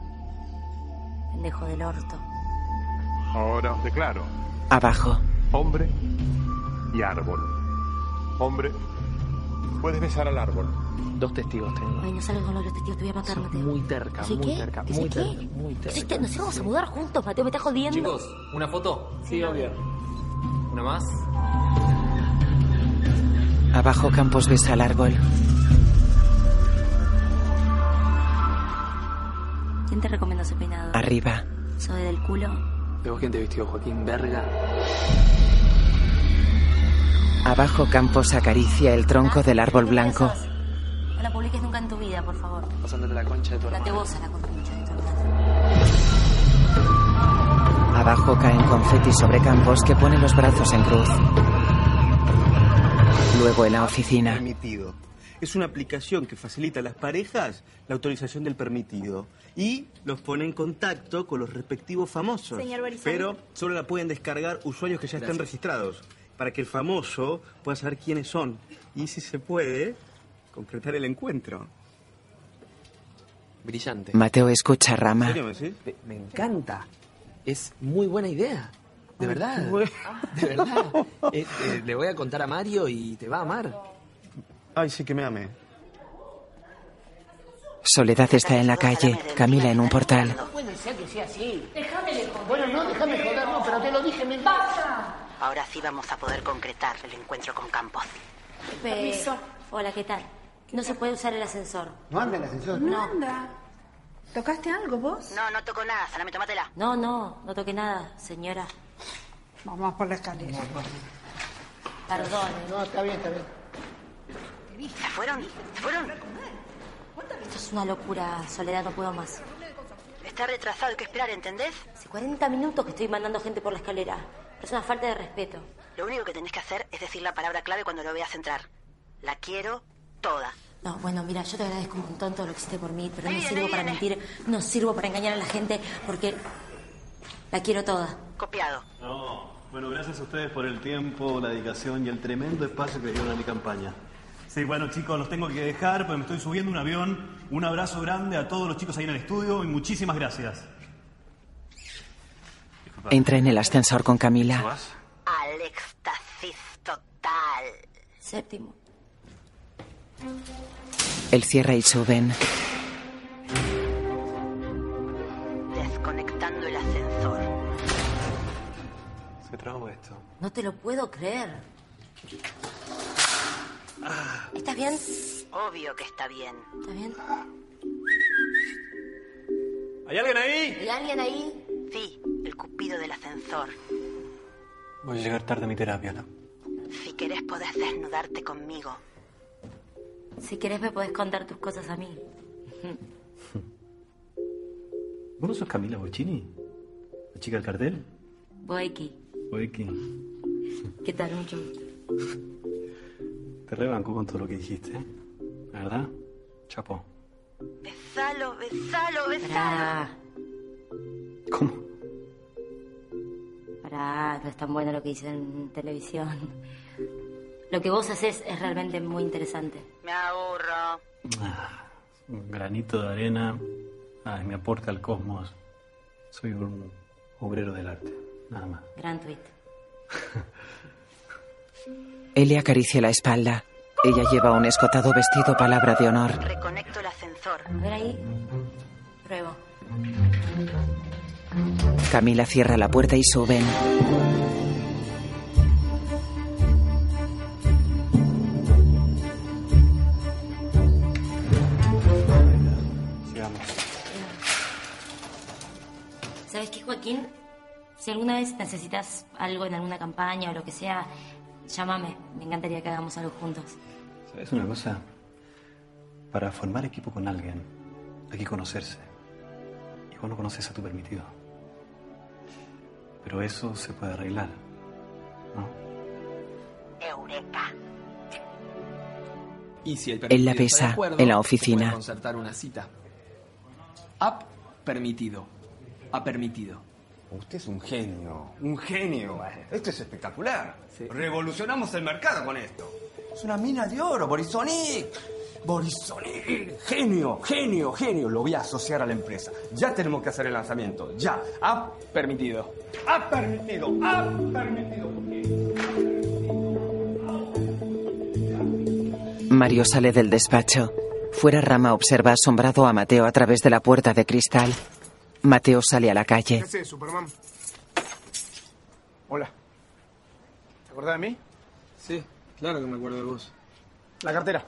Speaker 3: Pendejo del orto.
Speaker 38: Ahora os declaro.
Speaker 1: Abajo.
Speaker 38: Hombre y árbol. Hombre, puedes besar al árbol.
Speaker 6: Dos testigos tengo.
Speaker 3: Ay, no salgas con los testigos, te voy a matar, Mateo.
Speaker 6: Muy terca,
Speaker 3: ¿Sí
Speaker 6: muy
Speaker 3: qué?
Speaker 6: terca,
Speaker 3: ¿Sí
Speaker 6: muy
Speaker 3: qué?
Speaker 6: terca, muy
Speaker 3: Entonces,
Speaker 6: terca.
Speaker 3: ¿qué? ¿Nos íbamos a mudar juntos, Mateo? ¿Me estás jodiendo?
Speaker 39: Chicos, ¿una foto? Sí, obvio. ¿Una más?
Speaker 1: Abajo Campos besa al árbol.
Speaker 3: ¿Quién te recomendó ese peinado?
Speaker 1: Arriba.
Speaker 3: ¿Soy del culo?
Speaker 6: ¿De vos quién te vistió, Joaquín? Verga.
Speaker 1: Abajo Campos acaricia el tronco del árbol blanco.
Speaker 3: No la publiques nunca en tu vida, por favor.
Speaker 6: Pasándote la concha de tu
Speaker 3: Date
Speaker 6: hermana.
Speaker 3: vos a la concha de tu
Speaker 1: Abajo caen confeti sobre Campos que pone los brazos en cruz. Luego en la oficina.
Speaker 7: Permitido. Es una aplicación que facilita a las parejas la autorización del permitido y los pone en contacto con los respectivos famosos.
Speaker 16: Señor Berizal.
Speaker 7: Pero solo la pueden descargar usuarios que ya están registrados para que el famoso pueda saber quiénes son y si se puede concretar el encuentro.
Speaker 6: Brillante.
Speaker 1: Mateo escucha a Rama.
Speaker 6: Me, me encanta. Es muy buena idea. De verdad. (laughs) De verdad. Eh, eh, le voy a contar a Mario y te va a amar.
Speaker 7: Ay, sí que me ame.
Speaker 1: Soledad está en la calle, Camila en un portal.
Speaker 17: No puede ser que sea así.
Speaker 40: Déjame joder.
Speaker 17: Bueno, no, déjame joder, no, pero te lo dije, me pasa.
Speaker 40: Ahora sí vamos a poder concretar el encuentro con Campos.
Speaker 3: Permiso. Hola, ¿qué tal? No se puede usar el ascensor.
Speaker 41: No anda el ascensor.
Speaker 3: No.
Speaker 9: ¿Tocaste algo vos?
Speaker 2: No, no toco nada, salame, tomátela.
Speaker 3: No, no, no toque nada, señora.
Speaker 9: Vamos por la escalera.
Speaker 3: Perdón.
Speaker 17: No, está bien, está bien.
Speaker 2: ¿Se fueron? ¿Se fueron?
Speaker 3: Esto es una locura, Soledad, no puedo más.
Speaker 2: Está retrasado, hay que esperar, ¿entendés?
Speaker 3: Hace 40 minutos que estoy mandando gente por la escalera. Es una falta de respeto.
Speaker 2: Lo único que tenés que hacer es decir la palabra clave cuando lo veas entrar. La quiero toda.
Speaker 3: No, bueno, mira, yo te agradezco un montón todo lo que hiciste por mí, pero no sirvo para mentir, no sirvo para engañar a la gente, porque la quiero toda.
Speaker 2: Copiado.
Speaker 37: No. Bueno, gracias a ustedes por el tiempo, la dedicación y el tremendo espacio que dieron a mi campaña. Sí, bueno, chicos, los tengo que dejar, pero me estoy subiendo a un avión. Un abrazo grande a todos los chicos ahí en el estudio y muchísimas gracias.
Speaker 1: Entra en el ascensor con Camila.
Speaker 2: Al éxtasis total.
Speaker 3: Séptimo.
Speaker 1: Él cierra y suben.
Speaker 2: Desconectando el ascensor.
Speaker 37: Se trabó esto.
Speaker 3: No te lo puedo creer. ¿Estás bien? ¿Estás
Speaker 2: Ah, Obvio que está bien.
Speaker 3: bien?
Speaker 39: ¿Hay alguien ahí?
Speaker 3: ¿Hay alguien ahí?
Speaker 2: Sí, el cupido del ascensor.
Speaker 37: Voy a llegar tarde a mi terapia, ¿no?
Speaker 2: Si querés podés desnudarte conmigo.
Speaker 3: Si querés me podés contar tus cosas a mí.
Speaker 37: ¿Vos no sos Camila Bocchini? ¿La chica del cartel?
Speaker 3: Boeki,
Speaker 37: Boeki,
Speaker 3: ¿qué tal? Mucho gusto.
Speaker 37: te rebanco con todo lo que dijiste. ¿eh? ¿La verdad? Chapo.
Speaker 2: Besalo, besalo, besalo.
Speaker 3: Pará. ¿Cómo? Pará, no es tan bueno lo que dicen en televisión. Lo que vos haces es realmente muy interesante.
Speaker 2: Me aburro.
Speaker 37: Ah, un granito de arena. Ay, mi aporte al cosmos. Soy un obrero del arte. Nada más.
Speaker 3: Gran tweet.
Speaker 1: Él le acaricia la espalda. Ella lleva un escotado vestido palabra de honor.
Speaker 2: Reconecto el ascensor.
Speaker 3: A ver ahí. Pruebo.
Speaker 1: Camila cierra la puerta y suben.
Speaker 37: Sigamos.
Speaker 3: ¿Sabes qué, Joaquín? Si alguna vez necesitas algo en alguna campaña o lo que sea, llámame. Me encantaría que hagamos algo juntos.
Speaker 37: ¿Sabes una cosa? Para formar equipo con alguien, hay que conocerse. Y vos no conoces a tu permitido. Pero eso se puede arreglar.
Speaker 2: Eureka.
Speaker 6: Y si el
Speaker 1: Él la
Speaker 6: permitido está
Speaker 1: besa
Speaker 6: de acuerdo,
Speaker 1: en la
Speaker 6: se
Speaker 1: oficina.
Speaker 6: puede concertar una cita. Ha permitido. Ha permitido.
Speaker 7: Usted es un genio, un genio. Esto es espectacular. Revolucionamos el mercado con esto. Es una mina de oro, Borisonic. Borisonic, genio, genio, genio. Lo voy a asociar a la empresa. Ya tenemos que hacer el lanzamiento. Ya. Ha permitido. Ha permitido. Ha permitido.
Speaker 1: Mario sale del despacho. Fuera Rama observa asombrado a Mateo a través de la puerta de cristal. Mateo sale a la
Speaker 17: ¿Qué
Speaker 1: calle.
Speaker 17: haces, Este Superman? Hola. ¿Te acordás de mí?
Speaker 6: Sí, claro que me acuerdo de vos.
Speaker 17: La cartera.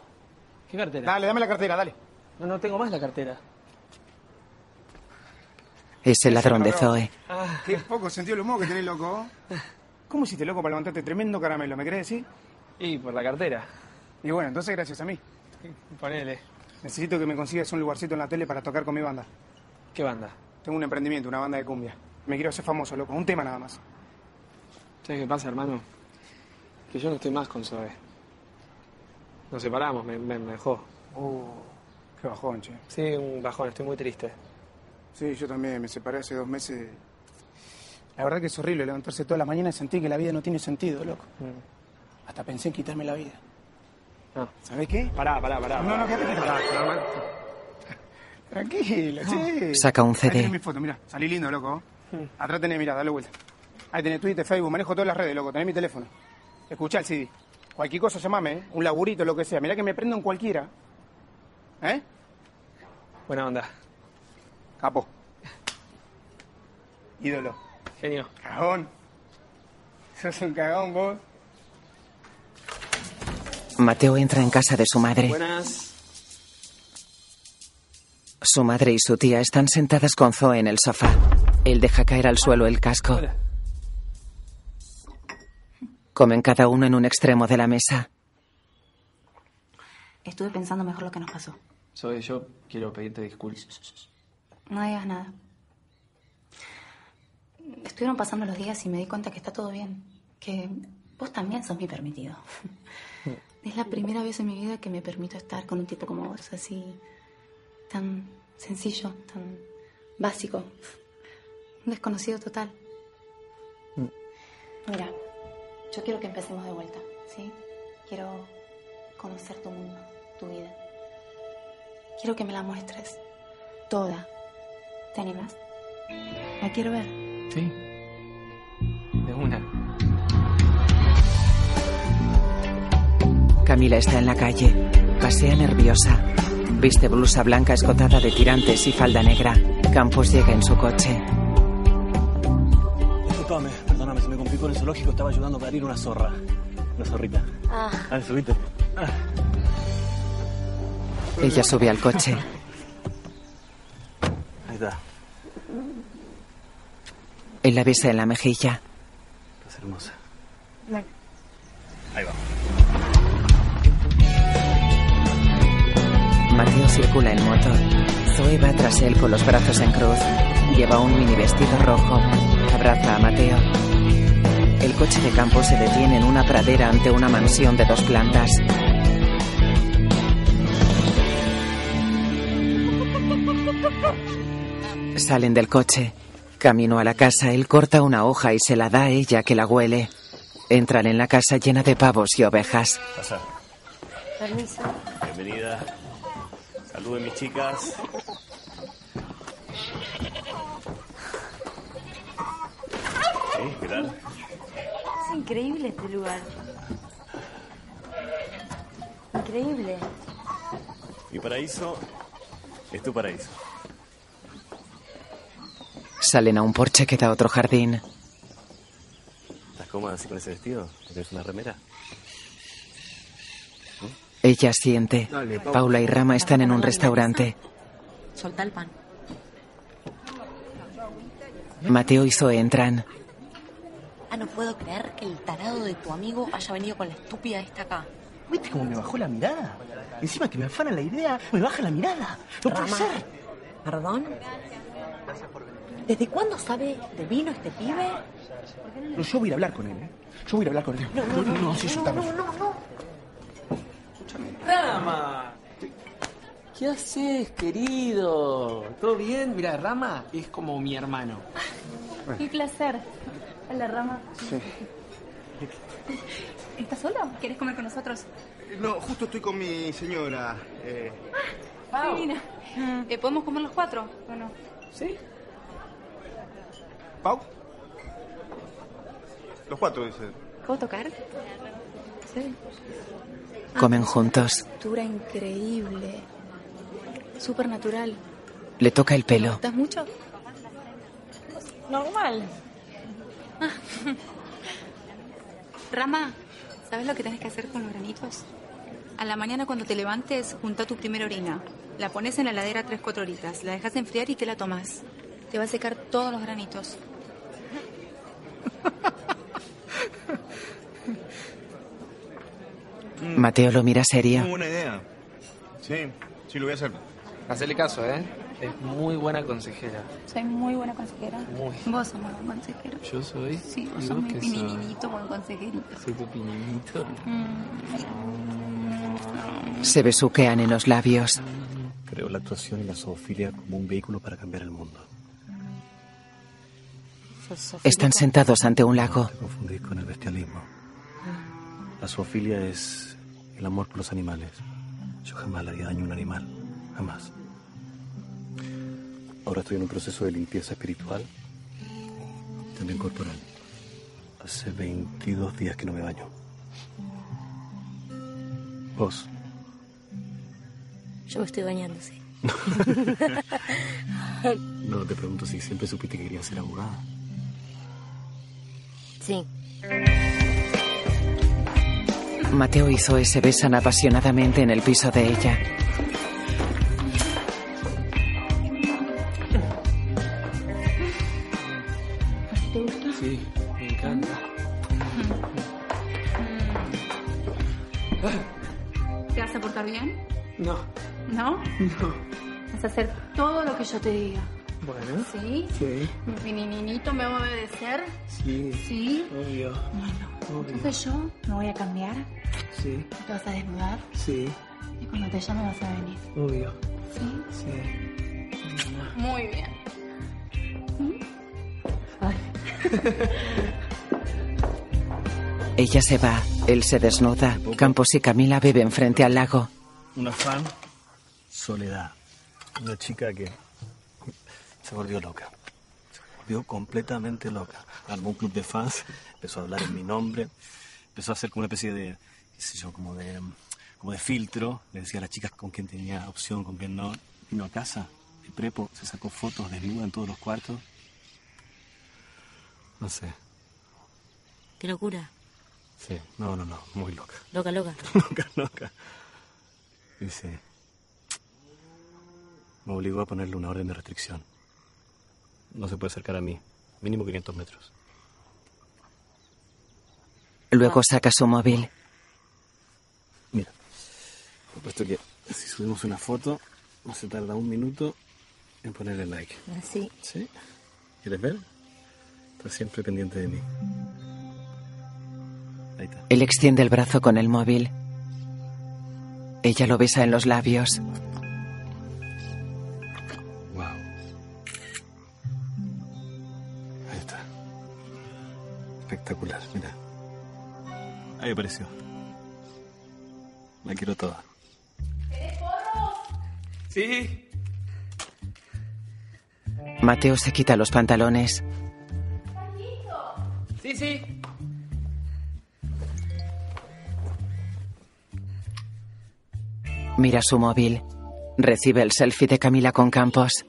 Speaker 6: ¿Qué cartera?
Speaker 17: Dale, dame la cartera, dale.
Speaker 6: No, no tengo más la cartera.
Speaker 1: Es el ladrón de
Speaker 17: Bravo.
Speaker 1: Zoe.
Speaker 6: Ah.
Speaker 17: Qué poco sentido el humor que tenés, loco. ¿Cómo hiciste, loco, para levantarte tremendo caramelo? ¿Me crees decir?
Speaker 6: Y por la cartera.
Speaker 17: Y bueno, entonces gracias a mí.
Speaker 6: Ponele.
Speaker 17: Necesito que me consigas un lugarcito en la tele para tocar con mi banda.
Speaker 6: ¿Qué banda?
Speaker 17: Tengo un emprendimiento, una banda de cumbia. Me quiero hacer famoso, loco. Un tema nada más.
Speaker 6: ¿Sabes qué pasa, hermano? Que yo no estoy más con Zoe. Nos separamos, me, me, me dejó.
Speaker 17: Oh, qué bajón, che.
Speaker 6: Sí, un bajón, estoy muy triste.
Speaker 17: Sí, yo también. Me separé hace dos meses. La verdad que es horrible levantarse todas las mañanas y sentir que la vida no tiene sentido, loco. Hasta pensé en quitarme la vida. ¿Sabés qué?
Speaker 6: Pará, pará, pará.
Speaker 17: No, no, quédate, quédate. Tranquilo, che. Mm.
Speaker 1: Saca un
Speaker 17: Ahí
Speaker 1: CD.
Speaker 17: tenés mi foto, mirá. Salí lindo, loco. Atrás tenés, mirá, dale vuelta. Ahí tenés Twitter, Facebook, manejo todas las redes, loco. Tenés mi teléfono. Escuchá el CD. Cualquier cosa llamame, ¿eh? un laburito, lo que sea. Mirá que me prendo en cualquiera. ¿Eh?
Speaker 6: Buena onda.
Speaker 17: Capo. Ídolo.
Speaker 6: Genio.
Speaker 17: Cagón. Sos un cagón, vos.
Speaker 1: Mateo entra en casa de su madre.
Speaker 6: Buenas.
Speaker 1: Su madre y su tía están sentadas con Zoe en el sofá. Él deja caer al suelo el casco. Comen cada uno en un extremo de la mesa.
Speaker 9: Estuve pensando mejor lo que nos pasó.
Speaker 42: Zoe, yo quiero pedirte disculpas.
Speaker 9: No digas nada. Estuvieron pasando los días y me di cuenta que está todo bien. Que vos también sos mi permitido. Es la primera vez en mi vida que me permito estar con un tipo como vos, así tan sencillo, tan básico. Un desconocido total.
Speaker 42: Mm.
Speaker 9: Mira, yo quiero que empecemos de vuelta, ¿sí? Quiero conocer tu mundo, tu vida. Quiero que me la muestres. Toda. ¿Te animas? La quiero ver.
Speaker 42: Sí. De una.
Speaker 1: Camila está en la calle. Pasea nerviosa. Viste blusa blanca escotada de tirantes y falda negra. Campos llega en su coche.
Speaker 37: Disculpame, perdóname, se me complicó en el zoológico. Estaba ayudando a parir una zorra. Una zorrita.
Speaker 3: Ah.
Speaker 37: A ver, subite. Ah.
Speaker 1: Ella sube al coche.
Speaker 37: Ahí está.
Speaker 1: Él la besa en la mejilla.
Speaker 37: Estás hermosa.
Speaker 43: Ahí va.
Speaker 1: Mateo circula en moto. Zoe va tras él con los brazos en cruz. Lleva un mini vestido rojo. Abraza a Mateo. El coche de campo se detiene en una pradera ante una mansión de dos plantas. Salen del coche. Camino a la casa, él corta una hoja y se la da a ella que la huele. Entran en la casa llena de pavos y ovejas.
Speaker 43: Pasa.
Speaker 3: Permiso.
Speaker 43: Bienvenida. Saluden mis chicas. ¿Eh? ¿Qué tal?
Speaker 3: Es increíble este lugar. Increíble.
Speaker 43: Mi paraíso es tu paraíso.
Speaker 1: Salen a un porche que da a otro jardín.
Speaker 43: ¿Estás cómoda así con ese vestido? ¿Tienes una remera?
Speaker 1: Ella siente. Paula y Rama están en un restaurante.
Speaker 9: Solta el pan.
Speaker 1: Mateo y Zoe entran.
Speaker 9: Ah, no puedo creer que el tarado de tu amigo haya venido con la estúpida esta acá.
Speaker 19: ¿Viste cómo me bajó la mirada? Encima que me afana la idea, me baja la mirada. No puede
Speaker 9: Rama.
Speaker 19: ser.
Speaker 9: ¿Perdón? ¿Desde cuándo sabe de vino este pibe?
Speaker 19: No, yo voy a ir a hablar con él. ¿eh? Yo voy a ir a hablar con él.
Speaker 9: No, no, no, no,
Speaker 19: sí,
Speaker 9: no,
Speaker 19: soltame.
Speaker 9: no, no, no.
Speaker 6: Rama. ¿Qué haces, querido? ¿Todo bien? Mira, Rama es como mi hermano.
Speaker 4: Qué placer. Hola, Rama.
Speaker 44: Sí.
Speaker 4: ¿Estás solo? ¿Quieres comer con nosotros?
Speaker 44: Eh, No, justo estoy con mi señora. eh,
Speaker 4: Qué divina. Eh, ¿Podemos comer los cuatro o no?
Speaker 6: Sí.
Speaker 44: ¿Pau? Los cuatro, dice.
Speaker 9: ¿Puedo tocar? Sí.
Speaker 1: Comen juntos.
Speaker 9: Textura increíble. Súper natural.
Speaker 1: Le toca el pelo.
Speaker 9: ¿Estás mucho?
Speaker 4: Normal. Ah.
Speaker 9: Rama, ¿sabes lo que tienes que hacer con los granitos?
Speaker 4: A la mañana cuando te levantes, junta tu primera orina. La pones en la heladera 3-4 horitas. La dejas enfriar y te la tomas. Te va a secar todos los granitos.
Speaker 6: Mm.
Speaker 1: Mateo lo mira serio.
Speaker 44: buena idea. Sí, sí, lo voy a hacer.
Speaker 6: Hacele caso, ¿eh? Es muy buena consejera.
Speaker 4: Soy muy buena consejera.
Speaker 6: Muy.
Speaker 4: Vos sos muy buen consejero.
Speaker 6: Yo soy.
Speaker 4: Sí,
Speaker 6: ¿y
Speaker 4: vos sos
Speaker 6: vos
Speaker 4: mi
Speaker 6: qué
Speaker 4: pininito buen consejerito.
Speaker 6: Soy tu piñinito.
Speaker 4: Mm.
Speaker 9: Mm.
Speaker 1: Se besuquean en los labios.
Speaker 37: Creo la actuación y la zoofilia como un vehículo para cambiar el mundo.
Speaker 1: Están sentados ante un lago.
Speaker 37: Te confundís con el bestialismo. La zoofilia es el amor por los animales. Yo jamás le haría daño a un animal. Jamás. Ahora estoy en un proceso de limpieza espiritual, también corporal. Hace 22 días que no me baño. Vos.
Speaker 3: Yo me estoy bañando, sí.
Speaker 37: No te pregunto si siempre supiste que querías ser abogada.
Speaker 3: (laughs) sí.
Speaker 1: Mateo y Zoe se besan apasionadamente en el piso de ella.
Speaker 9: ¿Te vas a portar bien?
Speaker 45: No,
Speaker 9: ¿No?
Speaker 45: no.
Speaker 9: Vas a hacer todo lo que yo te diga.
Speaker 45: Bueno.
Speaker 9: ¿Sí?
Speaker 45: Sí,
Speaker 9: Mi nininito me va a obedecer.
Speaker 45: sí.
Speaker 9: ¿Sí?
Speaker 45: Obvio. Bueno,
Speaker 9: Entonces yo me voy a cambiar,
Speaker 45: Sí,
Speaker 9: te vas a desnudar
Speaker 45: sí,
Speaker 9: y cuando te llame vas a venir.
Speaker 45: obvio.
Speaker 9: ¿Sí?
Speaker 45: Sí.
Speaker 9: Muy bien.
Speaker 1: Ella se va, él se desnuda. Campos y Camila beben frente al lago.
Speaker 37: Una fan, Soledad. Una chica que se volvió loca. Se volvió completamente loca. Armó un club de fans, empezó a hablar en mi nombre, empezó a hacer como una especie de, qué sé yo, como de, mm, como de filtro. Le decía a las chicas con quién tenía opción, con quién no. Vino a casa, de prepo, se sacó fotos desnuda en todos los cuartos. No sé,
Speaker 3: Qué locura.
Speaker 37: sí, no, no, no, muy loca.
Speaker 3: Loca, loca.
Speaker 37: (laughs) Loca, loca. Dice. Me obligó a ponerle una orden de restricción. No se puede acercar a mí. Mínimo 500 metros.
Speaker 1: Luego saca su móvil.
Speaker 37: Por supuesto que si subimos una foto, no se tarda un minuto en ponerle like.
Speaker 3: Así.
Speaker 37: ¿Sí? ¿Quieres ver? Está siempre pendiente de mí.
Speaker 1: Él extiende el brazo con el móvil. Ella lo besa en los labios.
Speaker 37: Wow. Ahí está. Espectacular, mira. Ahí apareció. La quiero toda.
Speaker 6: Sí.
Speaker 1: Mateo se quita los pantalones.
Speaker 6: Sí, sí.
Speaker 1: Mira su móvil. Recibe el selfie de Camila con Campos.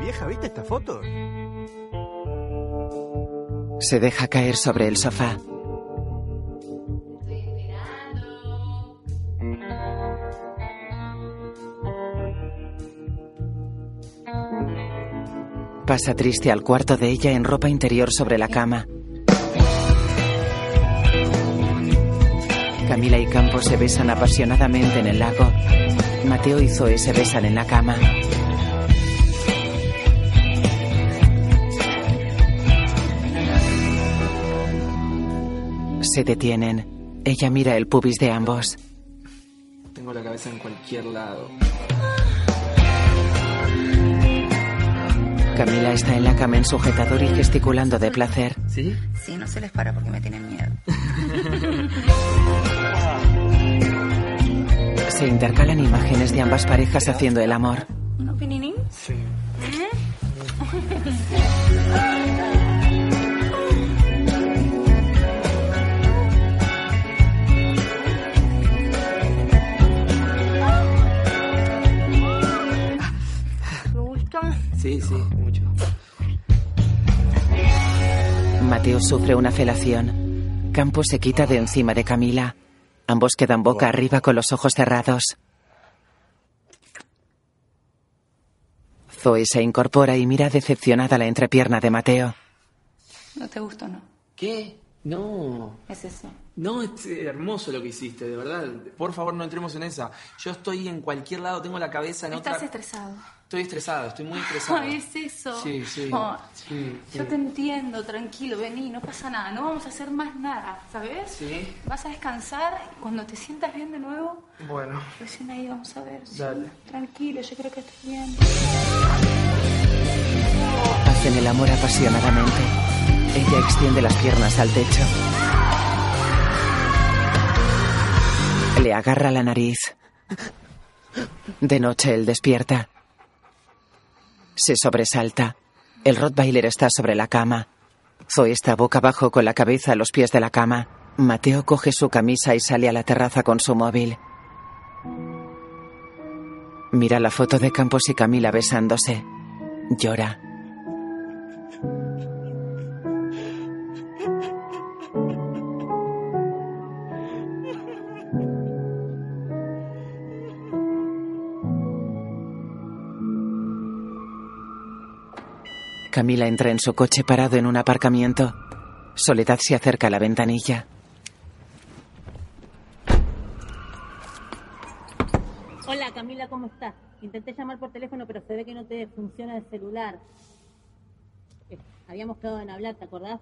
Speaker 7: Vieja, ¿viste esta foto?
Speaker 1: Se deja caer sobre el sofá. Pasa triste al cuarto de ella en ropa interior sobre la cama. Camila y Campos se besan apasionadamente en el lago. Mateo y Zoe se besan en la cama. Se detienen. Ella mira el pubis de ambos.
Speaker 45: Tengo la cabeza en cualquier lado.
Speaker 1: Camila está en la cama en sujetador y gesticulando de placer.
Speaker 6: ¿Sí?
Speaker 46: Sí, no se les para porque me tienen miedo.
Speaker 1: Se intercalan imágenes de ambas parejas haciendo el amor.
Speaker 46: ¿No, Pininín? Sí. ¿Eh?
Speaker 18: ¿Me gusta?
Speaker 45: Sí, sí, mucho.
Speaker 1: Mateo sufre una felación. Campos se quita de encima de Camila. Ambos quedan boca arriba con los ojos cerrados. Zoe se incorpora y mira decepcionada la entrepierna de Mateo.
Speaker 9: No te gusta, ¿no?
Speaker 6: ¿Qué? No.
Speaker 9: Es eso.
Speaker 6: No, es eh, hermoso lo que hiciste, de verdad. Por favor, no entremos en esa. Yo estoy en cualquier lado, tengo la cabeza en
Speaker 9: Estás
Speaker 6: otra.
Speaker 9: estresado.
Speaker 6: Estoy estresado, estoy muy estresado.
Speaker 9: Ay, es eso.
Speaker 6: Sí, sí.
Speaker 9: Oh,
Speaker 6: sí, sí.
Speaker 9: Yo te entiendo, tranquilo, vení, no pasa nada, no vamos a hacer más nada, ¿sabes?
Speaker 6: Sí.
Speaker 9: Vas a descansar y cuando te sientas bien de nuevo,
Speaker 6: Bueno.
Speaker 9: recién ahí vamos a ver. sí.
Speaker 6: Dale.
Speaker 9: Tranquilo, yo creo que estoy bien.
Speaker 1: Hacen el amor apasionadamente. Ella extiende las piernas al techo. Le agarra la nariz. De noche él despierta. Se sobresalta. El Rottweiler está sobre la cama. Zoe está boca abajo con la cabeza a los pies de la cama. Mateo coge su camisa y sale a la terraza con su móvil. Mira la foto de Campos y Camila besándose. Llora. Camila entra en su coche parado en un aparcamiento. Soledad se acerca a la ventanilla.
Speaker 5: Hola Camila, ¿cómo estás? Intenté llamar por teléfono, pero se ve que no te funciona el celular. Eh, Habíamos quedado en hablar, ¿te acordás?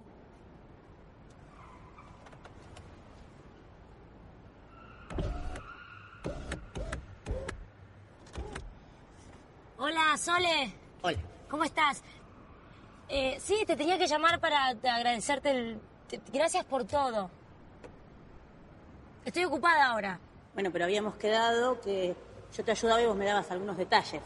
Speaker 3: Hola, Sole.
Speaker 17: Hola.
Speaker 3: ¿Cómo estás? Eh, sí, te tenía que llamar para agradecerte el... te- Gracias por todo. Estoy ocupada ahora.
Speaker 5: Bueno, pero habíamos quedado que yo te ayudaba y vos me dabas algunos detalles.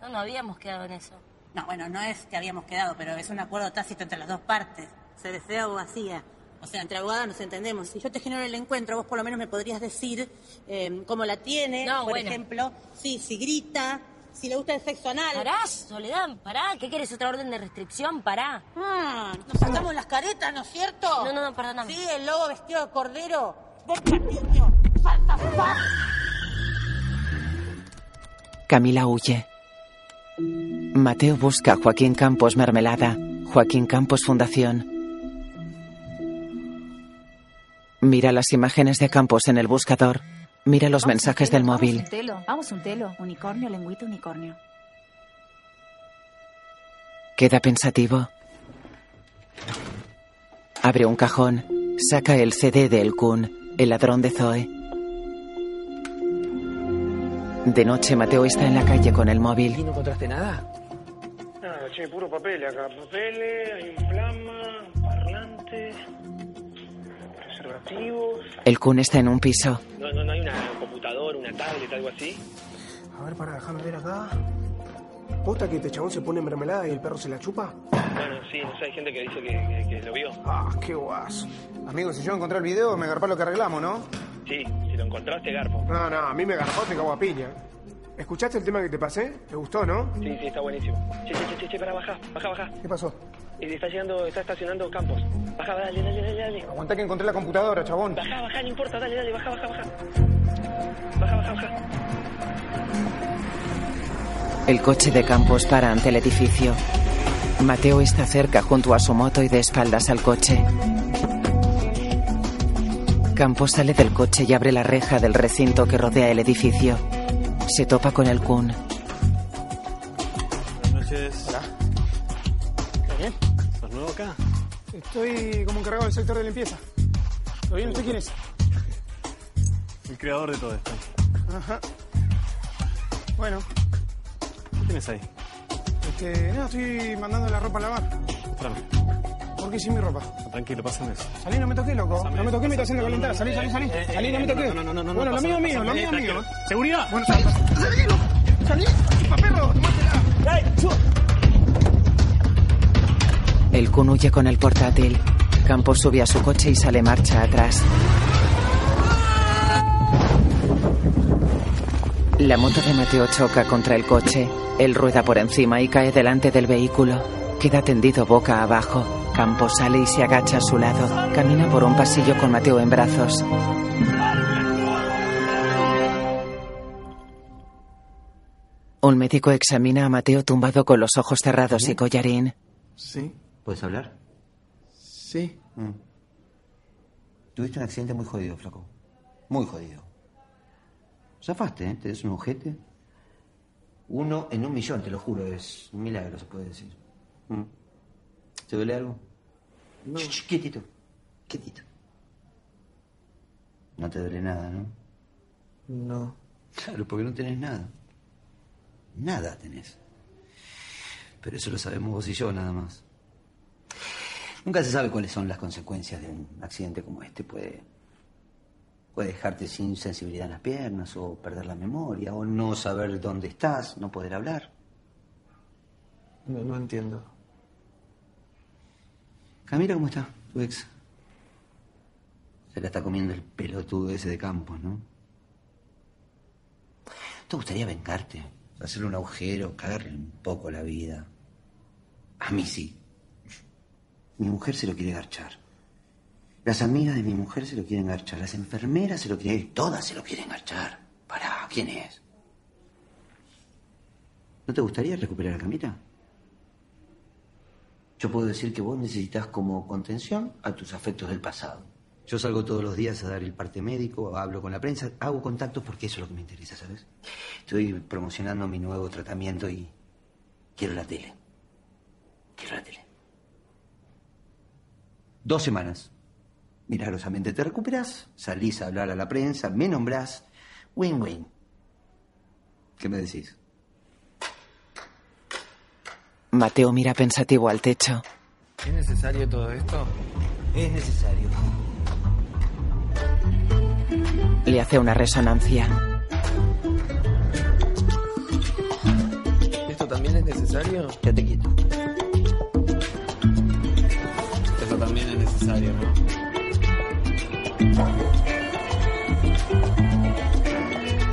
Speaker 3: No, no habíamos quedado en eso.
Speaker 5: No, Ah, bueno, no es que habíamos quedado, pero es un acuerdo tácito entre las dos partes. Se desea o vacía. O sea, entre abogadas nos entendemos. Si yo te genero el encuentro, vos por lo menos me podrías decir eh, cómo la tiene,
Speaker 3: No,
Speaker 5: por
Speaker 3: bueno.
Speaker 5: ejemplo. Sí, si grita, si le gusta el sexo anal.
Speaker 3: Pará, Soledad, pará. ¿Qué quieres? ¿Otra orden de restricción? Pará.
Speaker 5: Ah, nos sacamos las caretas, ¿no es cierto?
Speaker 3: No, no, no, perdóname.
Speaker 5: Sí, el lobo vestido de cordero.
Speaker 1: Camila huye. Mateo busca a Joaquín Campos Mermelada, Joaquín Campos Fundación. Mira las imágenes de Campos en el buscador. Mira los mensajes del móvil.
Speaker 9: Vamos un telo, vamos un telo. Unicornio, lengüita, unicornio.
Speaker 1: Queda pensativo. Abre un cajón. Saca el CD de El Kun, el ladrón de Zoe. De noche, Mateo está en la calle con el
Speaker 47: ¿Y
Speaker 1: móvil.
Speaker 47: no encontraste nada?
Speaker 6: Nada, che, puro papel acá. Papeles, hay un plasma, un parlante, preservativos.
Speaker 1: El Kun está en un piso.
Speaker 6: No, no, no hay una computadora, una tablet, algo así.
Speaker 17: A ver, para dejarme ver acá. ¿Posta que este chabón se pone mermelada y el perro se la chupa?
Speaker 6: Bueno, sí, no sé, hay gente que dice que, que- que lo vio.
Speaker 17: Ah, qué guaso.
Speaker 48: Amigo, si yo encontré el video, me garpá lo que arreglamos, ¿no?
Speaker 6: Sí, si lo encontraste, garpo.
Speaker 17: No, no, a mí me agarró, te cago a piña. ¿Escuchaste el tema que te pasé? ¿Te gustó, no?
Speaker 6: Sí, sí, está buenísimo. Che, che, che, che, che, para, baja, baja, baja.
Speaker 17: ¿Qué pasó?
Speaker 6: Eh, Está llegando, está estacionando Campos. Baja, dale, dale, dale, dale.
Speaker 48: Aguantá que encontré la computadora, chabón.
Speaker 6: Baja, baja, no importa, dale, dale, baja, baja, baja. Baja, baja, baja.
Speaker 1: El coche de Campos para ante el edificio. Mateo está cerca junto a su moto y de espaldas al coche. Campos sale del coche y abre la reja del recinto que rodea el edificio. Se topa con el Kun.
Speaker 37: Buenas noches. Hola. ¿Estás bien? ¿Estás nuevo acá?
Speaker 17: Estoy como encargado del sector de limpieza. ¿Todavía no sé quién es?
Speaker 37: El creador de todo esto.
Speaker 17: Ajá. Bueno,
Speaker 37: ¿Qué tienes ahí?
Speaker 17: este, no, estoy mandando la ropa a lavar.
Speaker 37: Tráeme.
Speaker 17: ¿Por qué sin mi ropa?
Speaker 37: Tranquilo, pásame eso.
Speaker 17: Salí, no me toqué, loco. No me toqué, me está haciendo calentar. Salí, salí, salí.
Speaker 37: Eh, eh,
Speaker 17: Salí, no me
Speaker 37: no,
Speaker 17: toqué.
Speaker 37: no, no, no, no, no,
Speaker 17: Bueno, lo
Speaker 37: pasa,
Speaker 17: mío es mío,
Speaker 37: pasa.
Speaker 17: lo mío es
Speaker 37: Eh,
Speaker 17: mío.
Speaker 37: tranquilo. ¡Seguridad!
Speaker 17: Bueno, salí, salí, loco. Salí, chupa perro, tomátela.
Speaker 1: El Kun huye con el portátil. Campos sube a su coche y sale marcha atrás. La moto de Mateo choca contra el coche. Él rueda por encima y cae delante del vehículo. Queda tendido boca abajo. Campos sale y se agacha a su lado. Camina por un pasillo con Mateo en brazos. Un médico examina a Mateo tumbado con los ojos cerrados y collarín.
Speaker 17: Sí,
Speaker 13: ¿Puedes hablar? Mm.
Speaker 17: sí.
Speaker 13: Tuviste un accidente muy jodido, flaco. Muy jodido. Zafaste, ¿eh? Te des un ojete. Uno en un millón, te lo juro. Es un milagro, se puede decir. Mm. ¿Te duele algo? No. quietito. Quietito. No te duele nada, ¿no?
Speaker 17: No.
Speaker 13: Claro, porque no tenés nada. Nada tenés. Pero eso lo sabemos vos y yo nada más. Nunca se sabe cuáles son las consecuencias de un accidente como este. Puede, puede dejarte sin sensibilidad en las piernas, o perder la memoria, o no saber dónde estás, no poder hablar.
Speaker 17: No, no entiendo.
Speaker 13: Camila, ¿cómo está tu ex? Se la está comiendo el pelotudo ese de Campos, ¿no? ¿Te gustaría vengarte? Hacerle un agujero, cagarle un poco la vida. A mí sí. Mi mujer se lo quiere garchar. Las amigas de mi mujer se lo quieren garchar. Las enfermeras se lo quieren... Todas se lo quieren garchar. Pará, ¿quién es? ¿No te gustaría recuperar a Camila? Yo puedo decir que vos necesitas como contención a tus afectos del pasado. Yo salgo todos los días a dar el parte médico, hablo con la prensa, hago contactos porque eso es lo que me interesa, ¿sabes? Estoy promocionando mi nuevo tratamiento y quiero la tele. Quiero la tele. Dos semanas. Milagrosamente te recuperás, salís a hablar a la prensa, me nombrás. Win-win. ¿Qué me decís?
Speaker 1: Mateo mira pensativo al techo.
Speaker 6: ¿Es necesario todo esto?
Speaker 13: Es necesario.
Speaker 1: Le hace una resonancia.
Speaker 6: ¿Esto también es necesario?
Speaker 13: Ya te quito.
Speaker 6: Esto también es necesario, ¿no?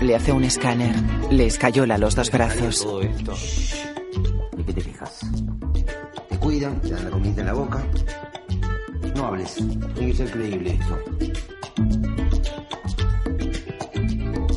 Speaker 1: Le hace un escáner. Le escayola los dos brazos.
Speaker 13: Todo esto. ¿De qué te fijas? Te cuidan, te dan la comida en la boca. No hables. Tiene que ser creíble esto.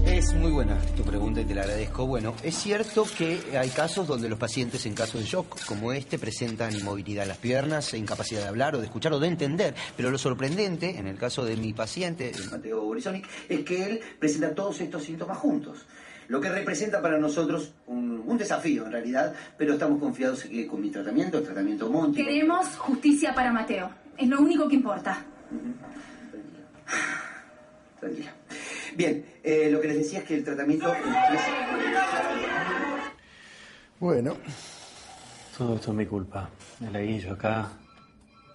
Speaker 13: Es muy buena tu pregunta y te la agradezco. Bueno, es cierto que hay casos donde los pacientes en caso de shock como este presentan inmovilidad en las piernas, incapacidad de hablar o de escuchar o de entender. Pero lo sorprendente, en el caso de mi paciente, el Mateo Borisonic, es que él presenta todos estos síntomas juntos. Lo que representa para nosotros un, un desafío en realidad, pero estamos confiados en que con mi tratamiento, el tratamiento Monti.
Speaker 15: Queremos justicia para Mateo. Es lo único que importa.
Speaker 13: Tranquila. Bien, eh, lo que les decía es que el tratamiento.
Speaker 11: Bueno.
Speaker 42: Todo esto es mi culpa. El aguillo acá.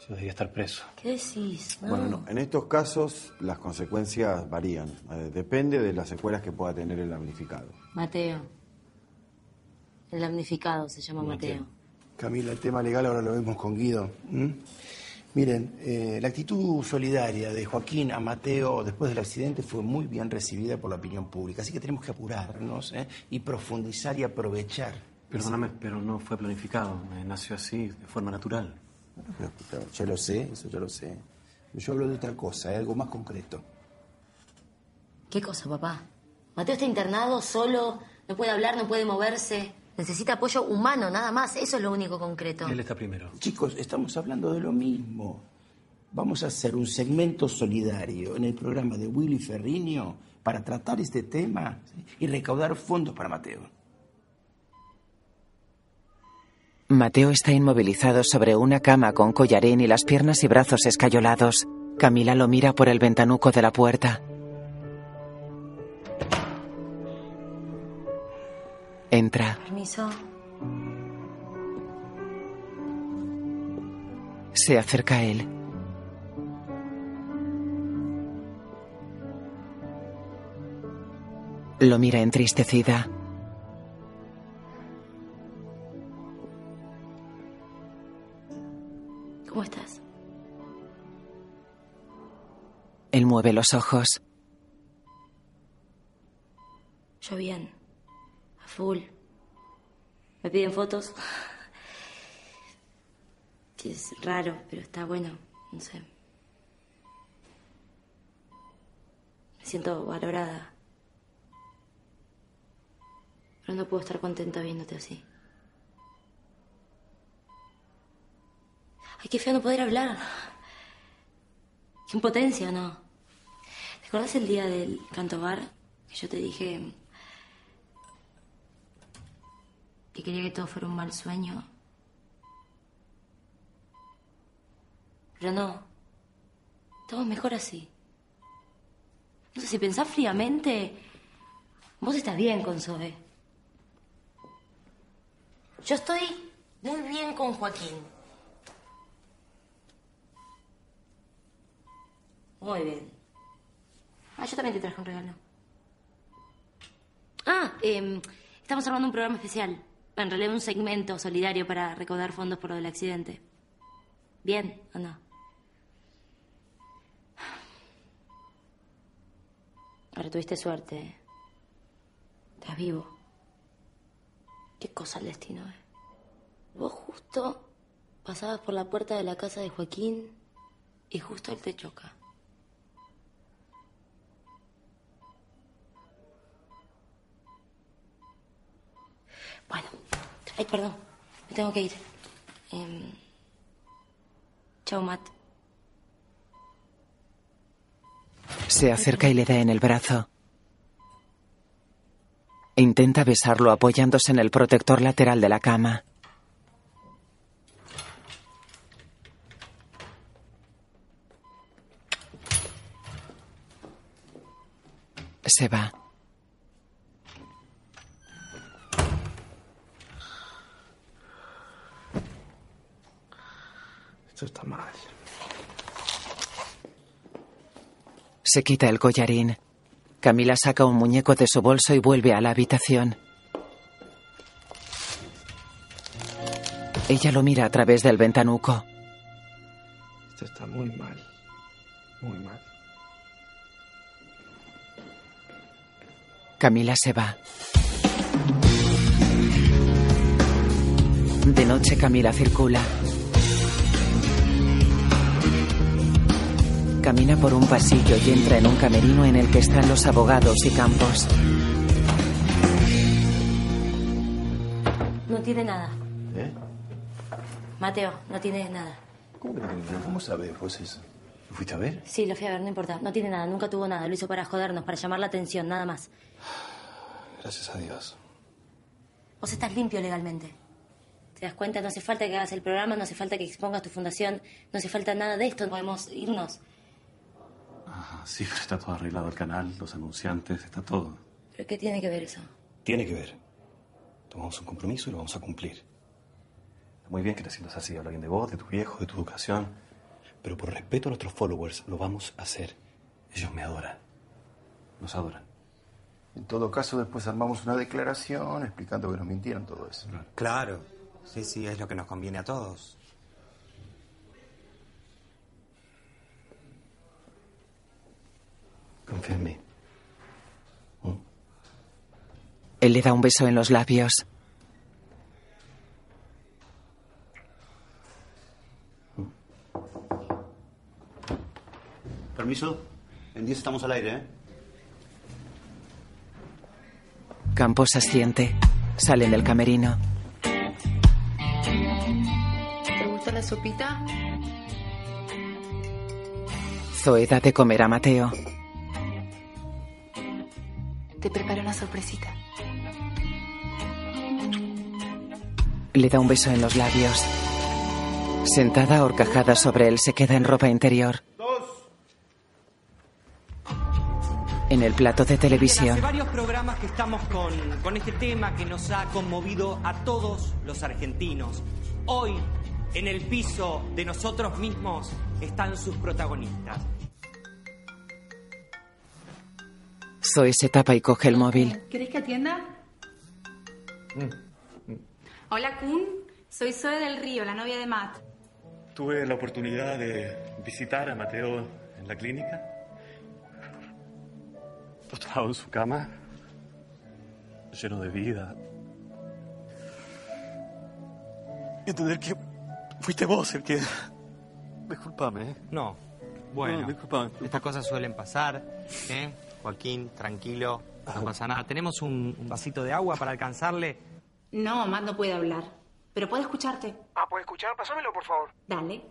Speaker 42: Yo debía estar preso.
Speaker 3: ¿Qué decís?
Speaker 11: Bueno, no. En estos casos, las consecuencias varían. Eh, depende de las secuelas que pueda tener el damnificado.
Speaker 3: Mateo. El damnificado se llama Mateo.
Speaker 11: Camila, el tema legal ahora lo vemos con Guido. ¿Mm? Miren, eh, la actitud solidaria de Joaquín a Mateo después del accidente fue muy bien recibida por la opinión pública, así que tenemos que apurarnos ¿eh? y profundizar y aprovechar.
Speaker 42: Perdóname, pero no fue planificado. Me nació así, de forma natural.
Speaker 11: No, no, ya lo sé, eso ya lo sé. Yo hablo de otra cosa, ¿eh? algo más concreto.
Speaker 3: ¿Qué cosa, papá? Mateo está internado, solo, no puede hablar, no puede moverse. Necesita apoyo humano, nada más. Eso es lo único concreto.
Speaker 42: Él está primero.
Speaker 11: Chicos, estamos hablando de lo mismo. Vamos a hacer un segmento solidario en el programa de Willy Ferriño para tratar este tema ¿sí? y recaudar fondos para Mateo.
Speaker 1: Mateo está inmovilizado sobre una cama con collarín y las piernas y brazos escayolados. Camila lo mira por el ventanuco de la puerta. Entra.
Speaker 3: Permiso.
Speaker 1: Se acerca a él. Lo mira entristecida.
Speaker 3: ¿Cómo estás?
Speaker 1: Él mueve los ojos.
Speaker 3: Yo bien. A full. Me piden fotos. (sighs) Que es raro, pero está bueno. No sé. Me siento valorada. Pero no puedo estar contenta viéndote así. Ay, qué feo no poder hablar. Qué impotencia, ¿no? ¿Te acordás el día del cantobar? Que yo te dije que quería que todo fuera un mal sueño. Pero no. Todo mejor así. No sé, si pensás fríamente, vos estás bien con Zoe. Yo estoy muy bien con Joaquín. Muy bien. Ah, yo también te traje un regalo. Ah, eh, estamos armando un programa especial en realidad un segmento solidario para recaudar fondos por lo del accidente. ¿Bien o no? Pero tuviste suerte. ¿eh? Estás vivo. Qué cosa el destino, ¿eh? Vos justo pasabas por la puerta de la casa de Joaquín y justo él te choca. Bueno, ay, perdón, me tengo que ir. Em, Eh... Chao, Matt.
Speaker 1: Se acerca y le da en el brazo. Intenta besarlo apoyándose en el protector lateral de la cama. Se va.
Speaker 49: Esto está mal.
Speaker 1: Se quita el collarín. Camila saca un muñeco de su bolso y vuelve a la habitación. Ella lo mira a través del ventanuco.
Speaker 49: Esto está muy mal. Muy mal.
Speaker 1: Camila se va. De noche Camila circula. Camina por un pasillo y entra en un camerino en el que están los abogados y campos.
Speaker 3: No tiene nada.
Speaker 15: ¿Eh?
Speaker 3: Mateo, no tiene nada.
Speaker 15: ¿Cómo, que no tiene nada? ¿Cómo sabes vos eso? ¿Lo fuiste a ver?
Speaker 3: Sí, lo fui a ver, no importa. No tiene nada, nunca tuvo nada. Lo hizo para jodernos, para llamar la atención, nada más.
Speaker 15: Gracias a Dios.
Speaker 3: Vos estás limpio legalmente. ¿Te das cuenta? No hace falta que hagas el programa, no hace falta que expongas tu fundación, no hace falta nada de esto. Podemos irnos.
Speaker 37: Ah, sí, pero está todo arreglado el canal, los anunciantes, está todo.
Speaker 3: ¿Pero qué tiene que ver eso?
Speaker 15: Tiene que ver. Tomamos un compromiso y lo vamos a cumplir. Está muy bien que te sientas así, habla bien de vos, de tu viejo, de tu educación. Pero por respeto a nuestros followers, lo vamos a hacer. Ellos me adoran. Nos adoran.
Speaker 11: En todo caso, después armamos una declaración explicando que nos mintieron todo eso.
Speaker 50: Claro. Sí, sí, es lo que nos conviene a todos.
Speaker 15: Confía en mí. Mm.
Speaker 1: Él le da un beso en los labios.
Speaker 15: Permiso. En 10 estamos al aire, ¿eh?
Speaker 1: Campos asiente. Salen del camerino.
Speaker 5: ¿Te gusta la sopita?
Speaker 1: Zoe da de comer a Mateo.
Speaker 5: Te preparo una sorpresita.
Speaker 1: Le da un beso en los labios. Sentada horcajada sobre él, se queda en ropa interior. En el plato de televisión,
Speaker 16: Hace varios programas que estamos con, con este tema que nos ha conmovido a todos los argentinos. Hoy, en el piso de nosotros mismos, están sus protagonistas.
Speaker 1: Zoe se tapa y coge el móvil.
Speaker 9: ¿Querés que atienda?
Speaker 15: Mm.
Speaker 9: Hola, Kun. Soy Zoe del Río, la novia de Matt.
Speaker 37: Tuve la oportunidad de visitar a Mateo en la clínica. Postrado en su cama, lleno de vida. Y entender que fuiste vos el que. Disculpame, ¿eh?
Speaker 16: No. Bueno,
Speaker 37: No, disculpame.
Speaker 16: estas cosas suelen pasar. ¿eh? Joaquín, tranquilo, no pasa nada. ¿Tenemos un, un vasito de agua para alcanzarle?
Speaker 9: No, Matt no puede hablar. Pero puede escucharte.
Speaker 17: Ah, ¿puedes escuchar? Pásamelo, por favor.
Speaker 9: Dale.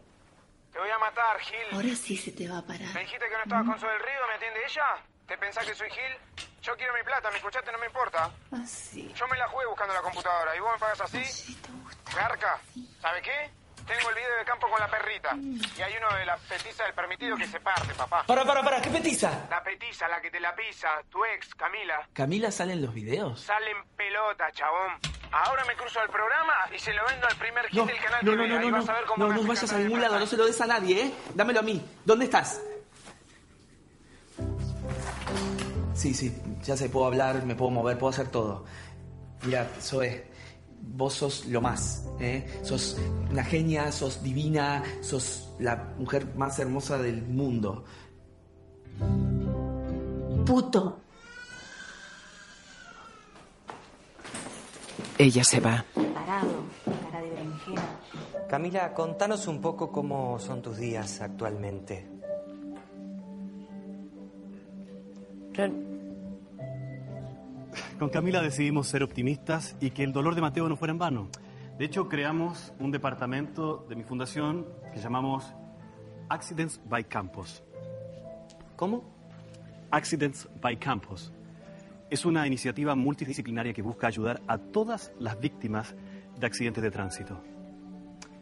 Speaker 17: Te voy a matar, Gil.
Speaker 5: Ahora sí se te va a parar.
Speaker 17: ¿Me dijiste que no estabas con Sol del Río? ¿Me atiende ella? ¿Te pensás que soy Gil? Yo quiero mi plata, ¿me escuchaste? No me importa.
Speaker 5: Así.
Speaker 17: Yo me la jugué buscando la computadora. ¿Y vos me pagas así? Ah, Sí, te gusta. ¿Garca? ¿Sabe qué? Tengo el video de campo con la perrita. Y hay uno de la petiza del permitido que se parte, papá.
Speaker 6: Para, para, para, ¿qué petiza?
Speaker 17: La petiza, la que te la pisa. Tu ex, Camila.
Speaker 6: ¿Camila salen los videos?
Speaker 17: Salen pelota, chabón. Ahora me cruzo al programa y se lo vendo al primer hit
Speaker 6: No,
Speaker 17: del canal
Speaker 6: no,
Speaker 17: que
Speaker 6: no,
Speaker 17: vea.
Speaker 6: no,
Speaker 17: y
Speaker 6: no,
Speaker 17: vas a ver cómo
Speaker 6: no,
Speaker 17: me
Speaker 6: no
Speaker 17: fijas
Speaker 6: vayas a
Speaker 17: en el
Speaker 6: ningún lado, no se lo des a nadie, ¿eh? Dámelo a mí. ¿Dónde estás? Sí, sí, ya sé, puedo hablar, me puedo mover, puedo hacer todo. Mira, Zoe, vos sos lo más, ¿eh? Sos una genia, sos divina, sos la mujer más hermosa del mundo.
Speaker 5: Puto.
Speaker 1: Ella se va.
Speaker 5: Parado. Cara de berenjena.
Speaker 16: Camila, contanos un poco cómo son tus días actualmente.
Speaker 8: Con Camila decidimos ser optimistas y que el dolor de Mateo no fuera en vano. De hecho, creamos un departamento de mi fundación que llamamos Accidents by Campos.
Speaker 16: ¿Cómo?
Speaker 37: Accidents by Campos. Es una iniciativa multidisciplinaria que busca ayudar a todas las víctimas de accidentes de tránsito.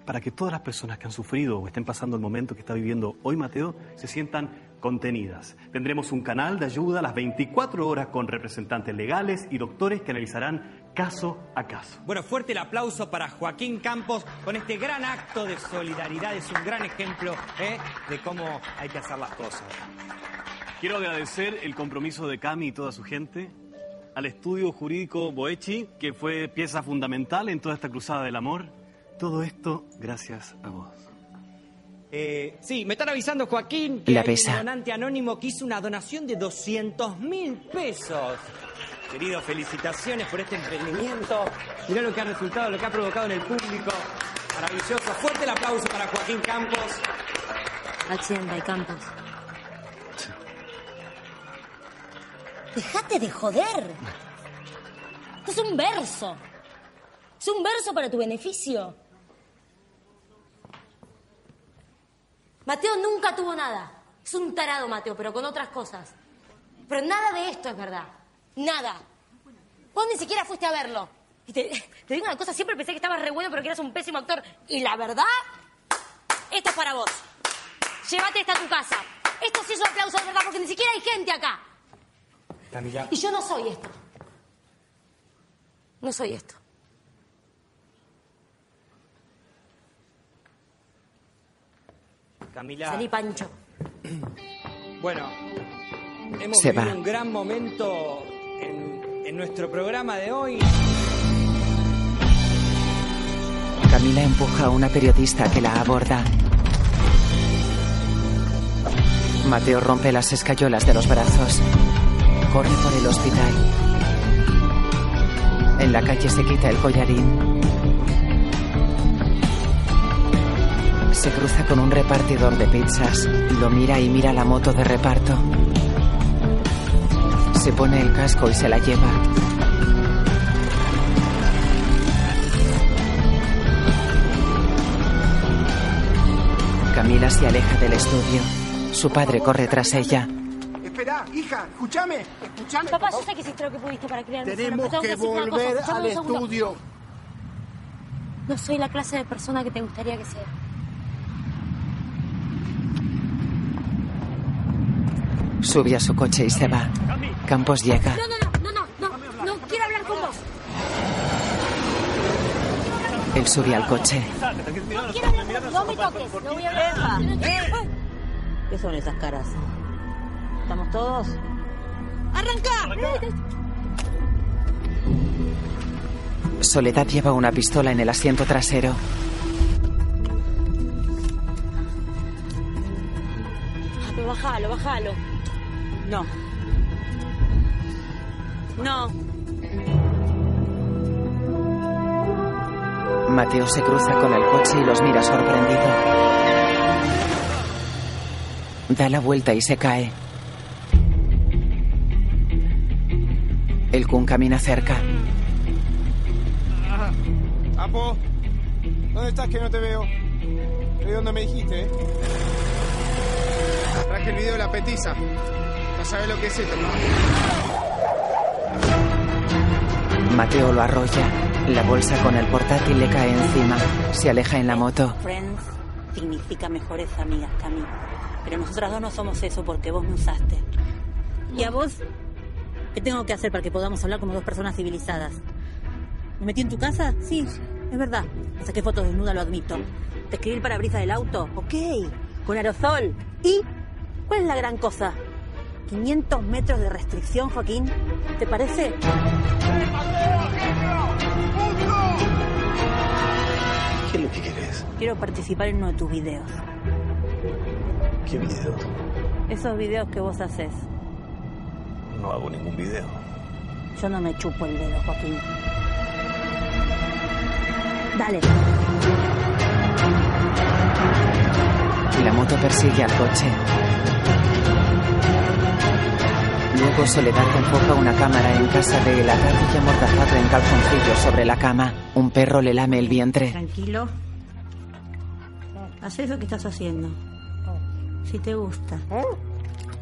Speaker 37: Para que todas las personas que han sufrido o estén pasando el momento que está viviendo hoy Mateo se sientan contenidas. Tendremos un canal de ayuda a las 24 horas con representantes legales y doctores que analizarán caso a caso.
Speaker 16: Bueno, fuerte el aplauso para Joaquín Campos con este gran acto de solidaridad. Es un gran ejemplo ¿eh? de cómo hay que hacer las cosas.
Speaker 37: Quiero agradecer el compromiso de Cami y toda su gente, al estudio jurídico Boechi, que fue pieza fundamental en toda esta cruzada del amor. Todo esto gracias a vos.
Speaker 16: Eh, sí, me están avisando, Joaquín, que
Speaker 1: La
Speaker 16: hay
Speaker 1: besa.
Speaker 16: un donante anónimo que hizo una donación de 200 mil pesos. Querido, felicitaciones por este emprendimiento. Mirá lo que ha resultado, lo que ha provocado en el público. Maravilloso. Fuerte el aplauso para Joaquín Campos.
Speaker 3: Accidente de campos.
Speaker 44: Dejate de joder. Esto es un verso. Es un verso para tu beneficio.
Speaker 3: Mateo nunca tuvo nada. Es un tarado, Mateo, pero con otras cosas. Pero nada de esto es verdad. Nada. Vos ni siquiera fuiste a verlo. Y te, te digo una cosa, siempre pensé que estabas re bueno, pero que eras un pésimo actor. Y la verdad, esto es para vos. Llévate esta a tu casa. Esto sí es un aplauso de verdad, porque ni siquiera hay gente acá.
Speaker 44: Camila.
Speaker 3: Y yo no soy esto. No soy esto.
Speaker 16: Camila.
Speaker 3: Salí pancho.
Speaker 16: Bueno, hemos
Speaker 1: Se
Speaker 16: vivido
Speaker 1: va.
Speaker 16: un gran momento en, en nuestro programa de hoy.
Speaker 1: Camila empuja a una periodista que la aborda. Mateo rompe las escayolas de los brazos. Corre por el hospital. En la calle se quita el collarín. Se cruza con un repartidor de pizzas. Lo mira y mira la moto de reparto. Se pone el casco y se la lleva. Camila se aleja del estudio. Su padre corre tras ella.
Speaker 17: Espera, hija, escúchame, escúchame.
Speaker 44: Papá, yo sé que hiciste lo que pudiste para criarme.
Speaker 17: Tenemos
Speaker 44: sola, pero tengo
Speaker 17: que
Speaker 44: decirte una cosa.
Speaker 17: volver
Speaker 44: Escuchame
Speaker 17: al
Speaker 44: un segundo.
Speaker 17: estudio.
Speaker 3: No soy la clase de persona que te gustaría que sea.
Speaker 1: Sube a su coche y se va. Campos llega.
Speaker 3: No, no, no, no, no, no, no quiero hablar con vos.
Speaker 1: Él sube al coche.
Speaker 44: No quiero hablar con vos, no me toques. No voy a hablar.
Speaker 17: Eh,
Speaker 5: ¿Qué son esas caras? ¿Estamos todos?
Speaker 44: ¡Arranca!
Speaker 1: Soledad lleva una pistola en el asiento trasero.
Speaker 44: Pero bájalo, bájalo.
Speaker 5: No. No.
Speaker 1: Mateo se cruza con el coche y los mira sorprendido. Da la vuelta y se cae. El Kun camina cerca.
Speaker 17: Apo, ¿dónde estás que no te veo? Estoy donde me dijiste, ¿eh? Traje el video de la petiza. No sabes lo que es esto,
Speaker 1: Mateo lo arrolla. La bolsa con el portátil le cae encima. Se aleja en la moto.
Speaker 5: Friends significa mejores amigas, Cami. Pero nosotras dos no somos eso porque vos me usaste. ¿Y a vos? ¿Qué tengo que hacer para que podamos hablar como dos personas civilizadas? ¿Me metí en tu casa? Sí, es verdad. Me saqué fotos desnuda, lo admito. ¿Te escribí el parabrisas del auto? Ok. Con aerosol. ¿Y cuál es la gran cosa? ¿500 metros de restricción, Joaquín? ¿Te parece?
Speaker 37: ¿Qué es lo que querés?
Speaker 5: Quiero participar en uno de tus videos.
Speaker 37: ¿Qué video?
Speaker 5: Esos videos que vos haces.
Speaker 37: No hago ningún video.
Speaker 5: Yo no me chupo el dedo, Joaquín. Dale.
Speaker 1: La moto persigue al coche. Luego Soledad enfoca una cámara en casa de El Atado y amordazado en calzoncillos sobre la cama. Un perro le lame el vientre.
Speaker 5: Tranquilo. Haz eso que estás haciendo. Si te gusta.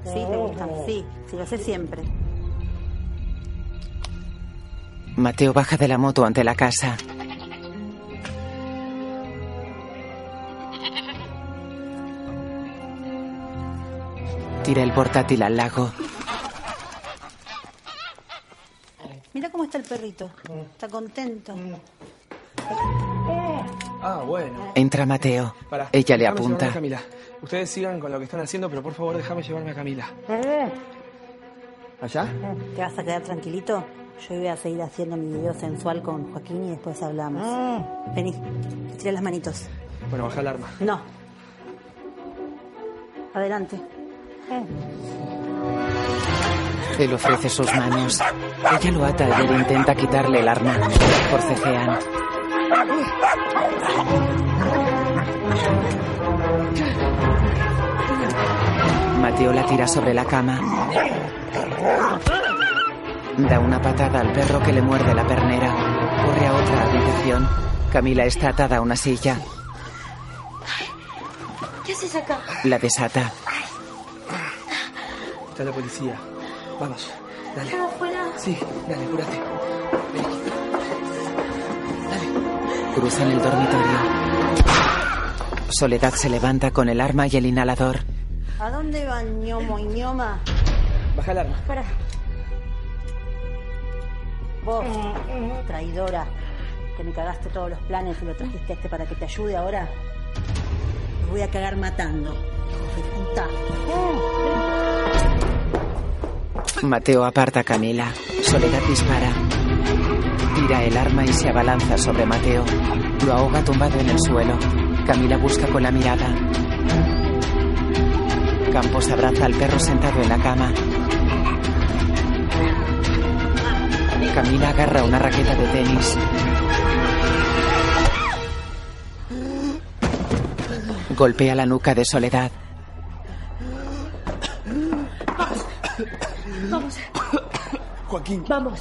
Speaker 5: Sí, te gusta. Sí, sí, lo sé siempre.
Speaker 1: Mateo baja de la moto ante la casa. Tira el portátil al lago.
Speaker 5: Mira cómo está el perrito. Está contento.
Speaker 6: Ah, bueno.
Speaker 1: Entra Mateo.
Speaker 6: Pará,
Speaker 1: Ella le
Speaker 6: déjame llevarme a
Speaker 1: apunta.
Speaker 6: Camila, ustedes sigan con lo que están haciendo, pero por favor déjame llevarme a Camila. ¿Allá?
Speaker 5: ¿Te vas a quedar tranquilito? Yo voy a seguir haciendo mi video sensual con Joaquín y después hablamos.
Speaker 6: Ah.
Speaker 5: Vení, tira las manitos.
Speaker 6: Bueno, baja el arma.
Speaker 5: No. Adelante.
Speaker 1: Él ofrece sus manos. Ella lo ata y él intenta quitarle el arma. Forcejean. Mateo la tira sobre la cama. Da una patada al perro que le muerde la pernera. Corre a otra habitación. Camila está atada a una silla.
Speaker 18: ¿Qué haces acá?
Speaker 1: La desata.
Speaker 6: Está la policía. Vamos. Dale.
Speaker 18: ¿Estaba afuera?
Speaker 6: Sí, dale, curate.
Speaker 1: Cruzan el dormitorio. Soledad se levanta con el arma y el inhalador.
Speaker 5: ¿A dónde va ñomo y ñoma?
Speaker 6: Baja el arma.
Speaker 5: Para. Vos, traidora, que me cagaste todos los planes y lo trajiste a este para que te ayude ahora. Te voy a cagar matando. hijo de puta.
Speaker 1: Mateo aparta a Camila. Soledad dispara. Tira el arma y se abalanza sobre Mateo. Lo ahoga tumbado en el suelo. Camila busca con la mirada. Campos abraza al perro sentado en la cama. Camila agarra una raqueta de tenis. Golpea la nuca de Soledad.
Speaker 18: Vamos. Vamos.
Speaker 6: Joaquín.
Speaker 18: Vamos.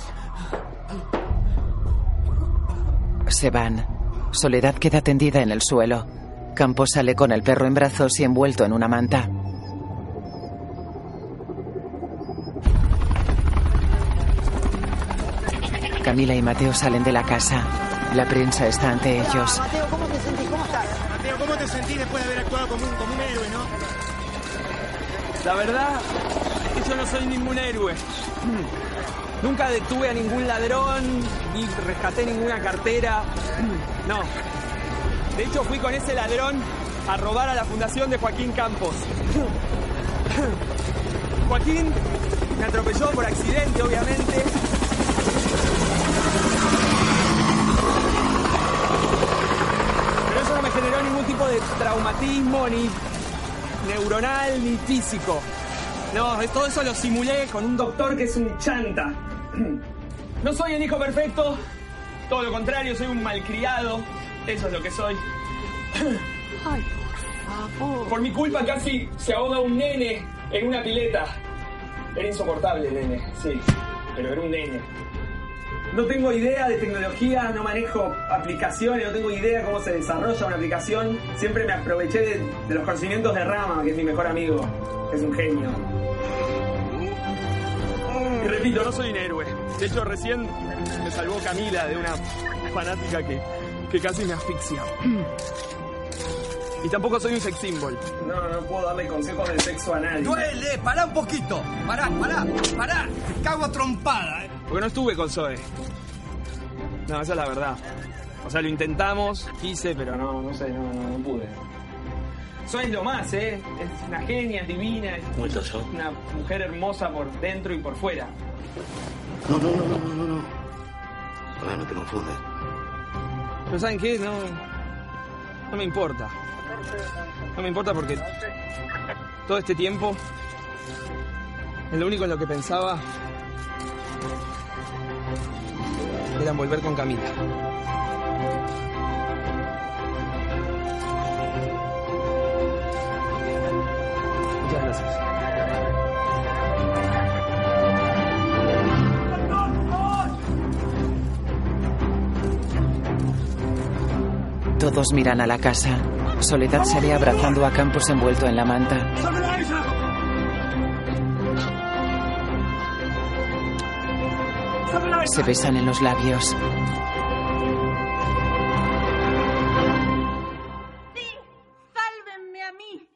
Speaker 1: Se van. Soledad queda tendida en el suelo. Campos sale con el perro en brazos y envuelto en una manta. Camila y Mateo salen de la casa. La prensa está ante ellos.
Speaker 43: Mateo, ¿cómo te sentís? ¿Cómo estás?
Speaker 8: Mateo, ¿cómo te sentís después de haber actuado como un, como un héroe, no?
Speaker 6: La verdad es que yo no soy ningún héroe. (clears throat) Nunca detuve a ningún ladrón ni rescaté ninguna cartera. (clears throat) No. De hecho, fui con ese ladrón a robar a la fundación de Joaquín Campos. (clears throat) Joaquín me atropelló por accidente, obviamente. Pero eso no me generó ningún tipo de traumatismo ni neuronal ni físico. No, todo eso lo simulé con un doctor que es un chanta. (clears throat) No soy el hijo perfecto, todo lo contrario, soy un malcriado. Eso es lo que soy. (clears throat) Por mi culpa casi se ahoga un nene en una pileta. Era insoportable el nene, sí, pero era un nene. No tengo idea de tecnología, no manejo aplicaciones, no tengo idea cómo se desarrolla una aplicación. Siempre me aproveché de, de los conocimientos de Rama, que es mi mejor amigo. Es un genio. Y repito, no soy un héroe. De hecho, recién me salvó Camila de una fanática que, que casi me asfixia. (clears throat) Y tampoco soy un sex symbol. No, no puedo darle consejos de sexo a nadie.
Speaker 43: ¡Duele! ¡Pará un poquito! ¡Pará, pará, pará! Te cago a trompada! eh.
Speaker 6: Porque no estuve con Zoe. No, esa es la verdad. O sea, lo intentamos, quise, pero no, no sé, no, no, no pude. Zoe es lo más, ¿eh? Es una genia, es divina, es
Speaker 51: Muerto yo.
Speaker 6: una mujer hermosa por dentro y por fuera.
Speaker 51: No, no, no, no, no, no. Ahora no te confundas.
Speaker 6: Pero ¿saben qué? No, no me importa. No me importa porque todo este tiempo en lo único en lo que pensaba era en volver con Camila. Muchas gracias.
Speaker 1: Todos miran a la casa. Soledad sale abrazando a Campos envuelto en la manta. Se besan en los labios.
Speaker 18: ¡Sálvenme a mí!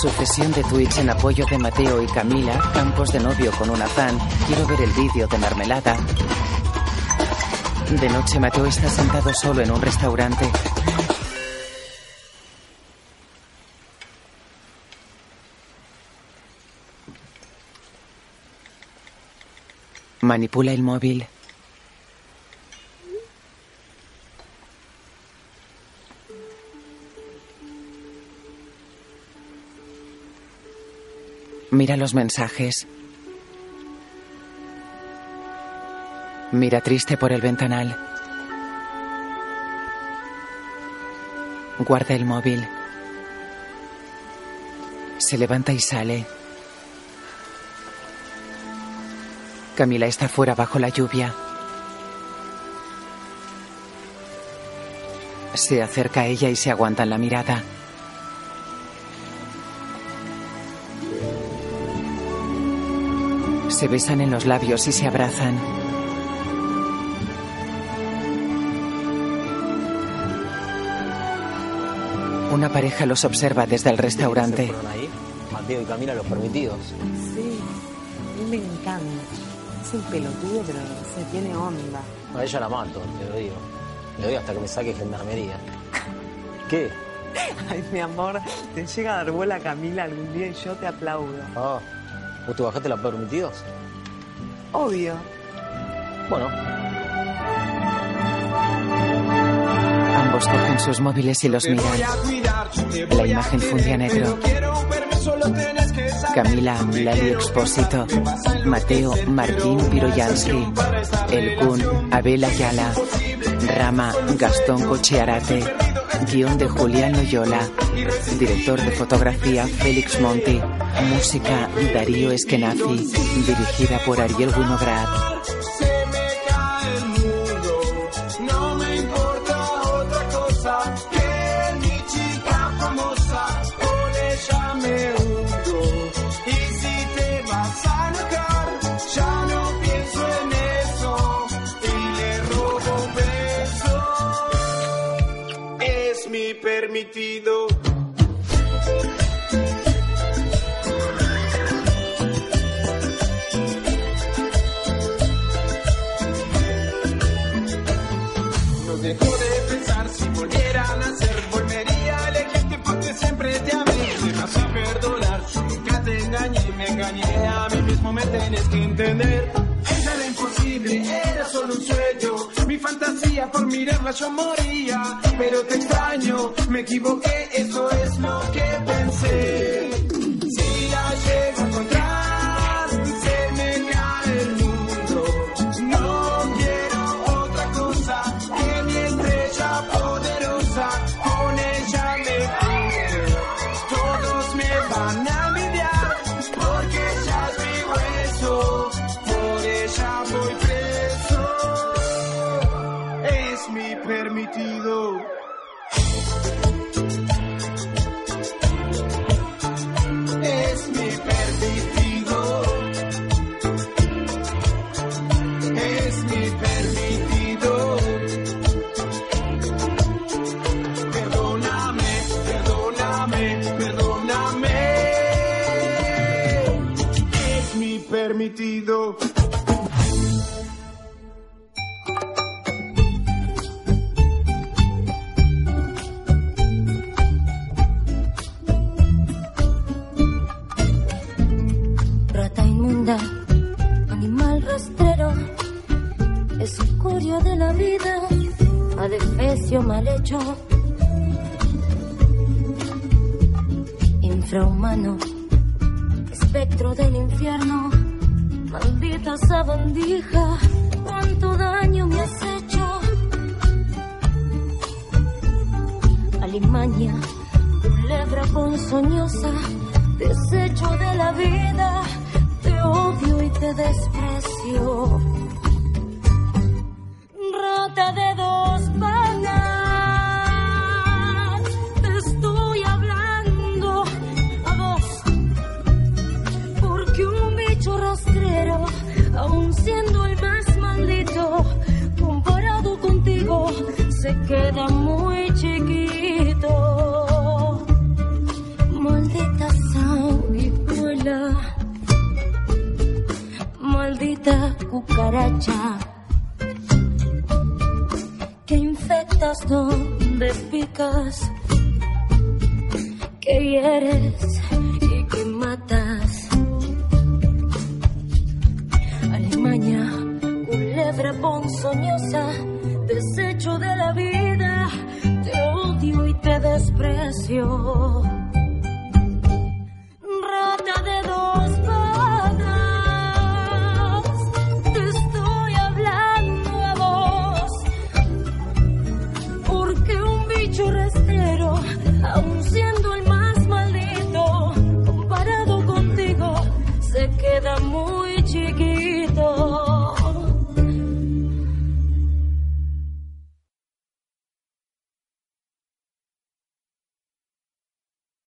Speaker 1: Sucesión de tweets en apoyo de Mateo y Camila, campos de novio con un afán, quiero ver el vídeo de mermelada. De noche Mateo está sentado solo en un restaurante. Manipula el móvil. Mira los mensajes. Mira triste por el ventanal. Guarda el móvil. Se levanta y sale. Camila está fuera bajo la lluvia. Se acerca a ella y se aguantan la mirada. Se besan en los labios y se abrazan. Una pareja los observa desde el restaurante.
Speaker 2: fueron ahí? Mateo y Camila, los permitidos.
Speaker 52: Sí, a mí me encanta. Es un pelotudo, pero se tiene onda.
Speaker 2: A ella la mato, te lo digo. Le doy hasta que me saque gendarmería. ¿Qué?
Speaker 52: Ay, mi amor, te llega a dar bola Camila algún día y yo te aplaudo.
Speaker 2: Ah, ¿vos te bajaste la permitidos?
Speaker 52: Obvio.
Speaker 2: Bueno,
Speaker 1: Ambos cogen sus móviles y los
Speaker 18: Te voy
Speaker 1: miran.
Speaker 18: a cuidar, te
Speaker 1: La
Speaker 18: voy a
Speaker 1: imagen funde a
Speaker 18: querer,
Speaker 1: negro.
Speaker 18: pero quiero un permiso, lo tenés que saber.
Speaker 1: Camila, Lali Expósito, Mateo, Martín Piroyansky, El Kun, Abel Ayala, Rama, Gastón Cochearate, guión de Julián Loyola, director de fotografía Félix Monti, música Darío Eskenazi, dirigida por Ariel Winograd.
Speaker 18: Se me cae el mundo, no me importa otra cosa que mi chica famosa, con ella me hundo. Y si te vas a enojar, ya no pienso en eso y le robo un beso. Es mi permitido. No dejo de pensar si volviera a nacer Volvería a elegirte porque siempre te amé Te vas a perdonar, yo nunca te engañé Me engañé a mí mismo, me tenés que entender Ella era imposible, era solo un sueño Mi fantasía, por mirarla yo moría Pero te extraño, me equivoqué, eso es lo que pensé Si la llego a encontrar, se me cae el mundo no quiero otra cosa que mi estrella poderosa, con ella me cuido. Todos me van a envidiar, porque ella es mi hueso, por ella voy preso. Es mi permitido. Es mi permitido. Es mi permitido. Perdóname, perdóname, perdóname. Es mi permitido.
Speaker 19: Rata inmunda, animal rastrero, es un curio de la vida, adefesio mal hecho, infrahumano, espectro del infierno, maldita sabandija, cuánto daño me has hecho, alimaña, culebra ponzoñosa, desecho de la vida, te odio y te desprecio. Rata de dos palas, te estoy hablando a vos, porque un bicho rata menos quiero, aún siendo el más maldito. Comparado contigo, se queda muy chiquito. Maldita sanguijuela, maldita cucaracha, que infectas donde picas, que hieres y que matas. Alimaña, culebra ponzoñosa, desecho de la vida, te odio y te desprecio. Rata de dos patas, te estoy hablando a vos, porque un bicho rastrero, aun siendo el más maldito, comparado contigo, se queda muy chiquito.